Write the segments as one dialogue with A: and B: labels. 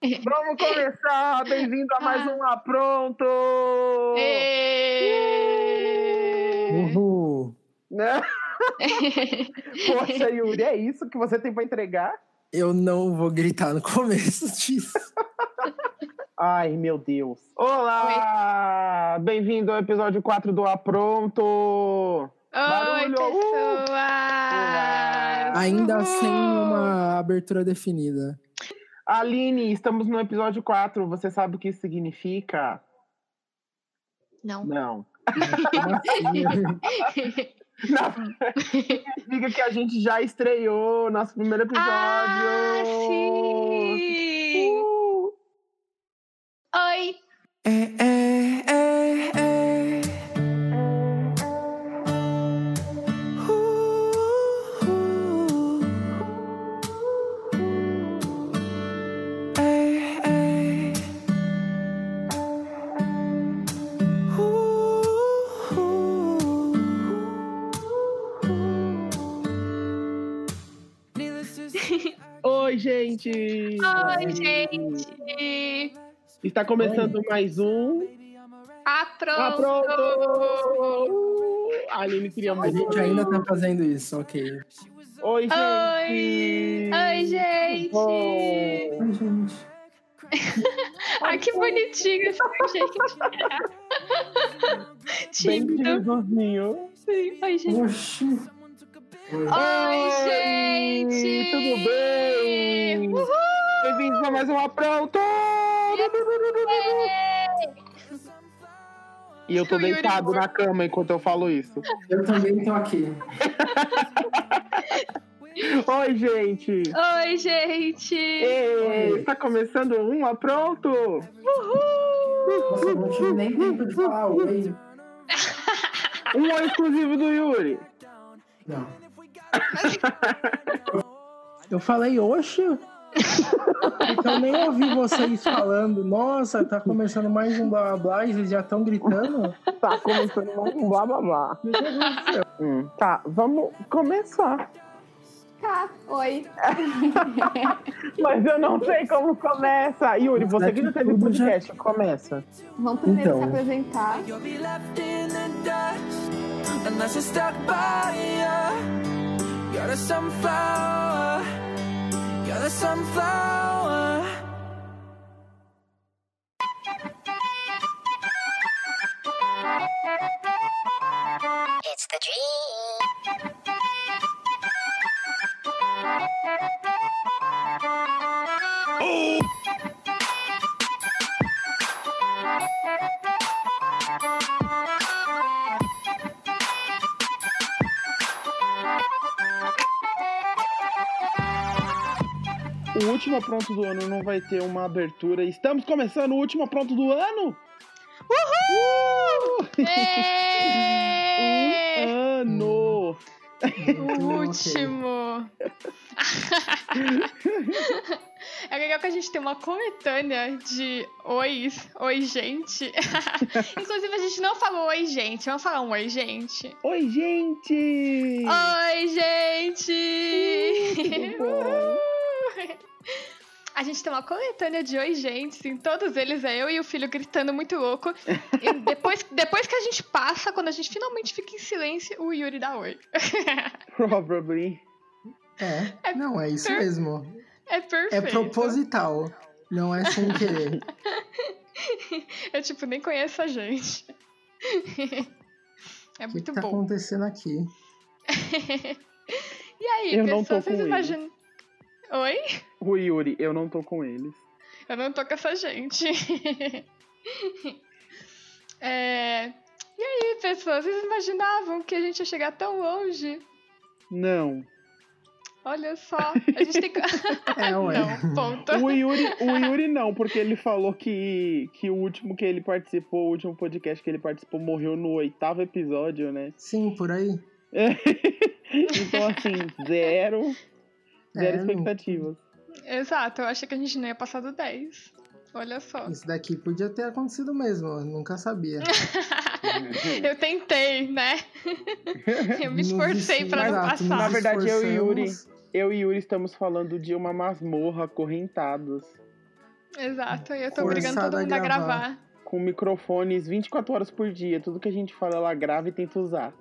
A: Vamos começar! Bem-vindo a
B: Ah.
A: mais um Apronto!
B: É. Ê!
C: Uhul.
A: Né? Poxa, Yuri, é isso que você tem pra entregar?
C: Eu não vou gritar no começo disso.
A: Ai, meu Deus! Olá! Bem-vindo ao episódio 4 do Apronto!
B: Oi,
A: Barulho! Uh!
B: pessoas!
C: Ainda
B: Uhul!
C: sem uma abertura definida.
A: Aline, estamos no episódio 4. Você sabe o que isso significa?
B: Não.
A: Não.
C: Como assim?
A: Na- Significa que a gente já estreou nosso primeiro episódio!
B: Ah, sim!
A: Uh!
B: Oi!
C: É, é, é, é. Uh, Uhul. É, é. Uhul.
A: Oi, gente!
B: Oi, gente!
A: Está começando mais um. Ah,
B: Ah, pronto!
A: pronto! A Aline queria
C: A
A: mais um.
C: gente ainda tá fazendo isso, ok.
A: Oi, gente!
B: Oi! Oi, gente!
A: Bom.
C: Ai, gente.
B: Ai, Ah, que bonitinho esse gente!
A: Bem
B: Tímido!
A: divertidinho.
B: Oi, gente!
C: Oxi.
B: Oi, gente!
A: Tudo bem?
B: Uhul!
A: Bem-vindos a mais um Apronto! E eu tô
B: O Yuri
A: deitado
B: morto.
A: na cama enquanto eu falo isso.
C: Eu também tô aqui.
A: Oi, gente!
B: Oi, gente!
A: Ei, está começando um Apronto!
B: Uhul!
C: Nossa, eu não tive nem tempo de falar oi.
A: Um oi exclusivo do Yuri!
C: Não. Eu falei, oxe. Então nem ouvi vocês falando. Nossa, tá começando mais um blá blá blá e vocês já estão gritando.
A: Tá começando mais um blá blá blá. Hum, tá, vamos começar.
D: Tá, oi.
A: Mas eu não sei como começa. Yuri, você que não teve
C: Tudo já-
A: podcast, começa.
D: Vamos primeiro
C: Então.
D: se apresentar.
E: You'll be left in the dust unless you're stuck by you. You're a sunflower. You're the sunflower.
A: O último apronto do ano não vai ter uma abertura. Estamos começando o último apronto do ano? Uh, Uhul! É.
B: Ê!
A: um Ano!
B: O último! É legal que a gente tem uma coletânea de ois, oi gente. Inclusive a gente não falou oi gente, vamos falar um oi gente.
A: Oi, gente!
B: Oi gente!
A: Tudo bom?
B: A gente tem uma coletânea de oi, gente. Em todos eles é eu e o filho gritando muito louco. E depois, depois que a gente passa, quando a gente finalmente fica em silêncio, o Yuri dá oi.
A: Probably.
C: É. Não, é isso
B: per-
C: mesmo.
B: É
C: É
B: perfeito.
C: proposital. Não é sem querer.
B: Eu, tipo, nem conheço a gente. É
C: O que,
B: muito
C: que tá
B: bom.
C: acontecendo aqui?
B: E aí,
A: Eu não
B: pessoal,
A: tô com
B: vocês
A: ele.
B: imaginam. Oi?
A: O Yuri, eu não tô com eles.
B: Eu não tô com essa gente. É, E aí, pessoal, vocês imaginavam que a gente ia chegar tão longe?
A: Não.
B: Olha só, a gente tem que.
C: É, ué.
B: Não, ponto.
A: O Yuri, o Yuri não, porque ele falou que, que o último que ele participou, o último podcast que ele participou, morreu no oitavo episódio, né?
C: Sim, por aí.
A: então, assim, zero, zero
C: É, não.
A: expectativas.
B: Exato, eu achei que a gente não ia passar do 10. Olha só.
C: Isso daqui podia ter acontecido mesmo, eu nunca sabia.
B: Eu tentei, né? Eu me
C: Nos
B: esforcei pra não
C: esforços, nos
B: passar.
A: Na verdade, eu e o Yuri.
C: esforçamos.
A: Eu e Yuri estamos falando de uma masmorra acorrentados.
B: Exato, aí eu tô
F: Forçado
B: obrigando todo
F: a
B: mundo a
F: gravar.
B: gravar.
A: Com microfones 24 horas por dia. Tudo que a gente fala, ela grava e tenta usar.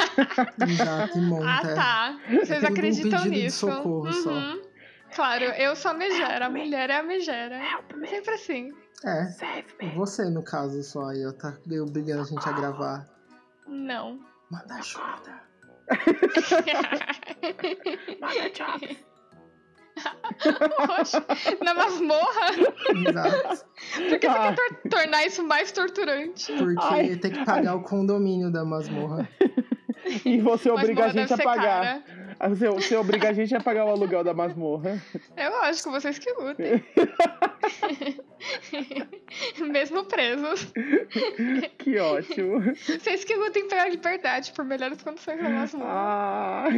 F: Exato, e monta.
B: Ah, tá. Vocês
F: Tudo um
B: acreditam
F: pedido de
B: nisso.
F: socorro só.
B: Uhum. Claro, eu sou a megera, a mulher é a megera. Sempre assim.
F: É. Você, no caso, só aí, ó. Tá obrigando a gente a gravar.
B: Não.
F: Manda ajuda.
B: Poxa, na masmorra,
F: Exato.
B: porque
A: Ah.
B: você quer tor- tornar isso mais torturante.
F: Porque
A: Ai.
F: tem que pagar o condomínio da masmorra.
A: E você
B: Masmorra
A: obriga a
B: deve
A: gente a
B: ser
A: pagar.
B: cara.
A: Ah, Você, você obriga a gente a pagar o aluguel da masmorra.
B: É lógico, vocês que lutem. Mesmo presos.
A: Que ótimo.
B: Vocês que lutem pela liberdade, por melhores condições na masmorra.
A: Ah,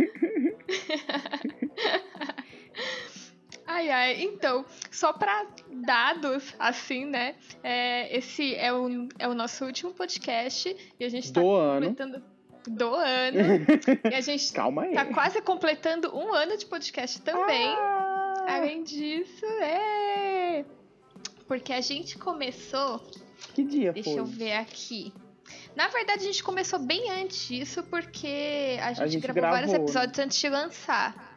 B: Ai, ai. Então, só pra dados, assim, né? é, esse é o, é o nosso último podcast e a gente tá
A: do ano.
B: completando do ano. e a gente
A: Calma aí.
B: tá quase completando um ano de podcast também.
A: Ah,
B: Além disso, é. Porque a gente começou.
A: que dia
B: Deixa
A: foi?
B: eu ver aqui. Na verdade, a gente começou bem antes disso, porque a gente,
A: gente
B: gravou, vários
A: gravou, né?
B: episódios antes de lançar.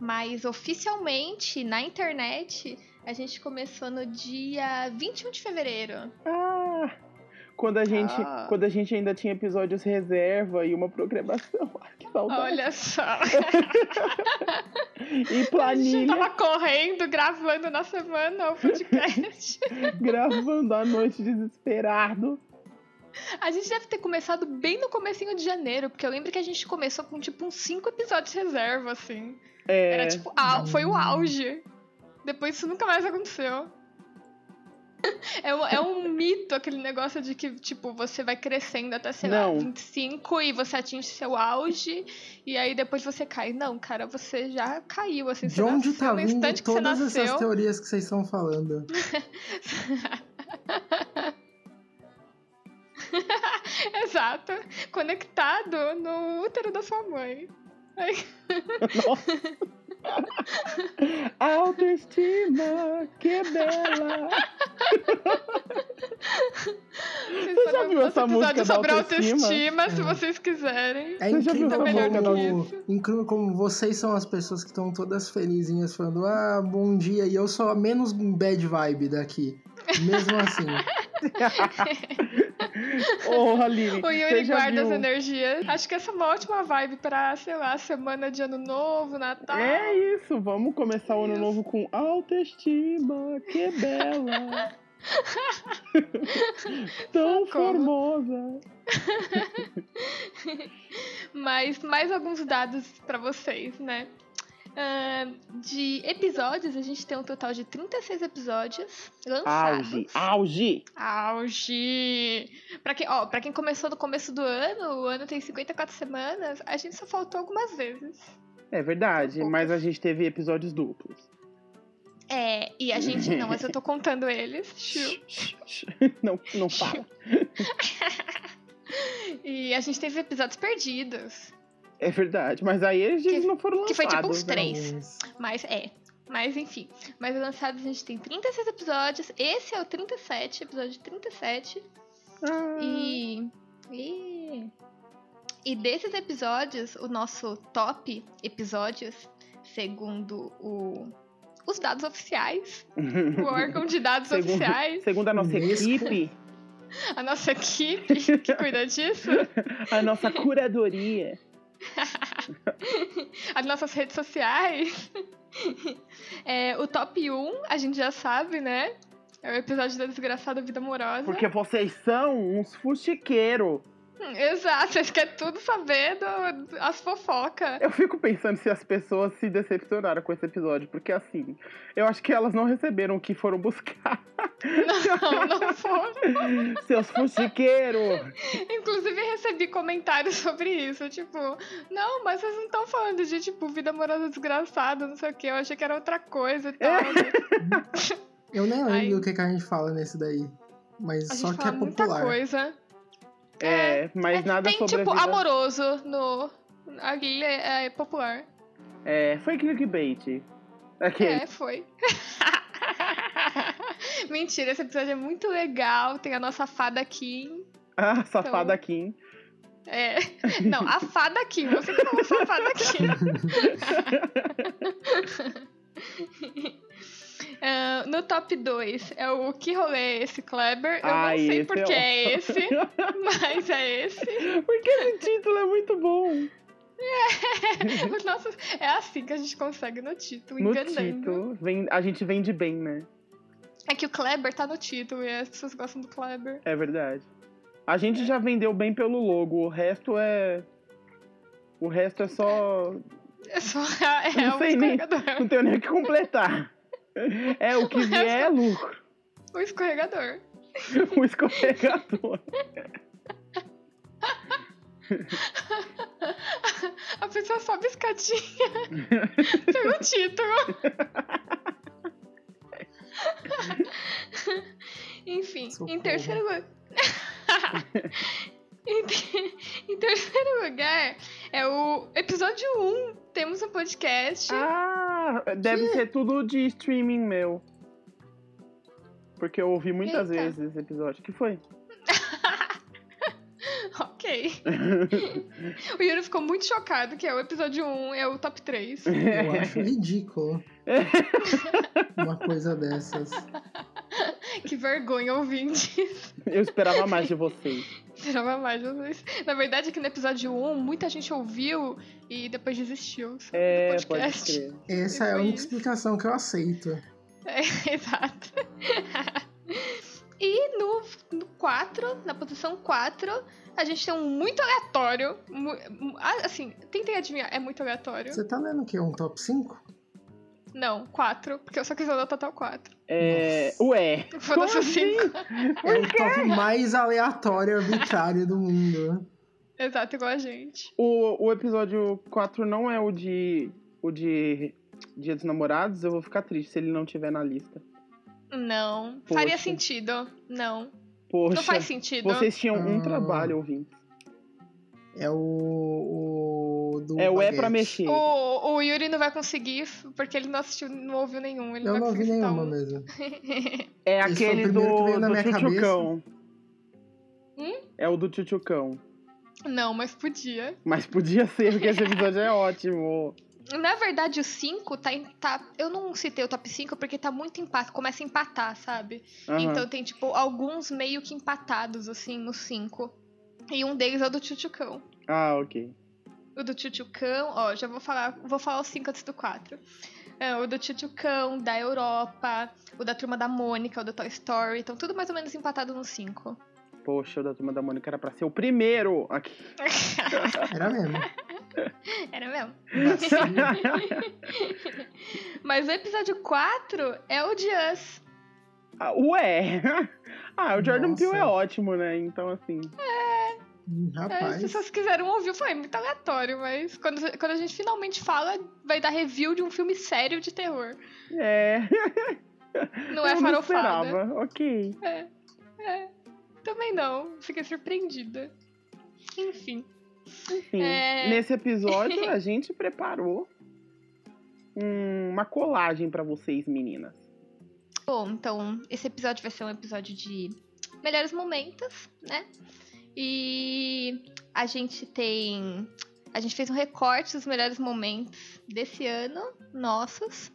B: Mas oficialmente, na internet, a gente começou no dia 21 de fevereiro.
A: Ah, quando a gente,
B: Ah.
A: quando a gente ainda tinha episódios reserva e uma programação. Ah, que saudade.
B: Olha só.
A: E
B: A gente
A: planilha
B: tava correndo, gravando na semana o podcast.
A: gravando à noite desesperado.
B: a gente deve ter começado bem no comecinho de janeiro, porque eu lembro que a gente começou com tipo uns cinco episódios reserva, assim.
A: É,
B: Era tipo, au- foi o auge. Depois isso nunca mais aconteceu. É um, é um mito aquele negócio de que, tipo, você vai crescendo até, sei
A: Não.
B: lá, 25 e você atinge seu auge e aí depois você cai. Não, cara, você já caiu, assim.
F: De
B: você
F: onde
B: nasceu
F: tá
B: no
F: vindo
B: instante que você
F: todas essas
B: nasceu.
F: teorias que vocês estão falando?
B: Exato. Conectado no útero da sua mãe.
A: autoestima, que bela. Você
B: Vocês
A: já
B: podem ouvir
A: viu essa
B: nosso
A: música
B: episódio
A: da
B: sobre
A: autoestima?
B: autoestima, se
F: É.
B: vocês quiserem.
F: É
A: Você já viu
F: incrível
A: essa música da
F: como, incrível como vocês são as pessoas que estão todas felizinhas falando ah, bom dia, e eu sou a menos bad vibe daqui. Mesmo assim.
A: Ô, Aline,
B: O Yuri
A: você já
B: guarda as
A: viu?
B: energias. Acho que essa é uma ótima vibe pra, sei lá, semana de ano novo, Natal.
A: É isso, vamos começar o ano
B: Isso.
A: novo com autoestima, que bela. Tão
B: Socorro.
A: formosa.
B: Mas mais alguns dados pra vocês, né? Ahn, de episódios, a gente tem um total de 36 episódios lançados.
A: Auge, auge.
B: Auge! Pra quem, ó, pra quem começou no começo do ano, o ano tem 54 semanas, a gente só faltou algumas vezes.
A: É verdade,
B: Poucas.
A: mas a gente teve episódios duplos.
B: É, e a gente não, mas eu tô contando eles. Tchau.
A: Não, não fala.
B: E a gente teve episódios perdidos.
A: É verdade, mas aí eles
B: Que-
A: não foram lançados.
B: que foi tipo uns
A: né?
B: três. Mas é. Mas enfim. Mas lançados a gente tem 36 episódios. Esse é o 37, episódio 37.
A: Ah,
B: E. E, e desses episódios, o nosso top episódios, segundo o, os dados oficiais, o órgão de dados
A: Segundo-
B: oficiais,
A: Segundo a nossa
F: Unesco.
A: equipe,
B: a nossa equipe que cuida disso,
A: a nossa curadoria.
B: as nossas redes sociais. É, o top 1, a gente já sabe, né? É o episódio da desgraçada vida amorosa.
A: Porque vocês são uns fuxiqueiros.
B: Hum, Exato, vocês querem tudo saber do, as fofocas.
A: Eu fico pensando se as pessoas se decepcionaram com esse episódio, porque assim, eu acho que elas não receberam o que foram buscar.
B: Não, não foram.
A: Seus fuxiqueiros!
B: Inclusive, recebi comentários sobre isso. Tipo, não, mas vocês não estão falando de, tipo, vida amorosa desgraçada, não sei o quê. Eu achei que era outra coisa e tal.
F: É, Eu nem lembro
B: Ai.
F: o que, que a gente fala nesse daí. Mas
B: A gente
F: só que é
B: fala muita
F: popular.
B: coisa.
A: É, mas
B: É,
A: nada
B: Tem,
A: sobre
B: tipo,
A: a vida.
B: amoroso no. Ali é, é popular.
A: É, foi clickbait. Aquele.
B: É, foi. Mentira, esse episódio é muito legal. Tem a nossa fada Kim.
A: Ah, safada Kim.
B: É. Não, a fada Kim. Você que não usa a fada Kim. Ah, no top 2 é o Que Rolê é Esse Kleber. Eu
A: Ah,
B: não sei
A: esse
B: porque
A: é
B: é esse, mas é esse.
A: Porque esse título é muito bom.
B: Os nossos- é assim que a gente consegue no título,
A: No
B: enganando.
A: título, vem, a gente vende bem, né?
B: É que o Kleber tá no título e as pessoas gostam do Kleber.
A: É verdade. A gente já vendeu bem pelo logo, o resto é. O resto é só.
B: É só é, é
A: Não
B: o
A: sei nem.
B: escorregador.
A: Não tenho nem o que completar. É o que vier é lucro.
B: O Um escorregador.
A: O escorregador.
B: A pessoa sobe escadinha pelo título. Enfim, em
F: Socorro.
B: terceiro lugar. em, te- em terceiro lugar é o episódio 1. Temos um podcast.
A: Ah, deve ser tudo de streaming meu. Porque eu ouvi muitas
B: Eita.
A: vezes esse episódio. que foi?
B: Ok. o Yuri ficou muito chocado que é o episódio 1, é o top 3.
F: Eu
A: É.
F: acho ridículo. Uma coisa dessas.
B: que vergonha, ouvinte.
A: Eu esperava mais de vocês.
B: Tirava mais vocês. Na verdade, aqui no episódio 1, muita gente ouviu e depois desistiu. sabe,
A: É,
B: do
A: pode
B: podcast.
A: crer.
F: Essa é a única explicação que eu aceito.
B: É, exato. e no, no 4, na posição 4, a gente tem um muito aleatório. mu- mu- ah, assim, tentem adivinhar, é muito aleatório.
F: Você tá lendo o quê? Um top 5?
B: Não, 4, porque eu só quis andar total 4.
A: É, ué.
B: Foda-se assim.
A: Como
B: o 5.
F: É o top mais aleatório e arbitrário do mundo.
B: Exato, igual a gente.
A: O, o episódio 4 não é o de. O de. Dia dos Namorados, eu vou ficar triste se ele não tiver na lista.
B: Não.
A: Poxa.
B: Faria sentido. Não.
A: Poxa,
B: Não faz sentido.
A: vocês tinham um
F: Ah.
A: trabalho ouvindo.
F: É o. o do
A: É o é pra
F: um Baguete.
A: mexer.
B: O, o Yuri não vai conseguir, porque ele não assistiu, não ouviu nenhum. Ele
F: Eu
B: vai
F: não vi
B: conseguir citar
F: nenhuma
B: um.
F: mesmo.
A: É
F: Esse foi o
A: aquele do,
F: primeiro que veio na
A: do
F: minha cabeça.
A: Tchutchucão.
B: Hum?
A: É o do Tchutchucão.
B: Não, mas podia.
A: Mas podia ser, porque esse episódio é ótimo.
B: Na verdade, o 5 tá, em- tá. Eu não citei o top 5 porque tá muito empate. Começa a empatar, sabe?
A: Aham.
B: Então tem, tipo, alguns meio que empatados, assim, no 5. E um deles é o do Tchutchucão.
A: Ah, ok.
B: O do Tchutchucão, ó, já vou falar, vou falar o 5 antes do 4. o do Tchutchucão, da Europa, o da Turma da Mônica, o do Toy Story. Então tudo mais ou menos empatado no 5.
A: Poxa, o da turma da Mônica era pra ser o primeiro aqui.
F: Era mesmo.
B: Era mesmo.
F: Vacilo.
B: Mas o episódio 4 é o de Us.
A: Ah, Ué! Ah, o Jordan
F: Nossa.
A: Peele é ótimo, né? Então, assim.
F: Hum,
B: As
F: Rapaz.
B: pessoas quiseram ouvir, foi muito aleatório, mas quando, quando a gente finalmente fala, vai dar review de um filme sério de terror.
A: É.
B: Não é
A: eu
B: farofada.
A: esperava. Ok.
B: Também não, fiquei surpreendida. Enfim.
A: Sim.
B: É.
A: Nesse episódio, a gente preparou um- uma colagem pra vocês, meninas.
B: Bom, então, esse episódio vai ser um episódio de melhores momentos, né? E a gente tem. A gente fez um recorte dos melhores momentos desse ano, nossos.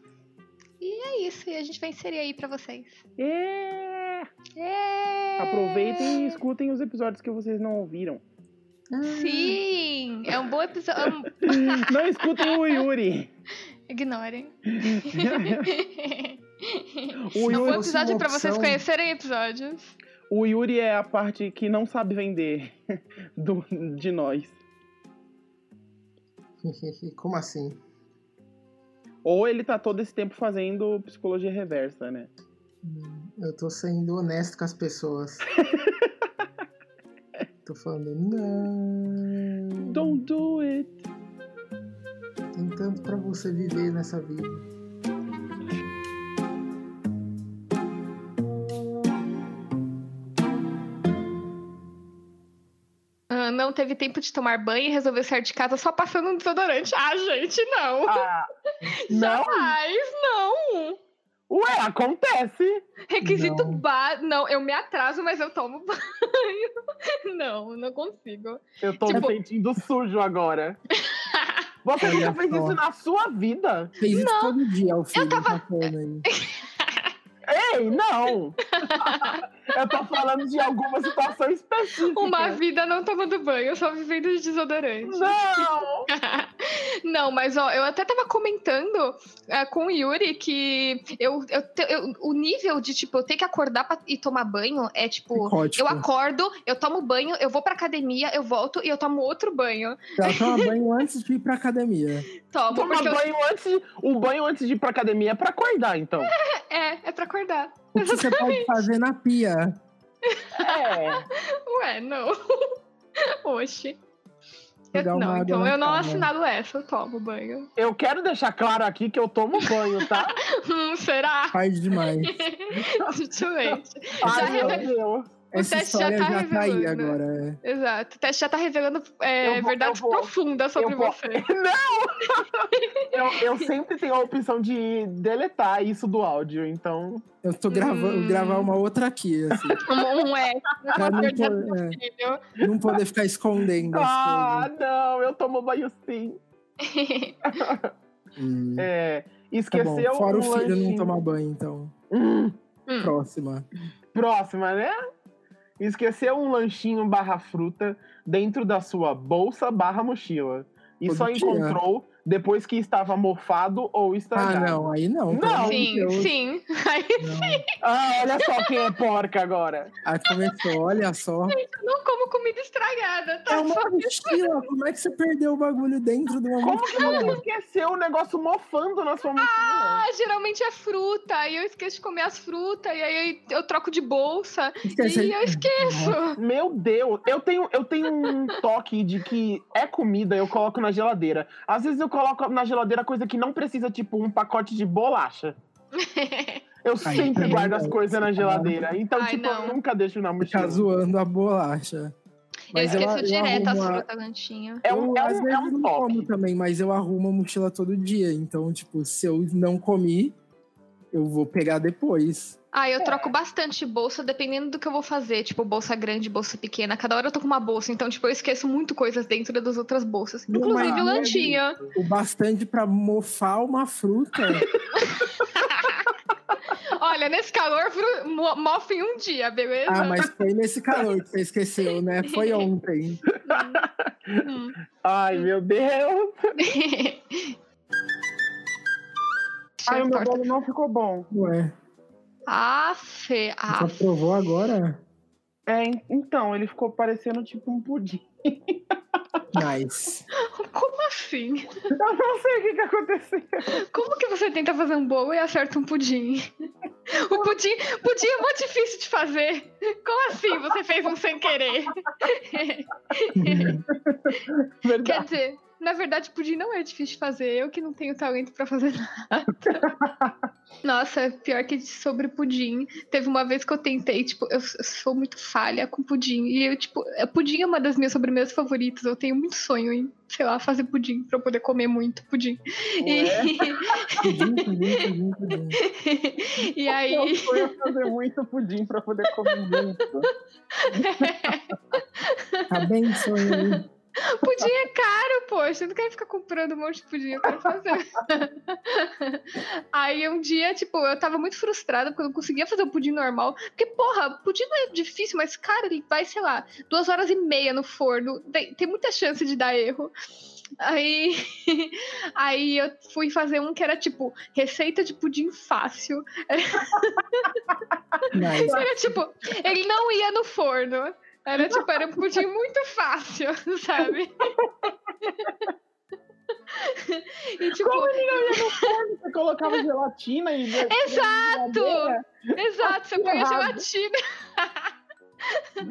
B: E é isso, e a gente vai inserir aí pra vocês.
A: É. Aproveitem e escutem os episódios que vocês não ouviram.
B: Sim! É um bom episódio.
A: Não escutem o Yuri.
B: Ignorem.
A: O
B: É um bom
A: Yuri,
F: fosse
B: episódio
F: uma
B: pra vocês
F: opção-
B: conhecerem episódios.
A: o Yuri é a parte que não sabe vender do- de nós.
F: Como assim?
A: Ou ele tá todo esse tempo fazendo psicologia reversa, né?
F: Eu tô sendo honesto com as pessoas. tô falando, não.
A: Don't do it.
F: Tem tanto pra você viver nessa vida.
B: Ah, não teve tempo de tomar banho e resolveu sair de casa só passando um desodorante. Ah, gente, não!
A: Ah, não?
B: Jamais, não!
A: Ué! Ué, acontece.
B: Requisito
C: Não.
B: ba... Não, eu me atraso, mas eu tomo banho. Não, não consigo.
A: Eu tô
B: Tipo-
A: me sentindo sujo agora. Você
C: Olha
A: nunca fez
C: só.
A: isso na sua vida?
C: Fez isso
B: Não,
C: todo dia, o filho
B: tava-
C: tá falando aí.
A: Ei, não! eu tô falando de alguma situação específica.
B: Uma vida não tomando banho, só vivendo de desodorante.
A: Não!
B: Não, mas ó, eu até tava comentando é, com o Yuri que eu, eu, te- eu- o nível de, tipo, eu ter que acordar pra, e tomar banho é, tipo,
C: Psicótico.
B: eu acordo, eu tomo banho, eu vou pra academia, eu volto e eu tomo outro banho.
C: Ela toma banho antes de ir pra academia.
B: Tomo,
A: Tomar
B: porque eu-
A: banho antes. O banho antes de ir pra academia é pra acordar, então.
B: é, é pra acordar.
C: O que você pode fazer na pia?
A: É.
B: Ué, não. Oxi. Eu-
C: Jogar uma
B: não,
C: água
B: então
C: na
B: eu não
C: cama.
B: assinalo essa, eu tomo banho.
A: Eu quero deixar claro aqui que eu tomo banho, tá?
B: Hum, será?
C: Tarde demais.
B: Justamente.
A: Ai,
B: Já
A: meu Deus.
C: Essa
B: teste já
C: história
B: tá
C: já tá, aí
B: revelando.
C: agora. é.
B: Exato. O teste já tá revelando é,
A: Eu vou-
B: verdades
A: eu vou-
B: profundas sobre
A: eu vou-
B: você.
A: Eu, eu sempre tenho a opção de deletar isso do áudio, então.
C: Eu tô gravando,
B: Hum.
C: gravar uma outra aqui, assim.
B: Um, um é.
C: pra não,
B: verdade
C: po- é, não poder ficar escondendo as
A: Ah, não, eu tomo banho sim.
B: filho.
C: coisas. Hum.
A: É,
C: Tá
A: esqueceu um
C: bom, fora o filho não
A: lanchinho.
C: tomar banho, então.
A: Hum,
B: Hum.
C: Próxima.
A: próxima, né? Esqueceu um lanchinho barra fruta dentro da sua bolsa barra mochila. E
C: Todo
A: só
C: dia.
A: encontrou depois que estava morfado ou
B: tá
C: Ah,
A: estragado.
C: não, aí não.
A: Não,
C: pelo amor de
B: Sim,
C: Deus.
B: sim. Aí
C: Não.
A: Ah, olha só quem é porca agora.
C: Aí começou, olha só.
B: eu não como comida estragada, tá?
C: É uma mochila, como é que você perdeu o bagulho dentro de uma
A: Como
C: mochila?
A: que você esqueceu o negócio mofando na sua mochila?
B: Ah, geralmente é fruta, aí eu esqueço de comer as frutas, e aí eu troco de bolsa,
C: Esquece-
B: e assim? eu esqueço.
A: Meu Deus, eu tenho, eu tenho um toque de que é comida, eu coloco na geladeira. Às vezes eu coloco na geladeira coisa que não precisa, tipo um pacote de bolacha. Eu
C: Ai,
A: sempre
C: não,
A: guardo as
C: não.
A: coisas na geladeira. Então,
B: Ai,
A: tipo,
B: não.
A: eu nunca deixo na
C: Tá
A: mochila.
C: zoando a bolacha.
B: eu
C: Mas
B: esqueço direto as
C: arrumo a-
B: frutas, Gantinho.
A: É um,
C: eu,
A: é
C: às
A: um,
C: vezes
A: é um
C: não como
A: toque.
C: também, mas eu arrumo a mochila todo dia. Então, tipo, se eu não comi, eu vou pegar depois.
B: Ah, eu troco bastante bolsa, dependendo do que eu vou fazer. Tipo, bolsa grande, bolsa pequena. Cada hora eu tô com uma bolsa, então, tipo, eu esqueço muito coisas dentro das outras bolsas.
C: Não,
B: Inclusive
C: mas
B: o
C: não é
B: lanchinho.
C: O bastante pra mofar uma fruta.
B: Olha, nesse calor, fru- mo- mofa em um dia, beleza?
C: ah, mas foi nesse calor que você esqueceu, né? Foi ontem.
B: Hum, hum.
A: Ai, meu Deus. Ai, o meu
B: Torta.
A: bolo não ficou bom.
C: Ué,
B: Ah, Fê. Ah,
C: você provou agora?
A: É, en- então, ele ficou parecendo tipo um pudim.
C: Nice.
B: como assim?
A: Eu não sei o que, que aconteceu.
B: Como que você tenta fazer um bolo e acerta um pudim? O pudim, pudim é muito difícil de fazer. Como assim você fez um sem querer?
A: Verdade.
B: Quer dizer, na verdade, pudim não é difícil de fazer. Eu que não tenho talento pra fazer nada. Nossa, pior que sobre pudim. Teve uma vez que eu tentei, tipo, eu s- eu sou muito falha com pudim. E eu, tipo, é- pudim é uma das minhas sobremesas favoritas. Eu tenho muito sonho em, sei lá, fazer pudim pra eu poder comer muito pudim. E,
C: Pudim, pudim, pudim, pudim.
B: e aí.
A: Eu fui fazer muito pudim pra poder comer muito.
C: Tá bem, sonho.
B: Pudim é caro, poxa. Eu não quero ficar comprando um monte de pudim, eu quero fazer. Aí um dia, tipo, eu tava muito frustrada porque eu não conseguia fazer o pudim normal. Porque, porra, pudim não é difícil, mas, cara, ele vai, sei lá, duas horas e meia no forno. Tem, tem muita chance de dar erro. Aí, aí eu fui fazer um que era tipo receita de pudim fácil.
C: Nice.
B: Era tipo, ele não ia no forno. Era tipo, era um pudim muito fácil, sabe? E tipo,
A: Você colocava gelatina e. Exato!
B: exato, você põe a
A: errado.
B: gelatina,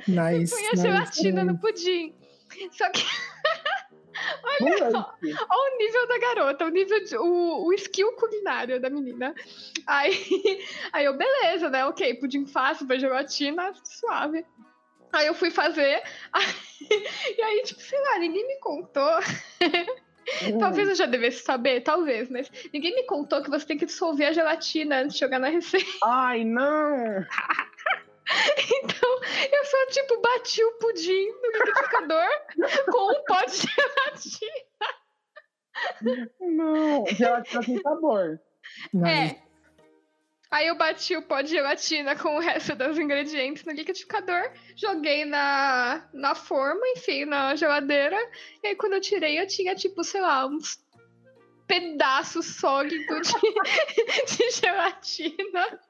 C: Nice.
B: põe a
C: nice,
B: gelatina no
C: nice.
B: pudim. Só que olha o nível da garota, o nível de, o, o skill culinário da menina. Aí, aí eu, beleza, né? Ok, pudim fácil, pra gelatina, suave. Aí eu fui fazer, aí- e aí, tipo, sei lá, ninguém me contou Talvez eu já devesse saber, talvez, mas ninguém me contou que você tem que dissolver a gelatina antes de jogar na receita.
A: Ai, não!
B: Então, eu só, tipo, bati o pudim no liquidificador com um pote de gelatina.
A: Não! Gelatina sem sabor.
B: É. Aí eu bati o pó de gelatina com o resto dos ingredientes no liquidificador, joguei na, na forma, enfim, na geladeira. E aí quando eu tirei, eu tinha, tipo, sei lá, uns pedaços sólidos de, de gelatina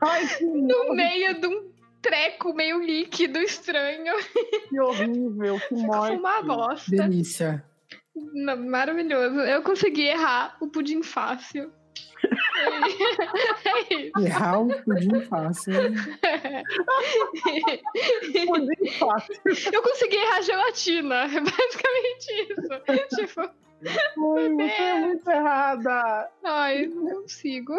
A: Ai, que,
B: no meio de um treco meio líquido estranho.
A: que horrível, que
B: Ficou
A: morte.
B: uma bosta.
C: Delícia.
B: Não, maravilhoso. Eu consegui errar o pudim fácil. É isso.
C: Errar o pudim fácil.
A: Pudim fácil.
B: Eu consegui errar gelatina. É basicamente isso. tipo,
A: Ai, Você é muito errada.
B: ai, não consigo.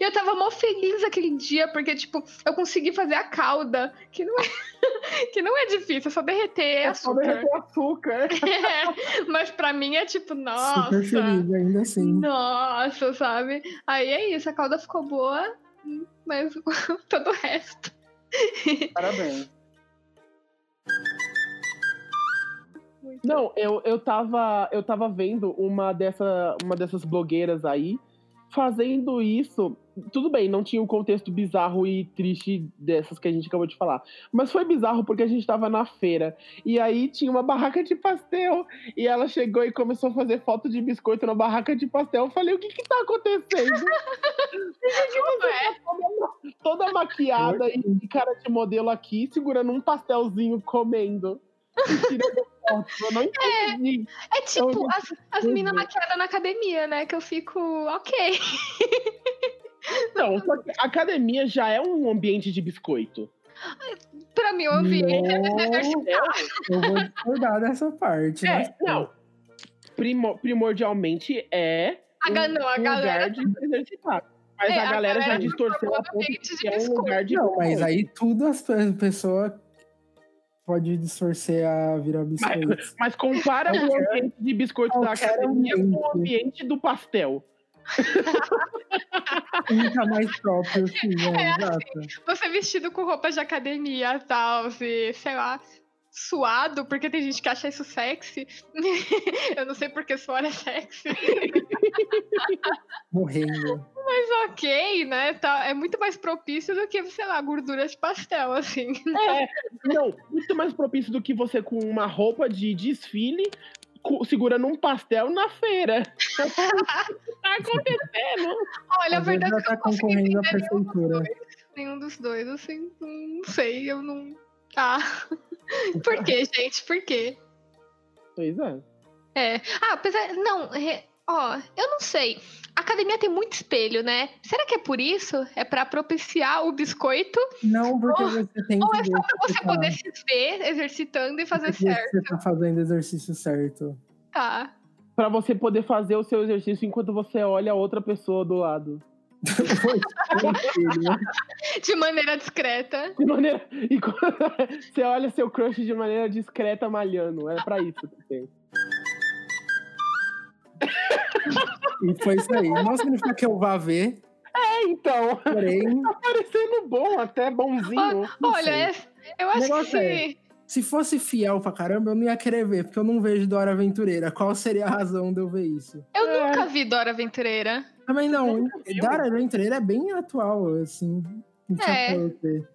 B: E eu tava mó feliz aquele dia, porque, tipo, eu consegui fazer a calda, que não é, que não é difícil, é só derreter
A: É só
B: açúcar.
A: derreter açúcar.
B: É, mas pra mim é tipo,
C: Super
B: nossa.
C: feliz, ainda assim.
B: Nossa, sabe? Aí é isso, a calda ficou boa, mas todo o resto.
A: Parabéns. Não, eu, eu, tava, eu tava vendo uma, dessa, uma dessas blogueiras aí fazendo isso. Tudo bem, não tinha o contexto bizarro e triste dessas que a gente acabou de falar. Mas foi bizarro porque a gente tava na feira. E aí tinha uma barraca de pastel. E ela chegou e começou a fazer foto de biscoito na barraca de pastel. Eu falei, o que que tá acontecendo?
B: Ué,
A: Toda maquiada e de cara de modelo aqui, segurando um pastelzinho comendo. E tirando foto. Eu não entendi.
B: É tipo as, as
A: Uhum.
B: minas maquiadas na academia, né? Que eu fico, ok.
A: Não, só que a academia já é um ambiente de biscoito.
B: Pra mim, eu ouvi. é
C: Eu vou discordar dessa parte.
A: É,
C: mas-
A: não. Primo- primordialmente é
B: A, ga- Ah, não, a
A: um
B: galera. tá
A: lugar de se exercitar. Mas
B: É,
A: a,
B: a
A: galera já
B: galera
A: distorceu
B: falou
A: a
B: do
A: ponto de
B: ambiente de
A: que é um
B: biscoito.
A: lugar de
C: Não, mas
A: biscoito.
C: aí tudo as pe- pessoa pode distorcer a virar biscoito.
A: Mas compara o ambiente de biscoito da
C: Qualquer
A: academia com o
C: é um ambiente.
A: ambiente do pastel.
C: Fica Um tá mais próprio, assim,
B: É
C: né? Exato.
B: Você vestido com roupa de academia, tal, se, sei lá, suado, porque tem gente que acha isso sexy. eu não sei porque suor é sexy.
C: Morrendo.
B: Mas ok, né? Tá, é muito mais propício do que, sei lá, gordura de pastel, assim.
A: É, não, muito mais propício do que você com uma roupa de desfile cu- segurando um pastel na feira. tá acontecendo.
B: Olha, a
C: Às vezes
B: verdade é
C: ela
B: que eu
C: tá
B: não consigo
C: concorrendo
B: entender
C: à
B: nenhum dos
C: prefeitura.
B: dois. Nenhum dos dois, assim, não sei, eu não. Ah. Por quê, gente? Por quê?
A: Pois é.
B: É. Ah, apesar. Não, re- ó, eu não sei. A academia tem muito espelho, né? Será que é por isso? É pra propiciar o biscoito?
C: Não, porque você tem que.
B: ou é só
C: ver
B: pra
C: se
B: você
C: tá-
B: poder se ver exercitando e fazer
C: se Você
B: certo?
C: tá fazendo exercício certo.
B: Tá.
A: Pra você poder fazer o seu exercício enquanto você olha a outra pessoa do lado.
B: De maneira discreta.
A: De maneira. e co- você olha seu crush de maneira discreta malhando. É pra isso que tem.
C: E foi isso aí. Não significa que eu vá ver,
A: É, então.
C: porém,
A: Tá parecendo bom, até bonzinho.
C: Não
B: Olha,
C: sei.
B: é- eu acho que
C: negócio é-
B: se-
C: se fosse fiel pra caramba, eu não ia querer ver, porque eu não vejo Dora Aventureira. Qual seria a razão de eu ver isso?
B: eu
A: É.
B: nunca vi Dora Aventureira.
C: Também não.
A: viu?
C: Dora Aventureira é bem atual, assim. Não tinha
B: É.
C: como eu ver.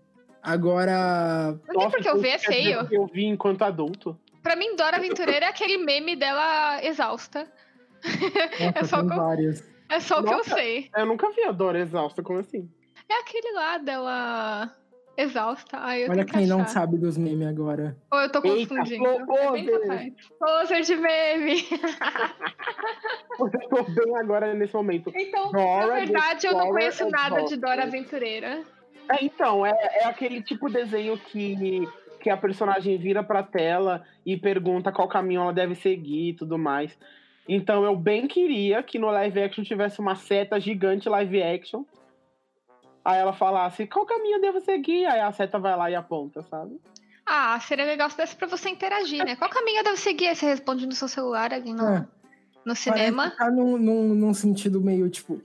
C: Agora,
B: Não tem porque eu ver, é feio.
A: Eu vi enquanto adulto.
B: Pra mim, Dora Aventureira é aquele meme dela exausta.
C: nossa,
B: É só
C: tem
B: com-
C: várias.
B: É só o que eu
A: Nossa.
B: sei.
A: Eu nunca vi a Dora exausta, como assim?
B: É aquele lá dela exausta. Ai, eu
C: Olha
B: tenho que
C: quem não
B: achar.
C: sabe dos memes agora.
B: Ou eu tô
A: Eita,
B: confundindo.
A: Flo
B: É bem
A: Poser.
B: capaz. Poser de meme.
A: Eu tô bem agora nesse momento.
B: Então,
A: Dora
B: na verdade, eu não
A: Explorer
B: conheço nada de
A: Exhausted.
B: Dora Aventureira.
A: É, então, é, é aquele tipo de desenho que, que a personagem vira pra tela e pergunta qual caminho ela deve seguir e tudo mais. Então, eu bem queria que no live action tivesse uma seta gigante live action. Aí ela falasse, qual caminho eu devo seguir? Aí a seta vai lá e aponta, sabe?
B: Ah, seria legal se desse pra você interagir, né? Qual caminho eu devo seguir? Aí você responde no seu celular, alguém não.
C: É.
B: no cinema.
C: Parece que tá num, num, num sentido meio, tipo,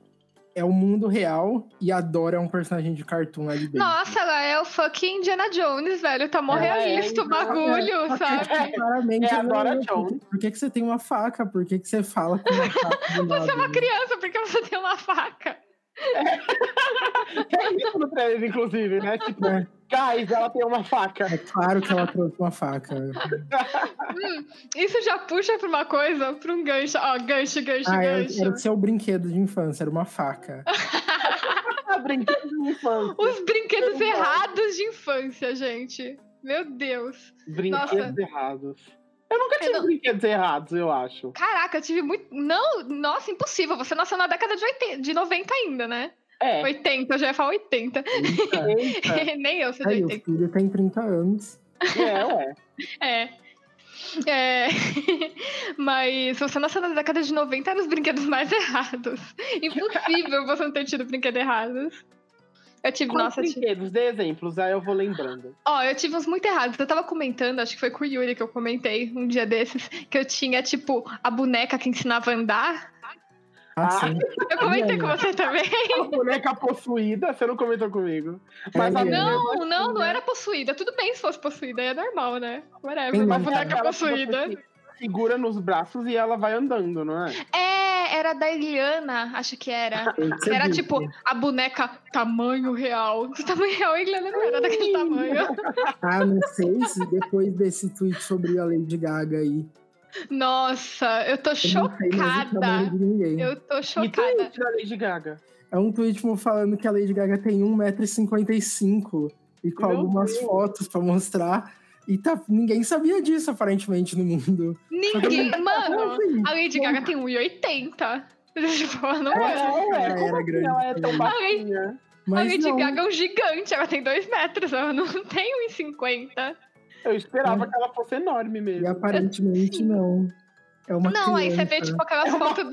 C: é o mundo real e a Dora é um personagem de cartoon ali dentro.
B: Nossa, ela é o fucking Indiana Jones, velho. Tá mó
A: Ela é,
B: realista o
A: então,
B: bagulho,
C: Só que,
B: sabe?
C: tipo, claramente,
A: É a
C: ela
A: Dora
C: tipo,
A: Jones.
C: Por que, que você tem uma faca? Por que, que você fala com uma faca do lado?
B: Você é uma
C: né?
B: criança, porque você tem uma faca.
A: É isso no trailer, inclusive, né? Tipo, guys, ela tem uma faca.
C: É claro que ela trouxe uma faca.
B: Isso já puxa pra uma coisa, pra um gancho. Ó, gancho, gancho,
C: Ah, era,
B: gancho.
C: era o seu brinquedo de infância, era uma faca.
A: Ah, brinquedo de infância.
B: Os brinquedos errados de infância, gente. Meu Deus.
A: Brinquedos
B: Nossa.
A: errados. Eu nunca tive
B: não-
A: brinquedos errados, eu acho.
B: Caraca, eu tive muito. Não, nossa, impossível. Você nasceu na década de, 80, de 90 ainda, né?
A: É.
B: 80, eu já ia falar 80.
A: Eita.
C: É.
B: Nem eu sou de
C: Aí, o
B: 80.
C: filho tem 30 anos.
A: É, ué.
B: É. É. Mas você nasceu na década de 90 era os brinquedos mais errados. Impossível você não ter tido brinquedo errado. Eu tive,
A: Quais
B: nossa, eu tive-
A: brinquedos? Dê exemplos, aí eu vou lembrando.
B: Ó, eu tive uns muito errados. Eu tava comentando, acho que foi com o Yuri que eu comentei um dia desses, que eu tinha, tipo, a boneca que ensinava a andar.
C: Ah,
A: Ah,
C: sim.
B: Eu comentei com você também.
A: A boneca possuída, você não comentou comigo. Mas
C: É,
A: a
C: Não,
B: Não, não,
C: né?
B: não era possuída. Tudo bem se fosse possuída, é normal, né? Whatever,
C: Sim,
B: uma
C: mas
B: boneca
A: ela
B: possuída.
A: segura nos braços e ela vai andando, não é?
B: É, era da Eliana, acho que
A: tá.
B: era.
C: Você
B: Era
C: viu,
B: tipo
C: né?
B: a boneca tamanho real. Do tamanho real, a Eliana não era daquele tamanho.
C: Ah, não sei se depois desse tweet sobre a Lady Gaga aí.
B: Nossa, eu tô
C: eu não sei mais o tamanho
B: chocada.
C: de ninguém.
B: Eu tô
A: E tem
B: chocada.
A: da Lady Gaga.
C: É um tweet tipo, falando que a Lady Gaga tem 1,55m e com
A: Meu
C: algumas
A: Deus.
C: fotos pra mostrar. E tá, ninguém sabia disso, aparentemente, no mundo.
B: Ninguém.
C: Como
B: Mano,
C: assim?
B: a Lady Gaga tem 1,80. Tipo, ela não
A: É,
B: é.
A: ué,
C: Ela
A: como
C: era
A: assim
C: grande.
A: ela é tão baixinha?
B: A
C: Mas
B: Lady
C: não,
B: Gaga é um gigante, ela tem 2 metros, ela não tem 1,50.
A: Eu esperava que ela fosse enorme
C: e
A: mesmo.
C: aparentemente não. É uma
B: Não, aí você vê,
C: criança. né? É
B: tipo, aquelas fotos.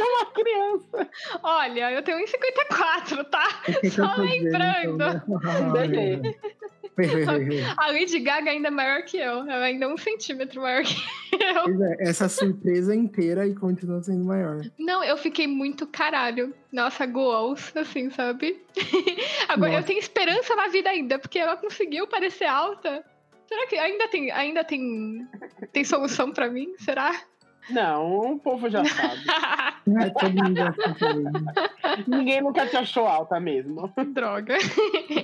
A: Uma criança.
B: Olha, eu tenho 1,54, tá?
C: O que que eu
B: só
C: tô dizendo,
B: lembrando.
C: né?
A: Um bebê.
B: A Lady Gaga ainda é maior que eu. Ela ainda é um centímetro maior que eu.
C: Pois é, essa surpresa inteira e continua sendo maior.
B: Não, eu fiquei muito caralho. Nossa, goals, assim, sabe? Agora eu
C: Nossa.
B: tenho esperança na vida ainda, porque ela conseguiu parecer alta. Será que ainda tem, ainda tem, tem solução pra mim? Será?
A: Não, o povo já sabe.
C: Ah, todo mundo gosta dele.
A: Ninguém nunca te achou alta mesmo.
B: Droga.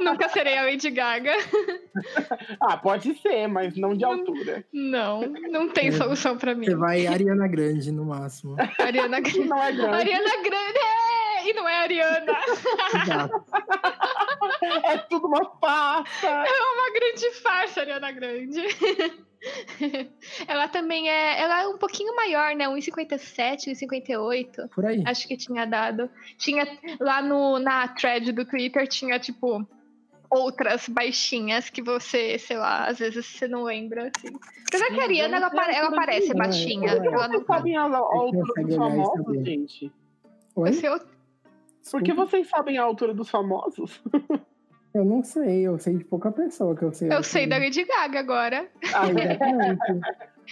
B: Nunca serei a Lady Gaga.
A: Ah, pode ser, mas não de altura.
B: Não, não tem
C: É.
B: solução pra mim.
C: Você vai Ariana Grande no máximo.
B: Ariana
A: Que
B: Grande.
A: não é grande.
B: Ariana Grande! é! E não é a Ariana.
C: Exato.
A: É tudo uma farsa.
B: É uma grande farsa, Ariana Grande. ela também é. Ela é um pouquinho maior, né? 1,57, 1,58.
C: Por aí.
B: Acho que tinha dado. Tinha. Lá no, na thread do Twitter tinha, tipo. Outras baixinhas que você, sei lá, às vezes você não lembra, assim. Apesar que a Ariana, ela, pare- ela parece baixinha.
A: Por que
B: Ela não...
A: vocês sabem a a altura
C: consegue
A: dos
C: olhar e saber.
A: famosos, gente?
C: Oi?
B: Você,
A: Por que vocês sabem a altura dos famosos?
C: Eu não sei, eu sei de pouca pessoa que eu sei.
B: eu sei da Lady Gaga agora.
A: Ah,
C: é Exatamente.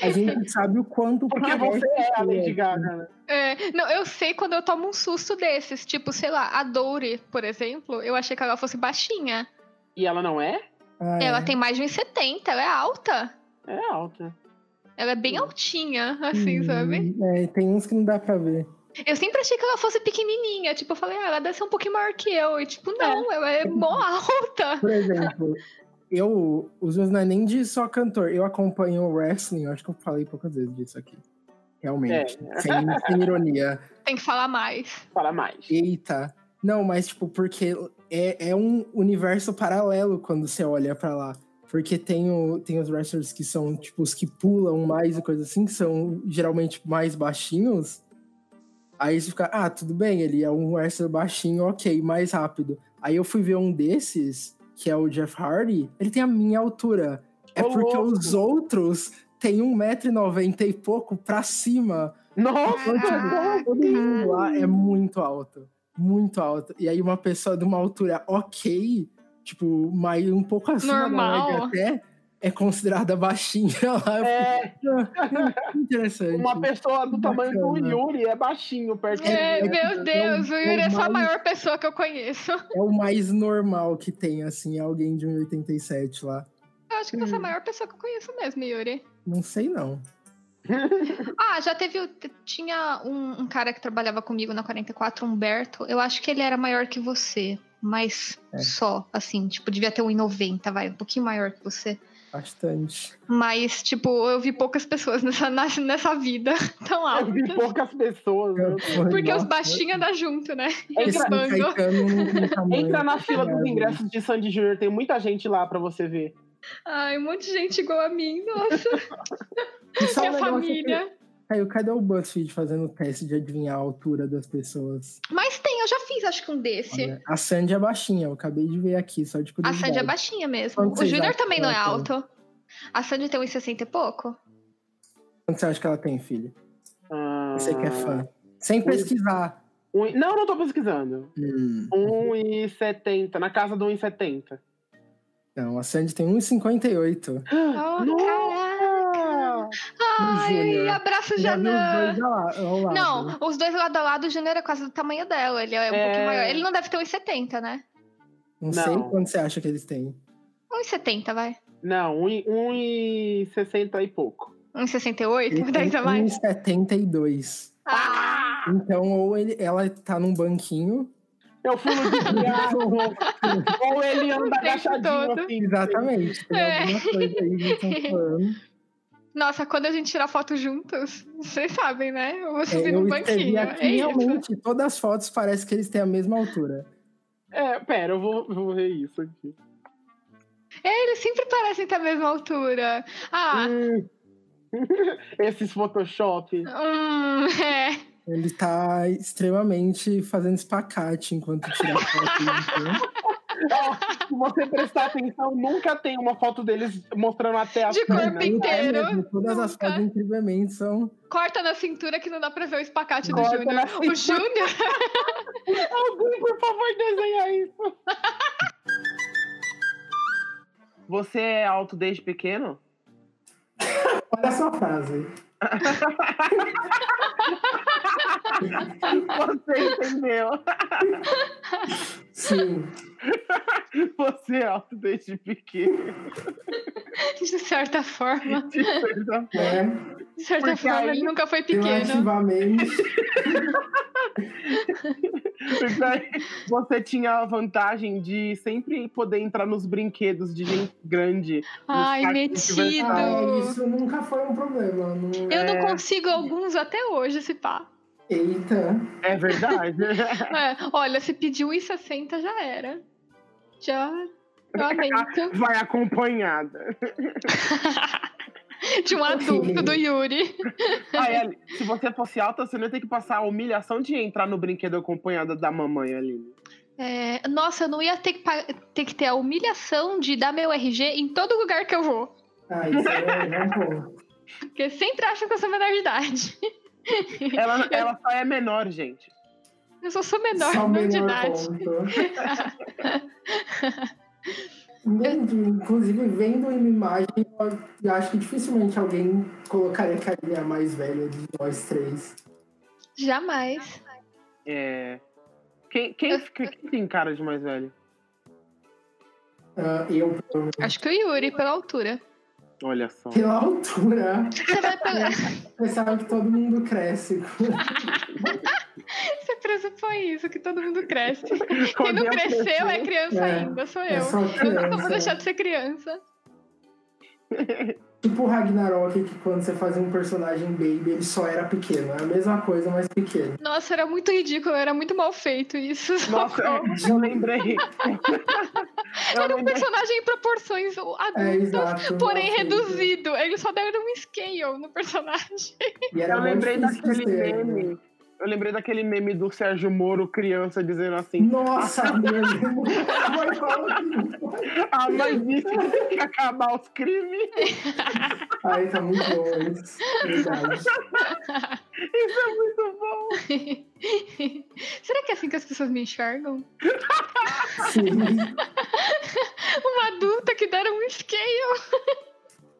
C: A gente sabe o quanto
A: Porque
C: parece
A: você é a
C: que
A: Lady Gaga, né?
B: É, não, eu sei quando eu tomo um susto desses. Tipo, sei lá, a Dory, por exemplo, eu achei que ela fosse baixinha.
A: E ela não é?
C: Ah, é.
B: Ela tem mais de 1,70, ela é alta.
A: É alta.
B: Ela é bem altinha, assim, sabe?
C: Hum, É, tem uns que não dá pra ver.
B: Eu sempre achei que ela fosse pequenininha. Tipo, eu falei, ah, ela deve ser um pouquinho maior que eu. E, tipo, não, ela é mó alta.
C: Por exemplo, eu. Os meus não é nem de só cantor. Eu acompanho o wrestling, eu acho que eu falei poucas vezes disso aqui. Realmente. Sem, sem ironia.
B: Tem que falar mais.
A: Fala mais.
C: Eita. Não, mas, tipo, porque é, é um universo paralelo quando você olha pra lá. Porque tem, o, tem os wrestlers que são, tipo, os que pulam mais e coisa assim, que são geralmente mais baixinhos. Aí você fica, ah, tudo bem, ele é um wrestler baixinho, ok, mais rápido. Aí eu fui ver um desses, que é o Jeff Hardy, ele tem a minha altura. É
A: Ô,
C: porque
A: louco.
C: os outros têm 1,90m e pouco pra cima.
B: Ah,
A: Nossa!
C: Então, tipo, todo mundo lá é muito alto. Muito alto. E aí uma pessoa de uma altura ok, tipo, mais um pouco acima
B: Normal.
C: da média até, é considerada baixinha lá. eu
A: É,
C: fiquei Interessante.
A: uma pessoa do tamanho do
C: Bacana.
A: Yuri é baixinho perto
B: É,
A: dele.
B: meu Deus, o Yuri é só a
C: normal.
B: maior pessoa que eu conheço.
C: É o mais normal que tem, assim, alguém de 1,87 lá.
B: Eu acho que você é a maior pessoa que eu conheço mesmo, Yuri.
C: Não sei, não.
B: Ah, já teve. o- t- Tinha um, um cara que trabalhava comigo na 44, Humberto. Eu acho que ele era maior que você. Mas
C: É.
B: só, assim, tipo, devia ter 1,90, vai, um pouquinho maior que você.
C: Bastante.
B: Mas, tipo, eu vi poucas pessoas nessa, na- nessa vida tão
A: Eu vi
B: altas.
A: poucas pessoas.
C: É
A: né?
B: Porque os
C: Nossa,
B: baixinhos andam junto, né? Eles
C: esse
B: mandam.
C: é Caetano não tem tamanho.
A: Entra na fila dos
C: Maravilha.
A: ingressos de Sandy Júnior, tem muita gente lá pra você ver.
B: Ai, um monte de gente igual a mim. Nossa,
C: E só um
B: minha
C: negócio
B: família.
C: que- Caio, cadê o BuzzFeed fazendo o teste de adivinhar a altura das pessoas?
B: Mas tem, eu já fiz, acho que um desse.
C: Olha, a Sandy é baixinha, eu acabei de ver aqui, só de
B: A
C: curiosidade.
B: Sandy é baixinha mesmo.
C: Quanto
B: o
C: vocês
B: Júnior
C: acham
B: também
C: que
B: não é
C: ela
B: alto. A Sandy tem uns 60 e pouco?
C: Quanto você acha que ela tem, filho?
A: Ah,
C: Você que é fã. Sem pesquisar.
A: um- não, não tô pesquisando.
C: Hum,
A: 1,70, na casa do 1,70.
C: não, a Sandy tem 1,58.
B: Oh,
C: Ah,
A: Nossa!
B: Ai,
C: Júnior.
B: abraço,
C: Já viu os
B: Janã.
C: dois ao la- ao lado.
B: Não, os dois lado a lado, o Júnior é quase do tamanho dela. Ele é um
A: É.
B: pouquinho maior. Ele não deve ter uns 70, né?
C: Não sei
A: Não.
C: quanto você acha que eles têm.
B: Uns 70, vai.
A: Não, 1,60 e pouco.
B: Uns
C: Ele
B: 68, 10 a
C: tem
B: mais.
C: 1,72.
B: Ah,
C: Então, ou ele, ela tá num banquinho.
A: Eu fui no desviado. ou ele anda
B: O tempo todo.
A: agachadinho assim.
C: Exatamente. Tem
B: É.
C: alguma coisa aí que estão falando.
B: nossa, quando a gente tirar foto juntos, vocês sabem, né? Eu vou
C: É,
B: subir
C: eu
B: no
C: escrevi
B: banquinho.
C: aqui,
B: É isso.
C: realmente, todas as fotos parece que eles têm a mesma altura.
A: É, pera, eu vou, eu vou ver isso aqui.
B: É, eles sempre parecem ter a mesma altura. Ah,
A: Hum. Esses Photoshop.
B: hum, é.
C: Ele tá extremamente fazendo espacate enquanto tira a foto. então.
A: Ó, se você prestar atenção, nunca tem uma foto deles mostrando até a
B: De
A: perna.
B: corpo inteiro.
C: Então, É mesmo, todas as
B: nunca.
C: fotos, incrivelmente, são...
B: Corta na cintura que não dá pra ver o espacate
A: Corta
B: do Júnior.
A: na
B: O Júnior,
A: Alguém, por favor, desenha isso. Você é alto desde pequeno?
F: Olha essa frase.
A: Você entendeu.
F: Sim.
A: Você é alto desde pequeno.
B: de certa forma,
A: De certa
F: É,
C: né?
B: de certa
A: Porque
B: forma,
A: aí
B: ele nunca foi pequeno.
F: relativamente.
A: Porque aí Você tinha a vantagem de sempre poder entrar nos brinquedos de gente grande.
B: Ai,
A: parques de diversão.
B: metido.
F: Ah, isso nunca foi um problema. Não...
B: Eu não consigo alguns até hoje, se pá.
F: Eita.
A: É verdade.
B: É, olha, se pediu 1,60 já era. Já lamento.
A: Vai acompanhada.
B: De um adulto do Yuri.
A: Aí, Ali, se você fosse alta, você não ia ter que passar a humilhação de entrar no brinquedo acompanhada da mamãe, Aline.
B: É, nossa, eu não ia ter que, pa- ter que ter a humilhação de dar meu RG em todo lugar que eu vou.
F: Ah, isso é é um ponto.
B: Porque sempre acham que eu sou menor de idade.
A: Ela, ela só é menor, gente.
B: Eu só sou menor,
F: Só o
B: não de
F: menor
B: idade.
F: ponto. Vendo, inclusive, vendo uma imagem, eu acho que dificilmente alguém colocaria que ali é a mais velha de nós três.
B: Jamais.
A: É... Quem, quem, fica- quem tem cara de mais velho?
F: Ah, eu, provavelmente,
B: Acho que o Yuri, pela altura.
A: Olha só.
F: pela altura,
B: Você, vai pela...
F: pensava que todo mundo cresce.
B: Você pressupõe isso, que todo mundo cresce. Quem
A: Quando
B: não
A: eu
B: cresceu é
A: cresci-
B: criança
F: É,
B: ainda, sou
F: É
B: eu.
F: só
B: Eu nunca vou
F: criança.
B: deixar de ser criança.
F: Tipo o Ragnarok, que quando você fazia um personagem baby, ele só era pequeno. É a mesma coisa, mas pequeno.
B: Nossa, era muito ridículo, era muito mal feito isso.
A: Nossa,
B: socorro.
A: eu lembrei. eu
B: Era um
A: lembrei.
B: personagem em proporções
F: É,
B: adultas,
F: exato.
B: porém
F: Nossa,
B: reduzido. Ele só deram um scale no personagem.
F: E era
A: Eu
F: muito
A: lembrei
F: difícil
A: daquele
F: de ser, né?
A: meme. Eu lembrei daquele meme do Sérgio Moro, criança, dizendo assim:
F: Nossa, mesmo. Vai falar que-
A: A mãe disse que tem que acabar os crimes.
F: Aí tá muito bom isso. Verdade.
A: Isso é muito bom.
B: Será que é assim que as pessoas me enxergam?
F: Sim.
B: Uma adulta que deram um scale.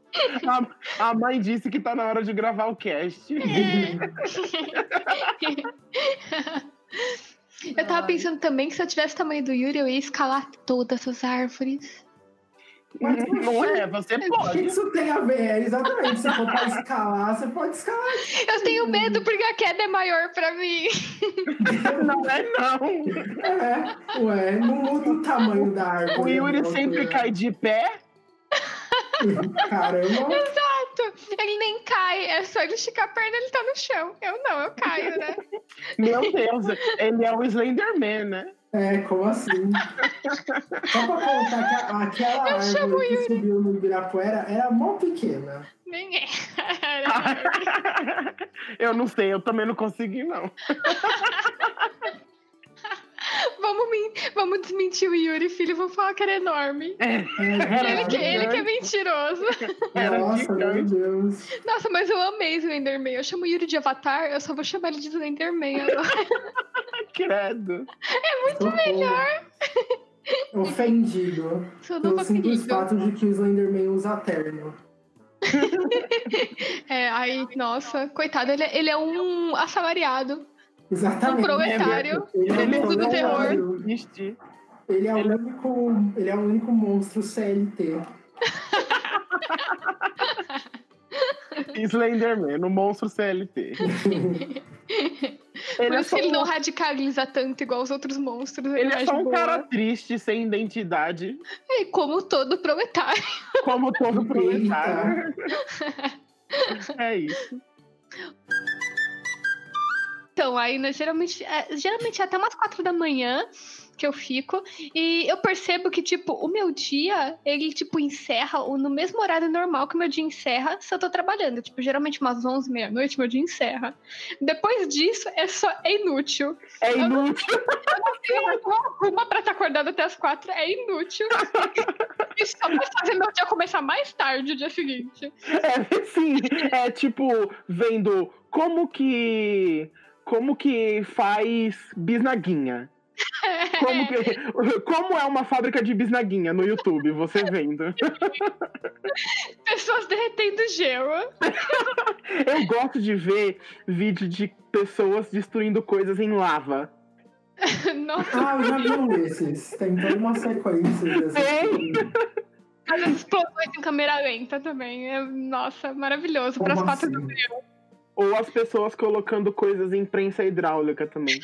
A: A, a mãe disse que tá na hora de gravar o cast.
B: Eu tava pensando também que se eu tivesse o tamanho do Yuri, eu ia escalar todas as árvores.
A: Não é? Você
C: O que
A: pode.
C: isso tem a ver? É, Exatamente. Se for pra escalar, você pode escalar.
B: Eu tenho medo porque a queda é maior pra mim.
A: Não é, não.
C: É. Ué, não muda o tamanho da árvore.
A: O Yuri
F: né?
A: sempre cai de pé.
C: Caramba.
B: Ele nem cai, é só ele esticar a perna ele tá no chão. Eu não, eu caio, né?
A: Meu Deus, ele é o Slenderman, né?
C: É, como assim? Só pra contar que a- aquela
B: Eu chamo o
C: árvore que subiu no Ibirapuera era mó pequena.
B: Nem é.
A: Eu não sei, eu também não consegui, não.
B: Vamos, men- vamos desmentir o Yuri, filho, vamos falar que era enorme.
C: É,
B: Ele que, ele que é mentiroso.
A: Era
C: Nossa, meu
A: gigante.
C: Deus.
B: Nossa, mas eu amei Slenderman. Eu chamo o Yuri de Avatar, eu só vou chamar ele de Slenderman agora.
A: Credo.
C: Muito melhor. Ofendido.
B: Sou
C: Pelo
B: novo
C: simples
B: apelido.
C: fato de que o Slenderman usa terno.
B: É, aí, nossa, coitado, ele, é- ele é um assalariado.
C: Exatamente.
B: Um proletário.
C: Ele é um
A: Ele é
B: do
C: proletário.
A: Existe.
C: Ele é,
A: Ele é-
C: o único, ele é o único monstro CLT.
A: Slenderman, o monstro CLT.
B: Por
A: Ele é
B: isso
A: só
B: que ele não
A: um,
B: radicaliza tanto igual os outros monstros. Ele,
A: ele é
B: mais
A: só um
B: boa.
A: cara triste, sem identidade,
B: E como todo proletário.
A: como todo proletário. É isso.
B: Então, aí, né, geralmente, é, geralmente é até umas quatro da manhã que eu fico. E eu percebo que, tipo, o meu dia, ele, tipo, encerra ou no mesmo horário normal que o meu dia encerra se eu tô trabalhando. Tipo, geralmente umas onze, meia-noite, meu dia encerra. Depois disso, é só é inútil.
A: É inútil.
B: Eu não tenho alguma pra estar acordado até as quatro, é inútil. Isso só vai fazer meu dia começar mais tarde o dia seguinte.
A: É, sim, é tipo, vendo como que. Como que faz bisnaguinha? Como, que- como é uma fábrica de bisnaguinha no YouTube, você vendo?
B: Pessoas derretendo gelo.
A: Eu gosto de ver vídeo de pessoas destruindo coisas em lava.
B: Nossa,
C: Ah, eu já vi um desses. Tem toda uma sequência dessas.
A: Tem.
B: as explosões em câmera lenta também. é- nossa, maravilhoso.
C: Como
B: Para as quatro
C: assim?
B: da manhã.
A: Ou as pessoas colocando coisas em prensa hidráulica também.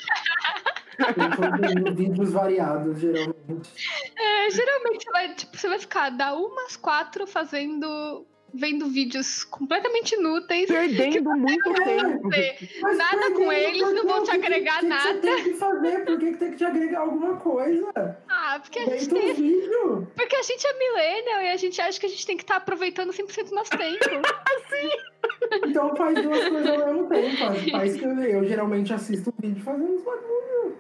C: Tem todos os vídeos variados, geralmente.
B: É, geralmente você vai, tipo, você vai ficar da uma às quatro fazendo. vendo vídeos completamente inúteis.
A: Perdendo muito tempo.
B: Você-
C: É, Mas
B: Nada
C: por
B: com
C: que-
B: eles,
C: por
B: não
C: que-
B: vão te
C: o que que-
B: agregar
C: o que que
B: nada.
C: Você tem que fazer, por que que tem que te agregar alguma coisa?
B: Ah, porque a gente
C: Deita um
B: tem.
C: vídeo.
B: Porque a gente é millennial e a gente acha que a gente tem que estar aproveitando 100% do nosso tempo.
C: Então faz duas coisas ao mesmo tempo. Faz- Faz que eu, eu geralmente assisto um vídeo fazendo isso.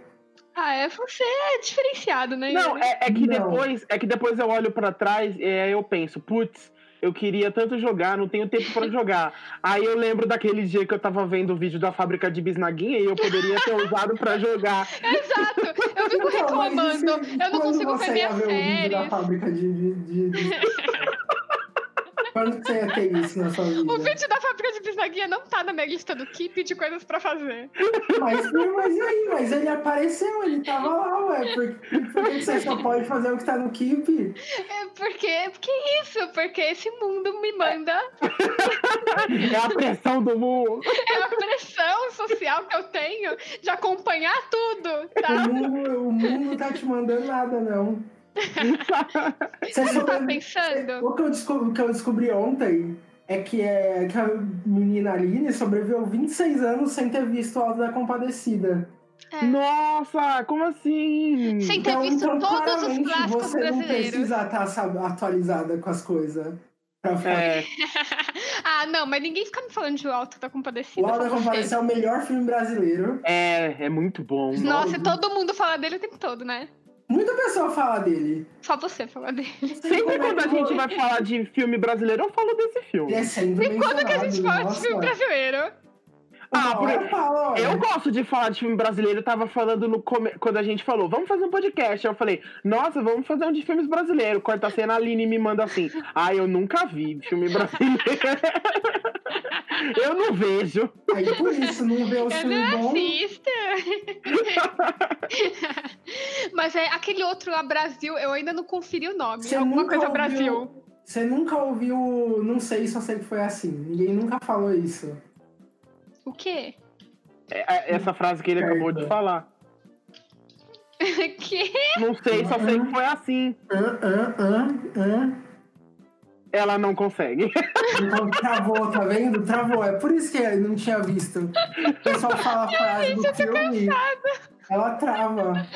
B: ah, é, você é diferenciado, né?
A: Não,
B: Yuri?
A: é, é que
C: Não.
A: depois, é que depois eu olho pra trás e aí eu penso, putz, eu queria tanto jogar, não tenho tempo pra jogar. Aí eu lembro daquele dia que eu tava vendo o vídeo da fábrica de bisnaguinha e eu poderia ter usado pra jogar.
B: Exato. Eu fico
C: Então, mas e
B: reclamando.
C: se-
B: Eu não
C: quando
B: consigo
C: você
B: ver
C: ia
B: minhas
C: ver o vídeo da
B: séries.
C: fábrica de. de- de- de- Quando que você ia ter isso na sua vida?
B: O vídeo da fábrica de bisnaguinha não tá na minha lista do Keep de coisas pra fazer.
C: Mas, mas e aí, mas ele apareceu, ele tava lá, ué. Por, por que você só pode fazer o que tá no Keep?
B: É porque. Que isso? Porque esse mundo me manda
A: É a pressão do mundo.
B: é a pressão social que eu tenho de acompanhar tudo,
C: O
B: tá?
C: mundo, o mundo tá te mandando nada, não. Você
B: Você
C: só
B: tá pensando?
C: O que eu descobri, o que eu descobri ontem é que, é que a menina Aline sobreviveu 26 anos sem ter visto o Alto da Compadecida.
B: É.
A: Nossa, como assim?
B: Sem ter visto todos os
C: Então, claramente,
B: clássicos
C: você não
B: brasileiros.
C: precisa estar sabe, atualizada com as coisas. pra falar.
A: É,
B: Ah, não, mas ninguém fica me falando de O Alto da Compadecida.
C: o Alto da
B: só você.
C: Compadecida é o melhor filme brasileiro.
A: é, é muito bom.
B: Nossa, e todo mundo fala dele o tempo todo, né?
C: Muita pessoa fala dele.
B: Só você fala dele.
C: Não sei como
A: Sempre
C: é
A: quando a
C: que
A: gente vai falar de filme brasileiro, eu falo desse
C: Ele
A: filme.
C: é sempre
B: E quando que a gente fala de
C: mencionado,
B: filme
C: nossa.
B: brasileiro?
A: Ah, por-
F: Olha, fala, olha.
A: Eu gosto de falar de filme brasileiro. Eu tava falando no come- quando a gente falou, vamos fazer um podcast. Eu falei, nossa, vamos fazer um de filmes brasileiros. Corta a cena, a Aline me manda assim. Ah, eu nunca vi filme brasileiro. eu não vejo.
F: Aí por isso, não vê o
C: é
B: Eu
F: filme
B: não
F: bom.
B: assisto. Mas é aquele outro a Brasil, eu ainda não conferi o nome.
F: Você
B: Alguma
F: nunca
B: coisa é
F: ouviu-
B: Brasil.
F: Você nunca ouviu. Não sei, só sei que foi assim. Ninguém nunca falou isso.
B: O quê?
A: É- é Essa frase que ele acabou de falar.
B: que?
A: Não sei, só sei que foi assim.
F: Hã, hã, hã, hã.
A: Ela não consegue.
F: Então, travou, tá vendo? Travou. É por isso que eu não tinha visto. O pessoal fala a frase do filme. Ela trava.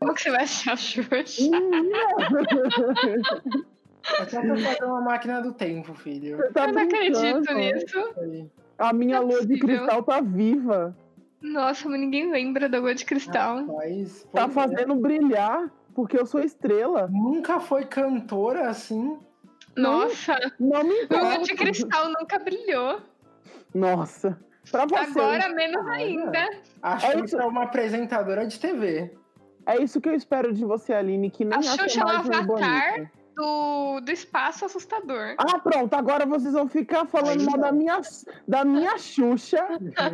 B: Como que você vai achar Xuxa?
C: É só pra fazer uma máquina do tempo, filho.
A: Tá
B: eu não acredito
A: brincando.
B: nisso.
A: A minha
B: Não é
A: lua de
B: possível.
A: cristal tá viva.
B: Nossa, mas ninguém lembra da Lua de
C: Ah,
B: Cristal.
C: Mas, pois
A: Tá
C: é.
A: fazendo brilhar, porque eu sou estrela.
C: Nunca foi cantora assim.
B: Nossa,
A: Não me
B: Lua de
A: importa.
B: Cristal nunca brilhou.
A: Nossa. Pra vocês,
B: Agora menos ainda.
C: A
A: É
C: Xuxa é uma apresentadora de TV.
A: é isso que eu espero de você, Aline, que nem
B: A
A: acha
B: Xuxa é um
A: mais um
B: avatar.
A: bonito.
B: Do, do espaço assustador.
A: Ah, pronto, agora vocês vão ficar falando
C: Aí
A: mal
C: não.
A: da minha, da minha Xuxa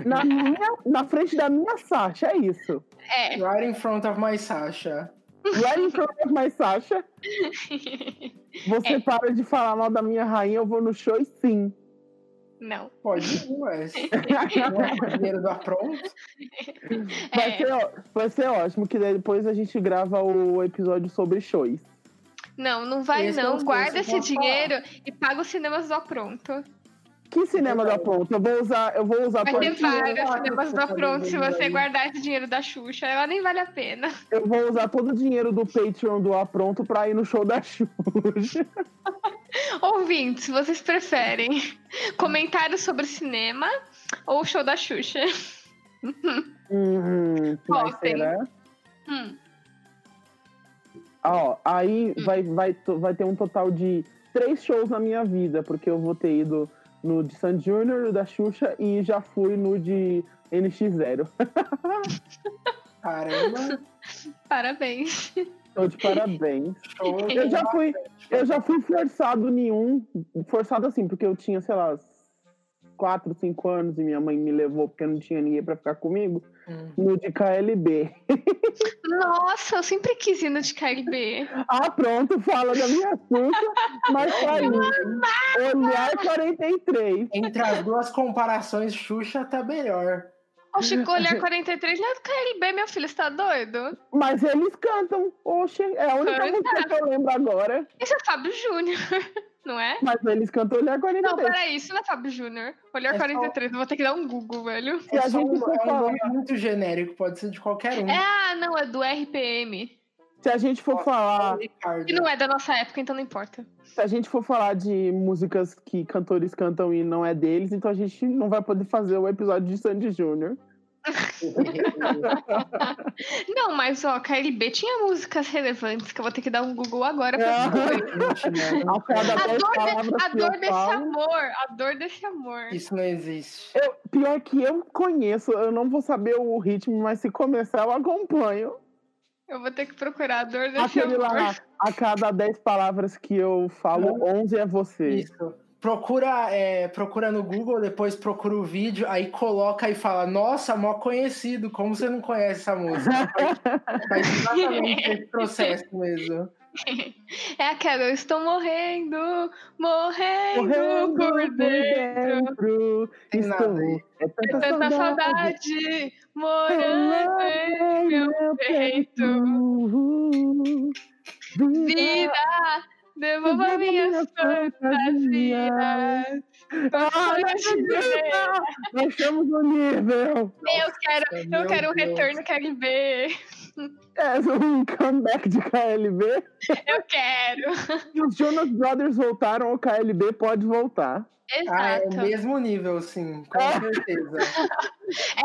A: na, minha, na frente da minha Sasha, é isso.
B: É.
C: Right in front of my Sasha.
A: Right in front of my Sasha.
B: É.
A: Você para de falar mal da minha rainha, eu vou no show e sim.
B: Não.
C: Pode ir, ué. Não é o primeiro do apronto.
A: Vai,
B: É.
A: ser, ó- vai ser ótimo, que daí depois a gente grava o episódio sobre shows.
B: Não, não vai
C: Esse eu
B: não.
C: sei,
B: Guarda
C: isso eu
B: esse
C: posso falar.
B: dinheiro e paga os cinemas do apronto.
A: Que cinema da
C: Verdade.
A: ponta? Eu vou usar, eu vou usar,
B: Vai
A: pra-
B: ter vários
C: falar que
B: cinemas
C: você
B: do
C: tá
B: apronto se
C: vendendo
B: você
C: aí.
B: guardar esse dinheiro da Xuxa. Ela nem vale a pena.
A: eu vou usar todo o dinheiro do Patreon do Apronto pra ir no show da Xuxa.
B: Ouvintes, vocês preferem comentários sobre cinema ou o show da Xuxa?
A: Hum,
B: Ó,
A: mas
B: tem-
A: será?
B: Hum,
A: Ah, Ó, aí vai, vai, to- vai ter um total de três shows na minha vida, porque eu vou ter ido no de San Júnior, no da Xuxa, e já fui no de NX0.
C: Caramba,
B: parabéns.
A: Tô de parabéns.
C: show.
A: Eu já fui, eu já fui forçado nenhum, forçado assim, porque eu tinha, sei lá, 4, 5 anos e minha mãe me levou porque não tinha ninguém pra ficar comigo,
C: Hum.
A: no de KLB.
B: Nossa, eu sempre quis ir no de KLB.
A: Ah, pronto, fala da minha Xuxa, mas tá aí. Olhar 43.
C: Entre as duas comparações, Xuxa tá melhor.
B: O Chico Olhar 43 não é do KLB, meu filho, você tá doido?
A: Mas eles cantam. Oxe, é a única
B: Canta.
A: música que eu lembro agora.
B: Isso é Fábio Júnior, não é?
A: Mas eles cantam Olhar
B: Não,
A: 43.
B: peraí, isso não é Fábio Júnior. Olhar
C: É só-
B: 43, eu vou ter que dar um Google, velho.
A: Se a
C: só
A: gente
C: um-
A: for
C: é um
A: falar-
C: nome muito genérico, pode ser de qualquer um.
B: É, ah, não, é do RPM.
A: Se a gente for falar,
C: Ah, Ricardo.
B: E não é da nossa época, então não importa.
A: se a gente for falar de músicas que cantores cantam e não é deles, então a gente não vai poder fazer o episódio de Sandy Júnior.
B: Não, mas ó, KLB tinha músicas relevantes que eu vou ter que dar um Google agora pra
A: É.
B: descobrir.
C: Gente,
A: A
C: não.
A: cada
B: A
A: dez
B: dor, de-
A: palavras
B: a
A: que eu
B: dor desse
A: falo-
B: amor, a dor desse amor.
C: Isso não existe.
A: Eu- pior que eu conheço, eu não vou saber o ritmo, mas se começar eu acompanho.
B: Eu vou ter que procurar a dor desse
A: Aquele
B: amor.
A: lá, a cada 10 palavras que eu falo,
B: Hum.
A: 11 é você.
C: Isso. Procura, é, procura no Google, depois procura o vídeo, aí coloca e fala: Nossa, mó conhecido, como você não conhece essa música? Faz exatamente esse processo mesmo.
B: É aquela, eu estou morrendo, morrendo,
A: Correndo
B: por dentro.
A: dentro,
C: Tem nada
A: estou-
C: aí.
A: É tanta,
B: Tanta saudade, morando em meu peito.
A: Vida,
B: Vida, devolva minhas fantasias.
A: Ah,
B: Sonhos de ver.
A: nós estamos no nível.
B: Eu quero, eu
C: É meu
B: quero um
C: Deus.
B: retorno, quero ver.
A: É, É, um comeback de KLB.
B: Eu quero.
A: E os Jonas Brothers voltaram, o KLB pode voltar.
C: Ah, é
B: Exato.
C: o mesmo nível, sim,
A: É.
C: com certeza.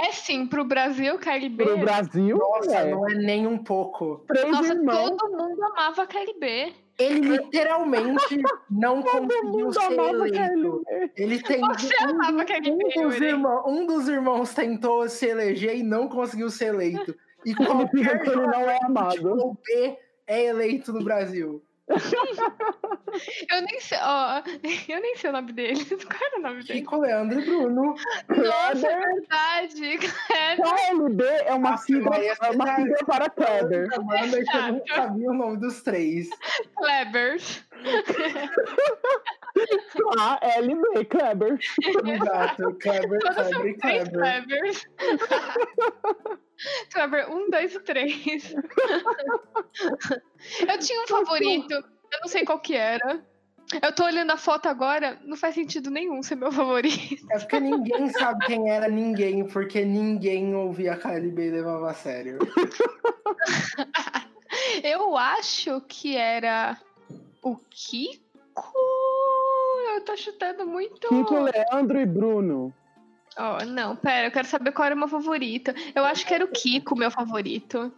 B: É sim, pro Brasil, KLB.
A: Pro Brasil,
C: Nossa,
A: é.
C: não é nem um pouco.
A: três
B: Nossa,
A: irmãos.
B: todo mundo amava KLB.
C: Ele literalmente não conseguiu
A: mundo
C: ser
A: amava
C: eleito.
A: KLB.
C: Ele tem
B: Você amava KLB,
C: um, dos
B: Yuri.
C: irmão- um dos irmãos tentou se eleger e não conseguiu ser eleito. E
A: Ele fica
C: qualquer
A: que ele
C: jogador
A: não é
C: de
A: amado.
C: futebol B é eleito no Brasil.
B: Eu nem sei, ó, eu nem sei o nome dele. Qual era o nome dele?
C: Chico, Leandro e Bruno.
B: Nossa, é
A: Kleber.
B: verdade. Kleber.
A: KLB é uma
C: Nossa,
A: sigla,
C: mas essa
A: é uma
C: tá-
A: sigla para Kleber.
C: Amanda, que eu não sabia o nome dos três.
B: Klebers.
A: KLB, Kleber.
C: Exato, Kleber,
B: Todos são
C: Kleber e
B: três
C: Kleber.
B: Klebers. Kleber, um, dois e três. Eu tinha um favorito, eu não sei qual que era. Eu tô olhando a foto agora, não faz sentido nenhum ser meu favorito.
C: É porque ninguém sabe quem era ninguém, porque ninguém ouvia a KLB e levava a sério.
B: Eu acho que era o Kiko. Eu tô chutando muito.
A: Kiko, Leandro e Bruno.
B: Ó, não, pera, eu quero saber qual era o meu favorito. Eu acho que era o Kiko, meu favorito.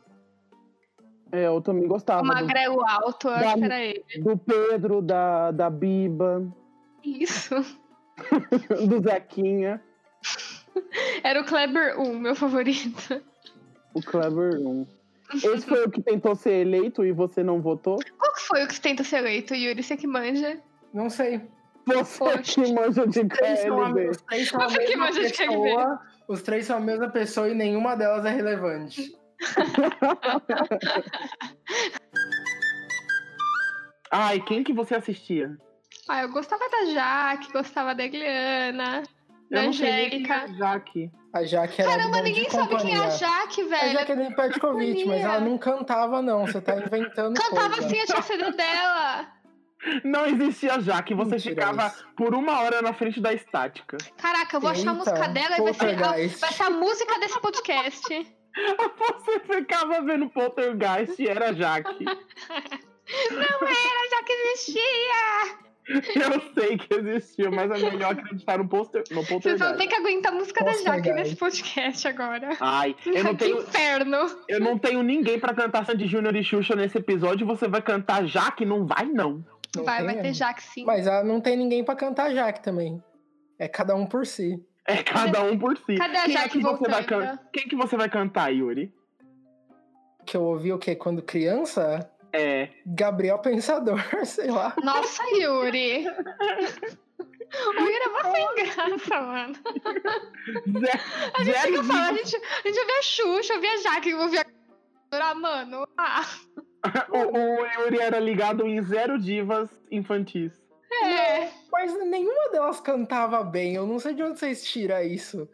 A: É, eu também gostava
B: O
A: do,
B: magrelo alto, eu acho que era ele.
A: do Pedro, da, da Biba,
B: Isso.
A: do Zequinha,
B: Era o Kleber 1, meu favorito.
A: o Kleber 1. Esse foi o que tentou ser eleito e você não votou?
B: Qual que foi o que tenta ser eleito, Yuri? Você que manja?
C: Não sei.
A: Você
B: Poxa.
A: que manja de
C: Três são a me-
A: KLB.
C: Os três são a
B: Nossa, que
C: mesma
B: imagem de KLB.
C: pessoa. Os três são a mesma pessoa e nenhuma delas é relevante.
A: Ai, quem que você assistia?
B: Ah, eu gostava da Jaque, gostava da Eliana, da
A: Eu não sei nem quem é
B: Angélica.
A: a Jaque.
C: A Jaque era
B: Caramba,
C: bom de
B: ninguém sabe quem é a
C: companhia.
B: Jaque,
C: A
B: velho.
C: Jaque é de Petkovic, mas ela não cantava, não. Você tá inventando
B: Cantava
C: coisa.
B: assim, eu tinha CD dela.
A: Não existia Jaque, você
C: Mentira
A: ficava
C: isso.
A: por uma hora na frente da estática.
B: Caraca, eu vou achar a
C: Eita,
B: música dela e vai ser, a,
C: Poltergeist.
B: vai ser a música desse podcast.
A: Você ficava vendo Poltergeist e era Jaque.
B: Não era, Jaque existia.
A: Eu sei que existia, mas é melhor acreditar no, poster, no
B: Vocês vão ter
A: Poltergeist.
B: que aguentar a música da
C: Nossa,
B: Jaque
C: guys.
B: nesse podcast agora.
A: Ai, eu não
B: que
A: tenho,
B: inferno.
A: eu não tenho ninguém pra cantar Sandy Júnior e Xuxa nesse episódio. Você vai cantar Jaque? Não vai, não.
C: Não
B: vai,
C: tem
B: vai ter
C: mesmo.
B: Jaque sim.
C: Mas ela não tem ninguém pra cantar a Jaque também. É cada um por si.
A: É cada um por si.
B: Cadê a
A: Quem é
B: Jaque
A: que você vai
B: voltando?
A: can- Quem que você vai cantar, Yuri?
C: Que eu ouvi o quê? Quando criança?
A: É.
C: Gabriel Pensador, sei lá.
B: Nossa, Yuri! O Yuri é mó sem graça, mano.
A: Zé,
B: A gente
A: zero
B: fica falando, a
A: de-
B: gente, a gente ouvia a Xuxa, ouvia a Jaque, ouvia a... Ah, mano, ah,
A: o, o Yuri era ligado em zero divas infantis.
B: é.
C: Mas nenhuma delas cantava bem. Eu não sei de onde vocês tiram isso.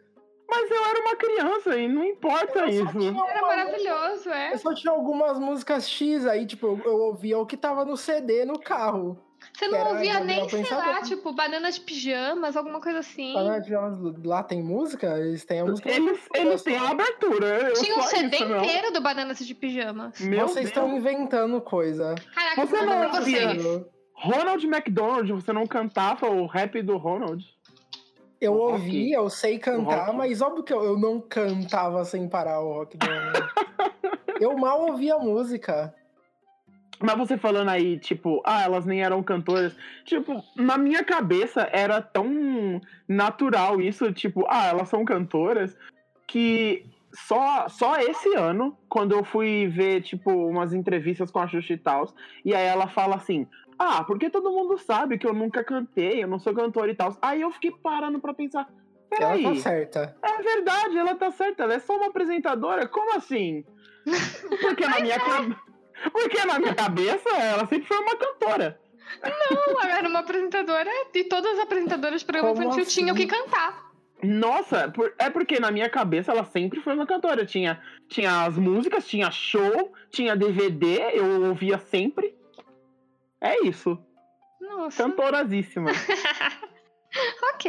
A: Mas eu era uma criança e não importa
C: Eu só
A: É isso.
C: tinha um
B: Era
C: uma-
B: maravilhoso, é.
C: Eu só tinha algumas músicas X aí, tipo, eu, eu ouvia o que tava no CD no carro.
B: Você
C: Era
B: não ouvia
C: Gabriel
B: nem, sei lá,
C: Pensador.
B: tipo, banana de pijamas, alguma coisa assim.
C: Lá, na- lá tem música? Eles têm a música.
A: Eles, eles têm a abertura. eu-
B: Tinha um
A: só
B: CD
A: isso, não.
B: inteiro do Bananas de Pijamas.
A: Meu
C: Vocês
A: Deus.
C: estão inventando coisa.
B: Caraca,
A: Você
B: eu
A: não
B: não
A: ouvia?
B: vocês.
A: Ronald McDonald, você não cantava o rap do Ronald?
C: Eu
A: O rock.
C: ouvi, eu sei
A: O
C: cantar,
A: rock.
C: mas óbvio que eu, eu não cantava sem parar o rock do Eu mal ouvia a música.
A: Mas você falando aí, tipo, ah, elas nem eram cantoras. Tipo, na minha cabeça era tão natural isso, tipo, ah, elas são cantoras, que só, só esse ano, quando eu fui ver, tipo, umas entrevistas com a Xuxa e tal, e aí ela fala assim. Ah, porque todo mundo sabe que eu nunca cantei, eu não sou cantora e tal. Aí eu fiquei parando pra pensar. Peraí.
C: Ela tá certa.
A: É verdade, ela tá certa, ela é só uma apresentadora. Como assim? Porque na minha cabeça. Porque na minha cabeça ela sempre foi uma cantora.
B: Não, eu era uma apresentadora e todas as apresentadoras de programa
C: Como
B: infantil tinham que
C: assim?
B: cantar.
A: Nossa, por- é porque na minha cabeça ela sempre foi uma cantora. Tinha, tinha as músicas, tinha show, tinha DVD, eu ouvia sempre. É isso,
B: Nossa,
A: cantorazíssima.
B: ok.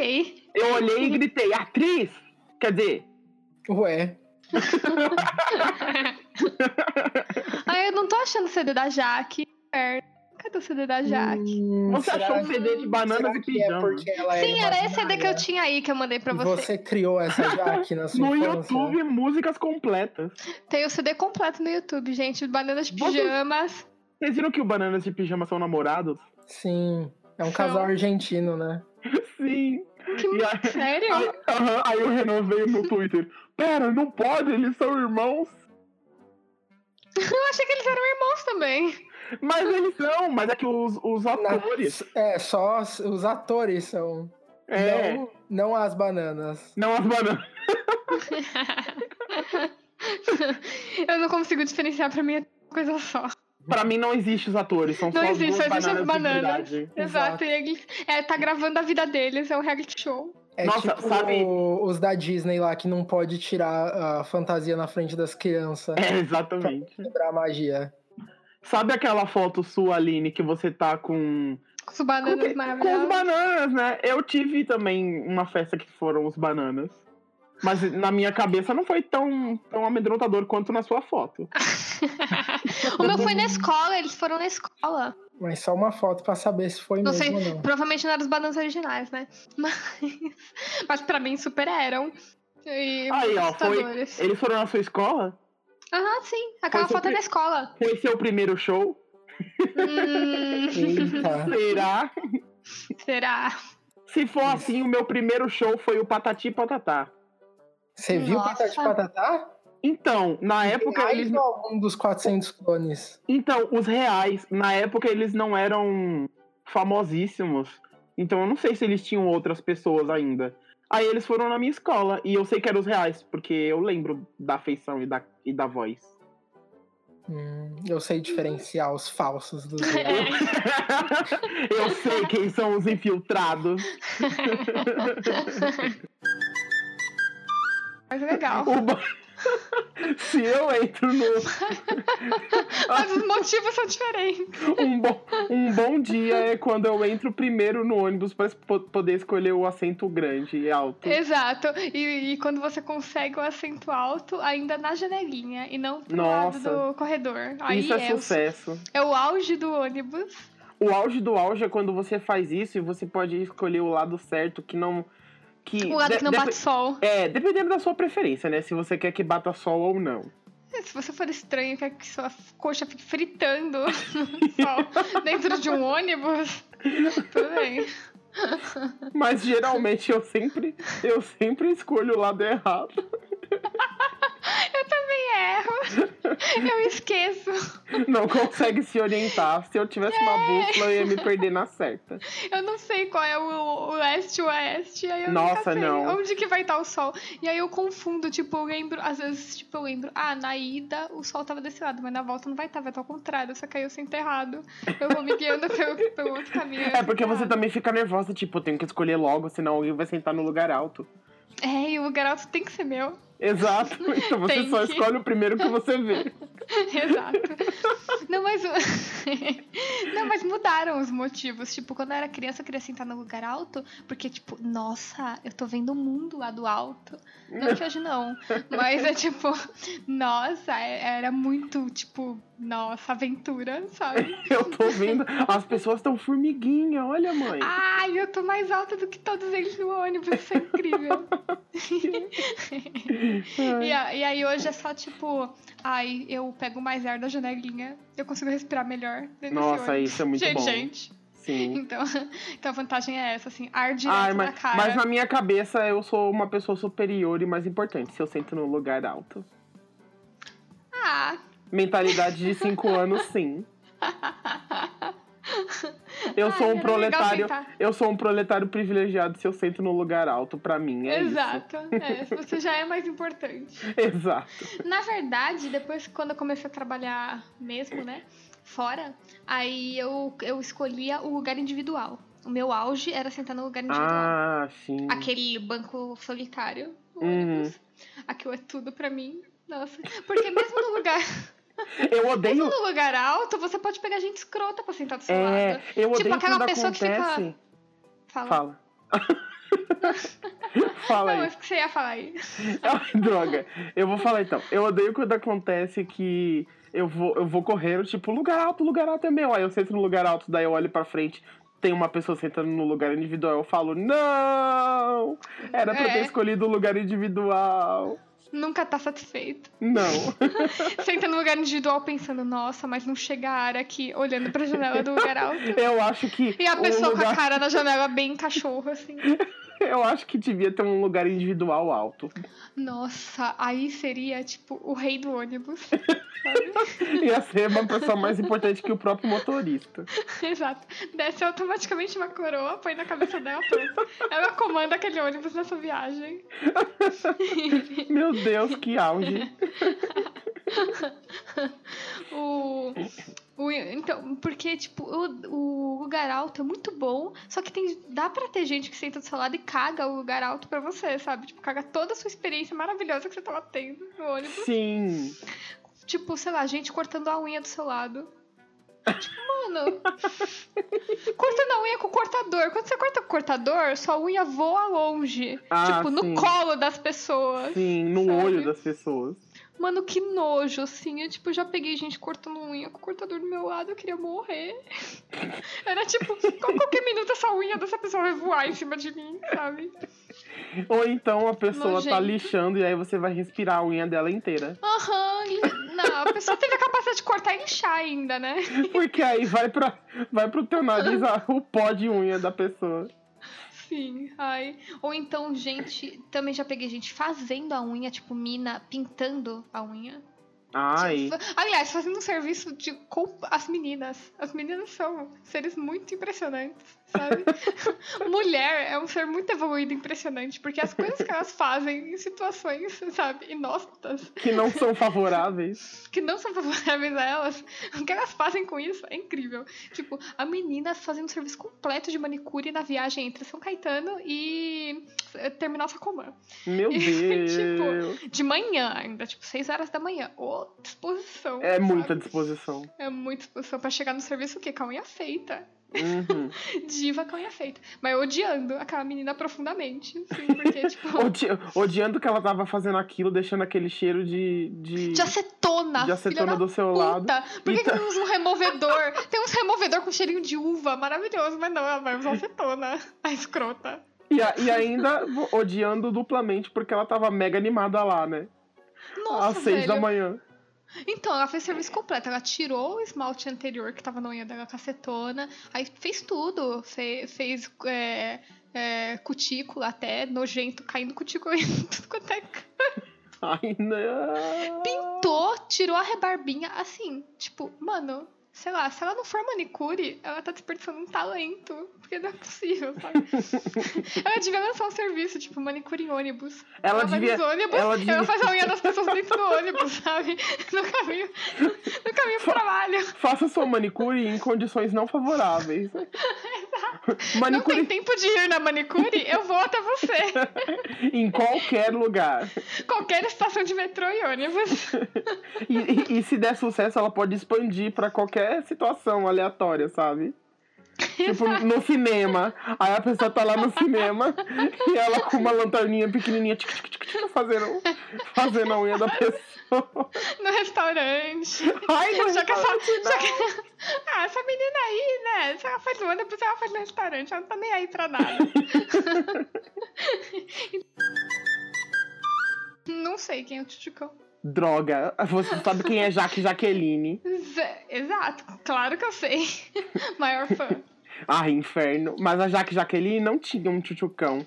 A: Eu olhei e gritei, atriz! Quer dizer,
C: Ué.
B: eu não tô achando o CD da Jaque. Merda. Cadê o CD da Jaque?
A: Você
C: Será
A: achou um CD de bananas e né?
C: Será que é
A: pijama?
C: porque ela
B: Sim,
C: uma
B: era esse CD que eu
C: canalha?
B: tinha aí que eu mandei pra
C: E
B: você.
C: Você criou essa Jaque na sua
A: No
C: infância.
A: YouTube, músicas completas.
B: Tem o CD completo no YouTube, gente. Bananas de
A: Você-
B: pijamas.
A: Vocês viram que o Bananas de Pijama são namorados?
C: Sim. É um casal argentino, né?
A: Sim.
B: Que
A: E aí, aí,
B: sério?
A: aham, aí o Renan veio no Twitter. Pera, não pode, eles são irmãos.
B: Eu achei que eles eram irmãos também.
A: Mas eles são, mas é que os, os atores.
C: É, só os- os atores são.
A: É, não...
C: Não, não as bananas.
A: as bananas.
B: eu não consigo diferenciar pra mim é coisa só.
A: Pra mim não existe os atores, são
B: Não
A: só
B: existe,
A: as
B: só
A: duas
B: existe as
A: bananas.
B: bananas.
A: de verdade.
B: Exato. e ele- é, tá gravando a vida deles, é um reality show.
C: É
A: Nossa,
C: tipo
A: sabe-
C: o- os da Disney lá que não pode tirar a fantasia na frente das crianças.
A: É, exatamente.
C: Quebrar a magia.
A: Sabe aquela foto sua, Aline, que você tá com.
B: Com os
A: Com,
B: bananas
A: que- com os
B: maravilhosos.
A: bananas, né? Eu tive também uma festa que foram os bananas. Mas na minha cabeça não foi tão, tão amedrontador quanto na sua foto.
B: o
A: Uhum.
B: meu foi na escola, eles foram na escola.
C: Mas só uma foto pra saber se foi
B: Não
C: mesmo
B: sei-
C: ou não.
B: Provavelmente não eram os bananas originais, né? Mas, mas pra mim super eram. E
A: Aí, ó, foi-
B: assustadores.
A: Eles foram na sua escola?
B: Aham, sim. Aquela
A: Foi
B: foto é
A: super-
B: da escola.
A: Foi seu primeiro show?
B: Hum,
C: Eita.
A: Será?
B: será?
A: Se for assim, o meu primeiro show foi o Patati Patatá.
C: Você viu
B: Nossa.
C: Patati Patatá?
A: Então, na época
C: Reais né?
A: eles.
C: ou algum dos 400 clones?
A: Então, os reais, na época eles não eram famosíssimos. Então eu não sei se eles tinham outras pessoas ainda. Aí eles foram na minha escola e eu sei que eram os reais, porque eu lembro da feição e da, e da voz.
C: Hum, eu sei diferenciar os falsos dos reais.
B: É.
A: eu sei quem são os infiltrados.
B: Mas é legal.
A: O ba- se eu entro no
B: Mas os motivos são diferentes.
A: um, bo- um bom dia é quando eu entro primeiro no ônibus pra es- po- poder escolher o assento grande e alto.
B: Exato. E, e quando você consegue o acento alto, ainda na janelinha e não pro lado
A: Nossa.
B: do corredor. Aí
A: Isso é,
B: o-
A: sucesso.
B: é o auge do ônibus.
A: O auge do auge é quando você faz isso e você pode escolher o lado certo que não. Que
B: O lado
A: de-
B: que não
A: depe-
B: bate sol.
A: É, dependendo da sua preferência, né? Se você quer que bata sol ou não.
B: É, Se você for estranho, quer que sua coxa fique fritando no sol dentro de um ônibus, tudo bem.
A: Mas geralmente eu sempre, eu sempre escolho o lado errado.
B: Me erro. Eu esqueço.
A: Não consegue se orientar. Se eu tivesse uma
B: É.
A: bússola, eu ia me perder na certa.
B: Eu não sei qual é o o leste e o oeste. Aí eu nunca
A: Nossa,
B: sei
A: não.
B: onde que vai estar o sol. E aí eu confundo, tipo, eu lembro, às vezes, tipo, eu lembro, ah, na ida o sol tava desse lado, mas na volta não vai estar, vai estar ao contrário, só caiu sem errado. Eu vou me guiando pelo, pelo outro caminho. Ah. eu
A: É porque
B: sento
A: você
B: errado.
A: também fica nervosa, tipo, eu tenho que escolher logo, senão alguém vai sentar no lugar alto.
B: É, e o lugar alto tem que ser meu.
A: Exato. Então você
B: Tem
A: só
B: que.
A: escolhe o primeiro que você vê.
B: Exato. Não, mas. o- Não, mas mudaram os motivos. Tipo, quando eu era criança, eu queria sentar no lugar alto, porque, tipo, nossa, eu tô vendo o mundo lá do alto. Não que hoje não. Mas é tipo, nossa, é- era muito, tipo, nossa, aventura, sabe?
A: Eu tô vendo. As pessoas estão formiguinha, olha, mãe.
B: Ai, eu tô mais alta do que todos eles no ônibus, isso é incrível. E, a- e aí hoje é só tipo, ai, eu pego mais ar da janelinha, eu consigo respirar melhor. dentro desse
A: Nossa,
B: ônibus.
A: isso é muito
B: gente,
A: bom.
B: gente.
A: Sim.
B: Então, então a vantagem é essa, assim, ar direto
A: Ai,
B: na
A: mas,
B: cara.
A: mas na minha cabeça eu sou uma pessoa superior e mais importante se eu sento no lugar alto.
B: Ah!
A: Mentalidade de 5 anos, sim. Eu sou
B: Ai,
A: um
B: era
A: proletário.
B: legal sentar.
A: Eu sou um proletário privilegiado se eu sento no lugar alto, pra mim. É
B: Exato, é, você já é mais importante.
A: Isso. Exato.
B: Na verdade, depois quando eu comecei a trabalhar mesmo, né, fora, aí eu, eu escolhia o lugar individual. O meu auge era sentar no lugar individual.
A: Ah, sim.
B: Aquele banco solitário, o
A: Uhum.
B: ônibus. Aquilo é tudo pra mim. Nossa, porque mesmo no lugar,
A: Eu
B: mesmo
A: odeio.
B: no lugar alto, você pode pegar gente escrota pra sentar do seu
A: É,
B: lado.
A: eu odeio
B: Tipo, aquela
A: quando
B: pessoa que fica-
A: acontece. Fala. Fala
B: Não,
A: aí.
B: eu que você ia falar aí.
A: Ai, Droga. Eu vou falar então. Eu odeio quando acontece que eu vou, eu vou correr, tipo, lugar alto, lugar alto é meu. Aí eu sento no lugar alto, daí eu olho pra frente, tem uma pessoa sentando no lugar individual, eu falo, não! Era pra eu ter
B: É.
A: escolhido o lugar individual.
B: Nunca tá satisfeito.
A: Não.
B: Senta no lugar individual pensando, nossa, mas não chega a área aqui, olhando pra janela do lugar alto.
A: Eu acho que.
B: E a
A: o
B: pessoa com a
A: lugar-
B: cara na janela bem cachorro, assim.
A: Eu acho que devia ter um lugar individual alto.
B: Nossa, aí seria, tipo, o rei do ônibus.
A: Ia ser uma pessoa mais importante que o próprio motorista.
B: Exato. Desce automaticamente uma coroa, põe na cabeça dela, pronto. Ela comanda aquele ônibus nessa viagem.
A: Meu Deus, que auge.
B: O, o- então, porque, tipo, o, o lugar alto é muito bom, só que tem, dá pra ter gente que senta do seu lado e caga o lugar alto pra você, sabe? Tipo, caga toda a sua experiência maravilhosa que você tava tendo no ônibus.
A: Sim.
B: Tipo, sei lá, gente cortando a unha do seu lado. Tipo, mano. cortando a unha com o cortador. Quando você corta com o cortador, sua unha voa longe.
A: Ah,
B: tipo, no
A: sim.
B: colo das pessoas.
A: Sim, no
B: Sabe?
A: olho das pessoas.
B: Mano, que nojo, assim. Eu, tipo, já peguei gente cortando unha com o cortador do meu lado, eu queria morrer. Era tipo, a qualquer minuto essa unha dessa pessoa vai voar em cima de mim, sabe?
A: Ou então a pessoa tá
B: Nojento.
A: lixando e aí você vai respirar a unha dela inteira.
B: Aham, e- não, a pessoa teve a capacidade de cortar e inchar ainda, né?
A: Porque aí vai, pra, vai pro teu nariz a- o pó de unha da pessoa.
B: Sim, ai. Ou então, gente, também já peguei gente fazendo a unha, tipo, mina pintando a unha.
A: Ai.
B: Tipo, Aliás, fazendo um serviço de com as meninas. As meninas são seres muito impressionantes, sabe? Mulher é um ser muito evoluído e impressionante, porque as coisas que elas fazem em situações, sabe, inóspitas,
A: Que não são favoráveis.
B: que não são favoráveis a elas, o que elas fazem com isso é incrível. Tipo, a menina fazendo um serviço completo de manicure na viagem entre São Caetano e eh, Terminal Sacomã.
A: Meu Deus.
B: Tipo, De manhã ainda, tipo, 6 horas da manhã. Ô, disposição.
A: é
B: sabe?
A: muita disposição.
B: É muita disposição pra chegar no serviço o quê? Com a unha feita.
A: Uhum.
B: Diva com a unha feita. Mas odiando aquela menina profundamente. Assim, porque, tipo.
A: Odi- odiando que ela tava fazendo aquilo, deixando aquele cheiro de. de...
B: De acetona.
A: de
B: filha
A: acetona
B: da
A: do seu lado.
B: puta. Por que, que
A: Então-
B: não usa um removedor? Tem uns removedor com cheirinho de uva maravilhoso, mas não, ela é vai usar acetona. A escrota.
A: E, a- e ainda odiando duplamente porque ela tava mega animada lá, né?
B: Nossa,
A: Às seis
B: velho.
A: da manhã.
B: Então, ela fez serviço completo. Ela tirou o esmalte anterior que tava na unha dela cacetona. Aí fez tudo. Fe- Fez, é, é, cutícula até, nojento, caindo cutícula em tudo quanto é. canto.
A: Ai, não.
B: Pintou, tirou a rebarbinha, assim, tipo, mano. Sei lá, se ela não for manicure, ela tá desperdiçando um talento. Porque não é possível, sabe? ela devia lançar um serviço, tipo, manicure em ônibus.
A: Ela
B: vai
A: devia.
B: nos ônibus,
A: ela
B: ela,
A: devia-
B: faz a unha das pessoas dentro do ônibus, sabe? No caminho, no caminho pro trabalho.
A: Faça sua manicure em condições não favoráveis.
B: Não
A: manicure
B: tem tempo de ir na manicure? Eu vou até você.
A: em qualquer lugar.
B: Qualquer estação de metrô e ônibus.
A: E, e- e se der sucesso, ela pode expandir pra qualquer situação aleatória, sabe? Tipo, no cinema. Aí a pessoa tá lá no cinema e ela com uma lanterninha pequenininha tic, tic, tic, tic, fazendo, fazendo a unha da pessoa.
B: No restaurante.
A: Ai, não
B: Só que essa, só que- Ah, essa menina aí, né? Se ela faz no ônibus, ela faz no restaurante. Ela não tá nem aí pra nada. não sei quem é o Tchutchucão.
A: Droga, você sabe quem é Jaque Jaqueline.
B: Zé- Exato, claro que eu sei. Maior fã.
A: Ah, inferno. Mas a Jaque Jaqueline não tinha um tchutchucão.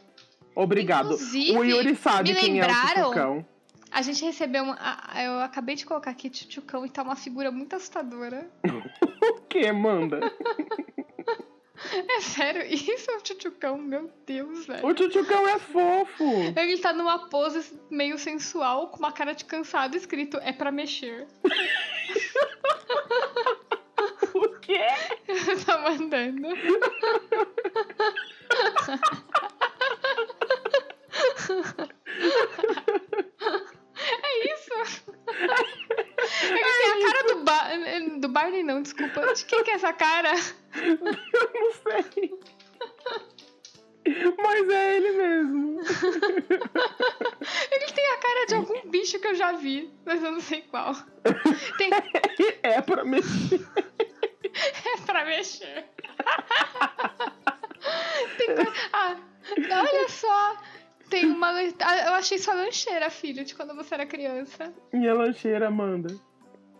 A: Obrigado.
B: Inclusive,
A: o Yuri sabe
B: me
A: quem é o
B: lembraram-
A: tchutchucão.
B: A gente recebeu uma. a- Eu acabei de colocar aqui Tchutchucão e tá uma figura muito assustadora.
A: O que, manda?
B: É sério, isso é o tchutchucão, meu Deus, velho.
A: O tchutchucão é fofo.
B: Ele tá numa pose meio sensual, com uma cara de cansado escrito é pra mexer.
A: O quê?
B: tá mandando. É isso. Ele tem a cara do, ba do Barney, não, desculpa. De quem que é essa cara?
A: Não sei. Mas é ele mesmo.
B: Ele tem a cara de algum bicho que eu já vi, mas eu não sei qual. Tem
A: É pra mexer.
B: é pra mexer. Tem coi- ah, olha só. Tem uma. lan- ah, Eu achei sua lancheira, filho, de quando você era criança.
A: Minha lancheira, Amanda.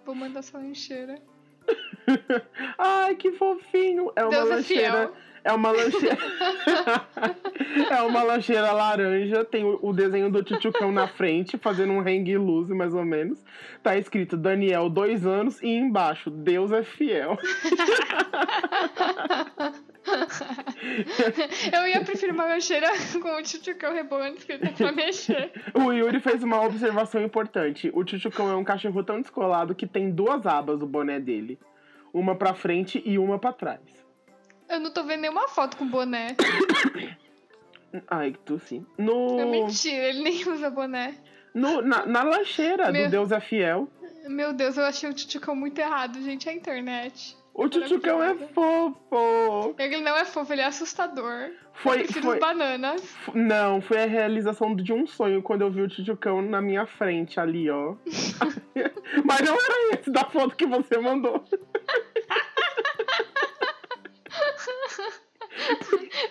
B: Vou mandar sua lancheira.
A: Ai, que fofinho. É uma
B: Deus é
A: lancheira.
B: fiel.
A: É uma lancheira. é uma lancheira laranja, tem o o desenho do Tchutchucão na frente, fazendo um hang loose, mais ou menos. Tá escrito Daniel, dois anos, e embaixo, Deus é fiel.
B: Eu ia preferir uma lancheira com o tchutchucão rebolando escrito pra mexer.
A: O Yuri fez uma observação importante. O Tchutchucão é um cachorro tão descolado que tem duas abas o boné dele. Uma pra frente e uma pra trás.
B: Eu não tô vendo nenhuma foto com boné.
A: Ai, que tu sim. No,
B: É mentira, ele nem usa boné.
A: no- na, na lancheira
B: Meu-
A: do Deus é fiel,
B: Meu Deus, eu achei o tchutchucão muito errado, gente. É a internet.
A: o Tchutchucão é fofo.
B: Ele não é fofo, ele é assustador. eu
A: Foi,
B: prefiro
A: foi,
B: os bananas.
A: f- não, foi a realização de um sonho quando eu vi o Tchutchucão na minha frente ali, ó. Mas não era esse da foto que você mandou.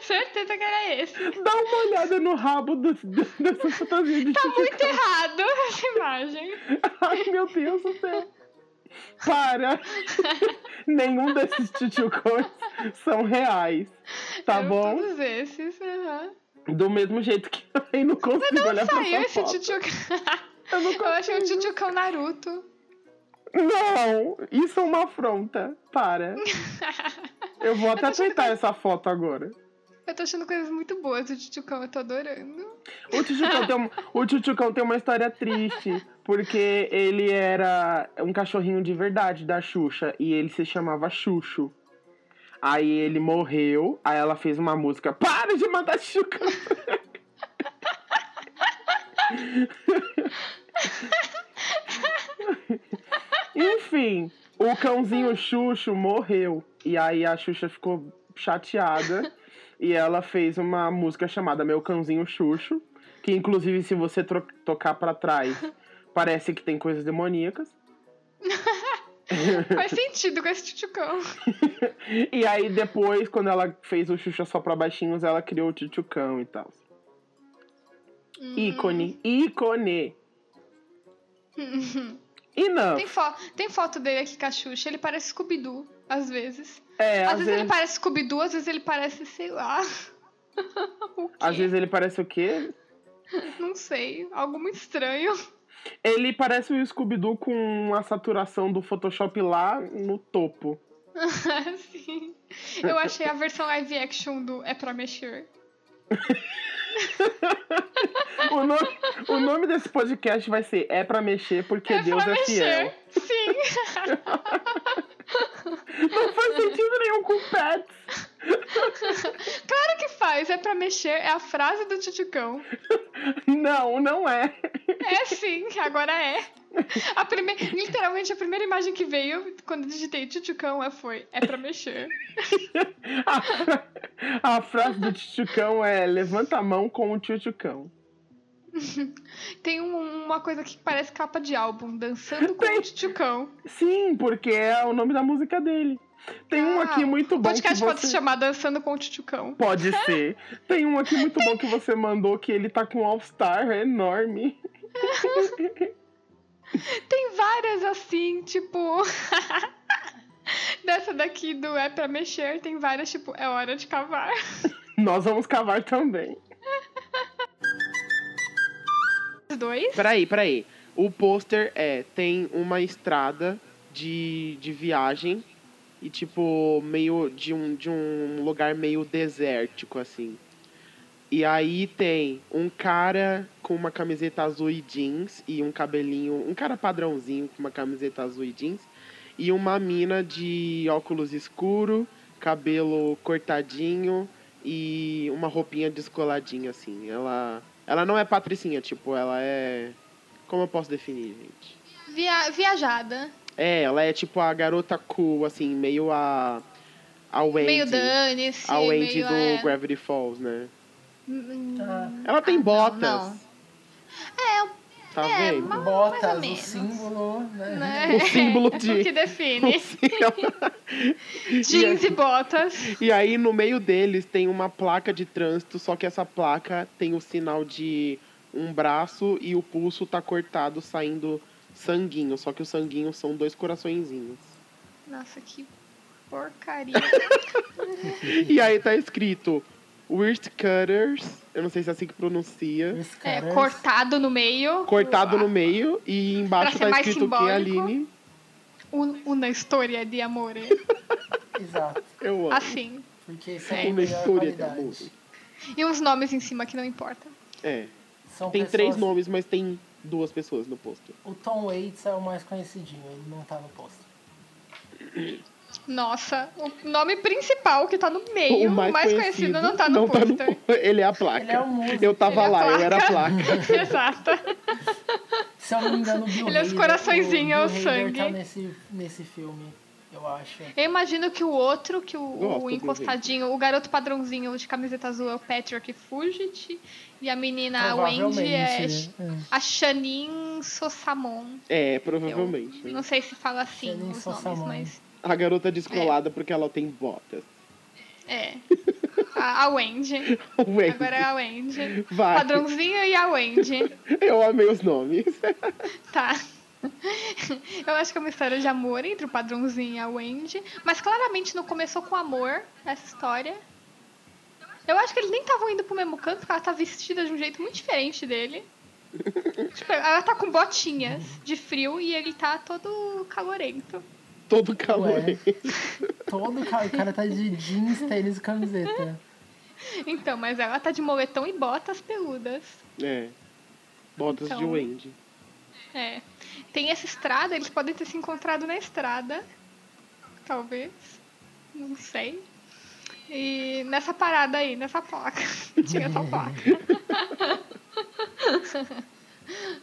B: Certeza que era esse.
A: Dá uma olhada no rabo do, do, dessa fantasia de
B: Tá
A: Tchutchucão.
B: muito errado essa imagem.
A: Ai, meu Deus do céu. Para! Nenhum desses tchutchucões são reais. Tá
B: Eram
A: bom?
B: Todos esses. aham.
A: Do mesmo jeito que eu aí não consigo olhar pra
B: Saiu
A: essa
B: esse
A: foto.
B: tchutchucão.
A: Eu não
B: Eu achei o
A: consigo.
B: tchutchucão Naruto.
A: Não! Isso é uma afronta. Para. Eu vou até
B: tô achando
A: aceitar essa foto agora.
B: Eu tô achando coisas muito boas do tchutchucão, eu tô adorando.
A: O Tchutchucão, tem um- o Tchutchucão tem uma história triste, porque ele era um cachorrinho de verdade da Xuxa e ele se chamava Xuxo. Aí ele morreu, aí ela fez uma música: Para de mandar Tchutchucão! Enfim, o cãozinho Xuxo morreu. E aí a Xuxa ficou chateada. E ela fez uma música chamada Meu Cãozinho Xuxo, que inclusive se você tro- tocar pra trás, parece que tem coisas demoníacas.
B: Faz sentido com esse tchutchucão.
A: E aí depois, quando ela fez o Xuxa só pra baixinhos, ela criou o Tchutchucão e tal.
B: Hum.
A: Ícone, ícone. E não,
B: Tem, fo- tem foto dele aqui com a Xuxa, ele parece Scooby-Doo, às vezes.
A: é,
B: às vezes, ele parece Scooby-Doo, às vezes ele parece, sei lá. o quê?
A: às vezes ele parece o quê?
B: Não sei, algo muito estranho.
A: Ele parece o Scooby-Doo com a saturação do Photoshop lá no topo.
B: Assim. Eu achei a versão live action do É Pra Mexer.
A: O nome, o nome desse podcast vai ser É Pra Mexer Porque
B: é
A: Deus
B: Pra
A: é Fiel.
B: Mexer. Sim.
A: Não faz sentido nenhum com pets.
B: Claro que faz. É Pra Mexer é a frase do Tchutchucão.
A: Não, não é.
B: É sim, agora é. A prime... Literalmente, a primeira imagem que veio quando eu digitei Tchutchucão é- foi É Pra Mexer.
A: A, fra- a frase do Tchutchucão é Levanta a mão com o Tchutchucão.
B: Tem um- uma coisa que parece capa de álbum, Dançando com
A: Tem.
B: o Tchutchucão.
A: Sim, porque é o nome da música dele. Tem um
B: Ah,
A: aqui muito
B: O
A: bom que
B: podcast pode se
A: você...
B: chamar Dançando com o Tchutchucão.
A: Pode ser. Tem um aqui muito bom que você mandou que ele tá com um All-Star enorme.
B: Tem várias assim, tipo. Dessa daqui do É Pra Mexer, tem várias, tipo, É Hora de Cavar.
A: Nós vamos cavar também.
B: Os dois?
A: Peraí, peraí. O pôster é, tem uma estrada de, de viagem e tipo, meio de um, de um lugar meio desértico, assim. E aí tem um cara com uma camiseta azul e jeans e um cabelinho, um cara padrãozinho com uma camiseta azul e jeans e uma mina de óculos escuro, cabelo cortadinho e uma roupinha descoladinha assim. Ela ela não é patricinha, tipo, ela é. Como eu posso definir, gente?
B: Via- viajada.
A: É, ela é tipo a garota cool, assim, meio a. A Wendy.
B: meio dane-se.
A: a Wendy
B: meio,
A: do
B: é,
A: Gravity Falls, né?
B: Hum,
A: Ela tem
B: não,
A: botas.
B: não.
A: Tá
B: É,
A: vendo?
B: mas- mais
C: Botas,
B: ou
C: o
B: menos.
C: símbolo, né?
B: né?
A: O símbolo de-
B: O que define. Jeans e botas.
A: E aí no meio deles tem uma placa de trânsito, só que essa placa tem o sinal de um braço e o pulso tá cortado saindo sanguinho, só que o sanguinho são dois coraçõezinhos.
B: Nossa, que porcaria.
A: E aí tá escrito Weird Cutters, eu não sei se é assim que pronuncia,
C: Esse
B: É,
C: cara
B: cortado no meio.
A: cortado no meio e embaixo
B: ser
A: tá
B: mais
A: escrito que
B: simbólico.
A: Aline.
B: Un- Una Ah, um, história de amor.
C: Exato.
A: Eu amo.
B: Assim.
C: Porque isso
B: É.
C: é, a
A: Uma
C: melhor
A: história de amor.
C: qualidade.
B: E uns nomes em cima que não importa.
A: É.
C: São
A: Tem três
C: pessoas-
A: nomes, mas tem duas pessoas no posto.
C: O Tom Waits é o mais conhecidinho, ele não tá no posto.
B: Nossa, o nome principal que tá no meio, o mais, conhecido, não tá no
A: não
B: pôster.
A: po- Ele é a placa.
C: Ele é um músico.
A: Eu tava
B: Ele é a
A: lá, eu era a
B: placa.
A: placa.
B: Exato.
C: Se eu não me engano, o Bill
B: Ele é os
C: Hader-
B: coraçõezinhos, é
C: o
B: o
C: Bill Hader
B: sangue.
C: tá nesse, nesse filme, eu acho.
B: Eu imagino que o outro, que o,
A: Gosto
B: o
A: do
B: encostadinho, o garoto padrãozinho de camiseta azul é o Patrick Fugit. E a menina
C: Provavelmente,
B: Wendy é
C: né?
B: a Shanin Sossamon.
A: É,
B: Eu
A: provavelmente.
B: não sei se fala assim
C: Shanin
B: os
C: Sossamon.
B: nomes, mas.
A: A garota descolada porque ela tem botas.
B: É. A, a Wendy.
A: Ué,
B: Agora é a Wendy.
A: vai.
B: Padrãozinho e a Wendy.
A: Eu amei os nomes.
B: Tá. Eu acho que é uma história de amor entre o padrãozinho e a Wendy. Mas claramente não começou com amor essa história. Eu acho que eles nem estavam indo pro mesmo canto, porque ela tá vestida de um jeito muito diferente dele. Tipo, ela tá com botinhas de frio e ele tá todo calorento.
A: Todo calor.
C: Ué. Todo cara, o cara tá de jeans, tênis e camiseta.
B: Então, mas ela tá de moletom e botas peludas.
A: É. Botas de
B: Então.
A: Wendy.
B: É. Tem essa estrada, eles podem ter se encontrado na estrada. Talvez. Não sei. E nessa parada aí, nessa placa. Tinha essa placa.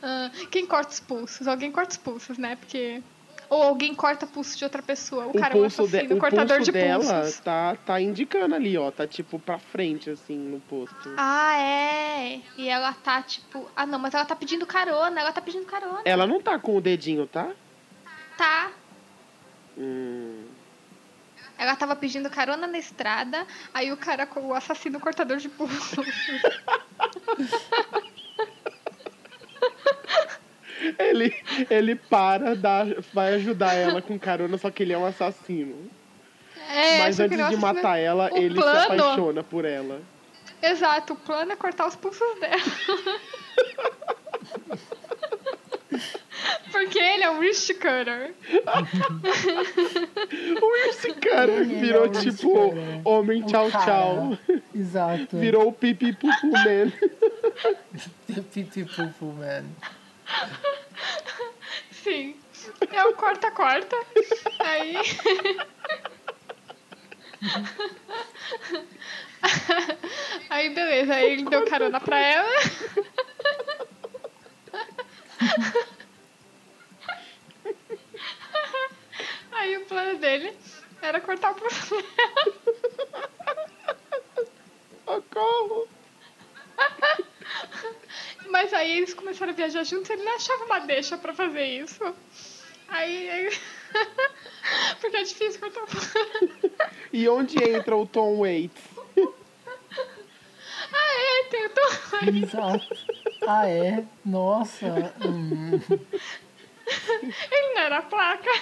B: Ah, Quem corta os pulsos? Alguém corta os pulsos, né? Porque. Ou alguém corta pulso de outra pessoa. O,
A: O
B: cara é um
A: pulso, de-
B: assassino,
A: o
B: cortador
A: pulso
B: de
A: dela
B: pulsos.
A: tá, tá indicando ali, ó. Tá tipo pra frente, assim, no posto.
B: Ah, é. E ela tá tipo. Ah, não, mas ela tá pedindo carona. Ela tá pedindo carona.
A: Ela não tá com o dedinho, tá?
B: Tá.
A: Hum.
B: Ela tava pedindo carona na estrada, aí o cara, co- o assassino cortador de pulso.
A: Ele, ele para, dá, vai ajudar ela com carona, só que ele é um assassino.
B: É,
A: Mas
B: só
A: antes
B: que ele é um
A: de
B: assassino-
A: matar ela,
B: O
A: ele se
B: plano-
A: apaixona por ela.
B: Exato, o plano é cortar os pulsos dela. Porque ele é um wrist cutter.
A: O Esse cara
C: Ele é
A: virou
C: o Esse
A: tipo
C: cara.
A: homem
C: O
A: tchau
C: cara.
A: tchau.
C: Exato.
A: Virou o pipi pupu man.
C: Pipipupu, mano.
B: Sim. É o corta-corta. Aí. Aí, beleza. Aí ele deu carona pra ela. Aí o plano dele era cortar o pulso.
A: Socorro.
B: Mas aí eles começaram a viajar juntos, ele não achava uma deixa pra fazer isso. Aí. ele- Porque é difícil cortar o pulso.
A: E onde entra o Tom Waits?
B: Ah, é, tem o Tom Hanks.
C: Exato. Ah, é? Nossa. Hum.
B: Ele não era a placa.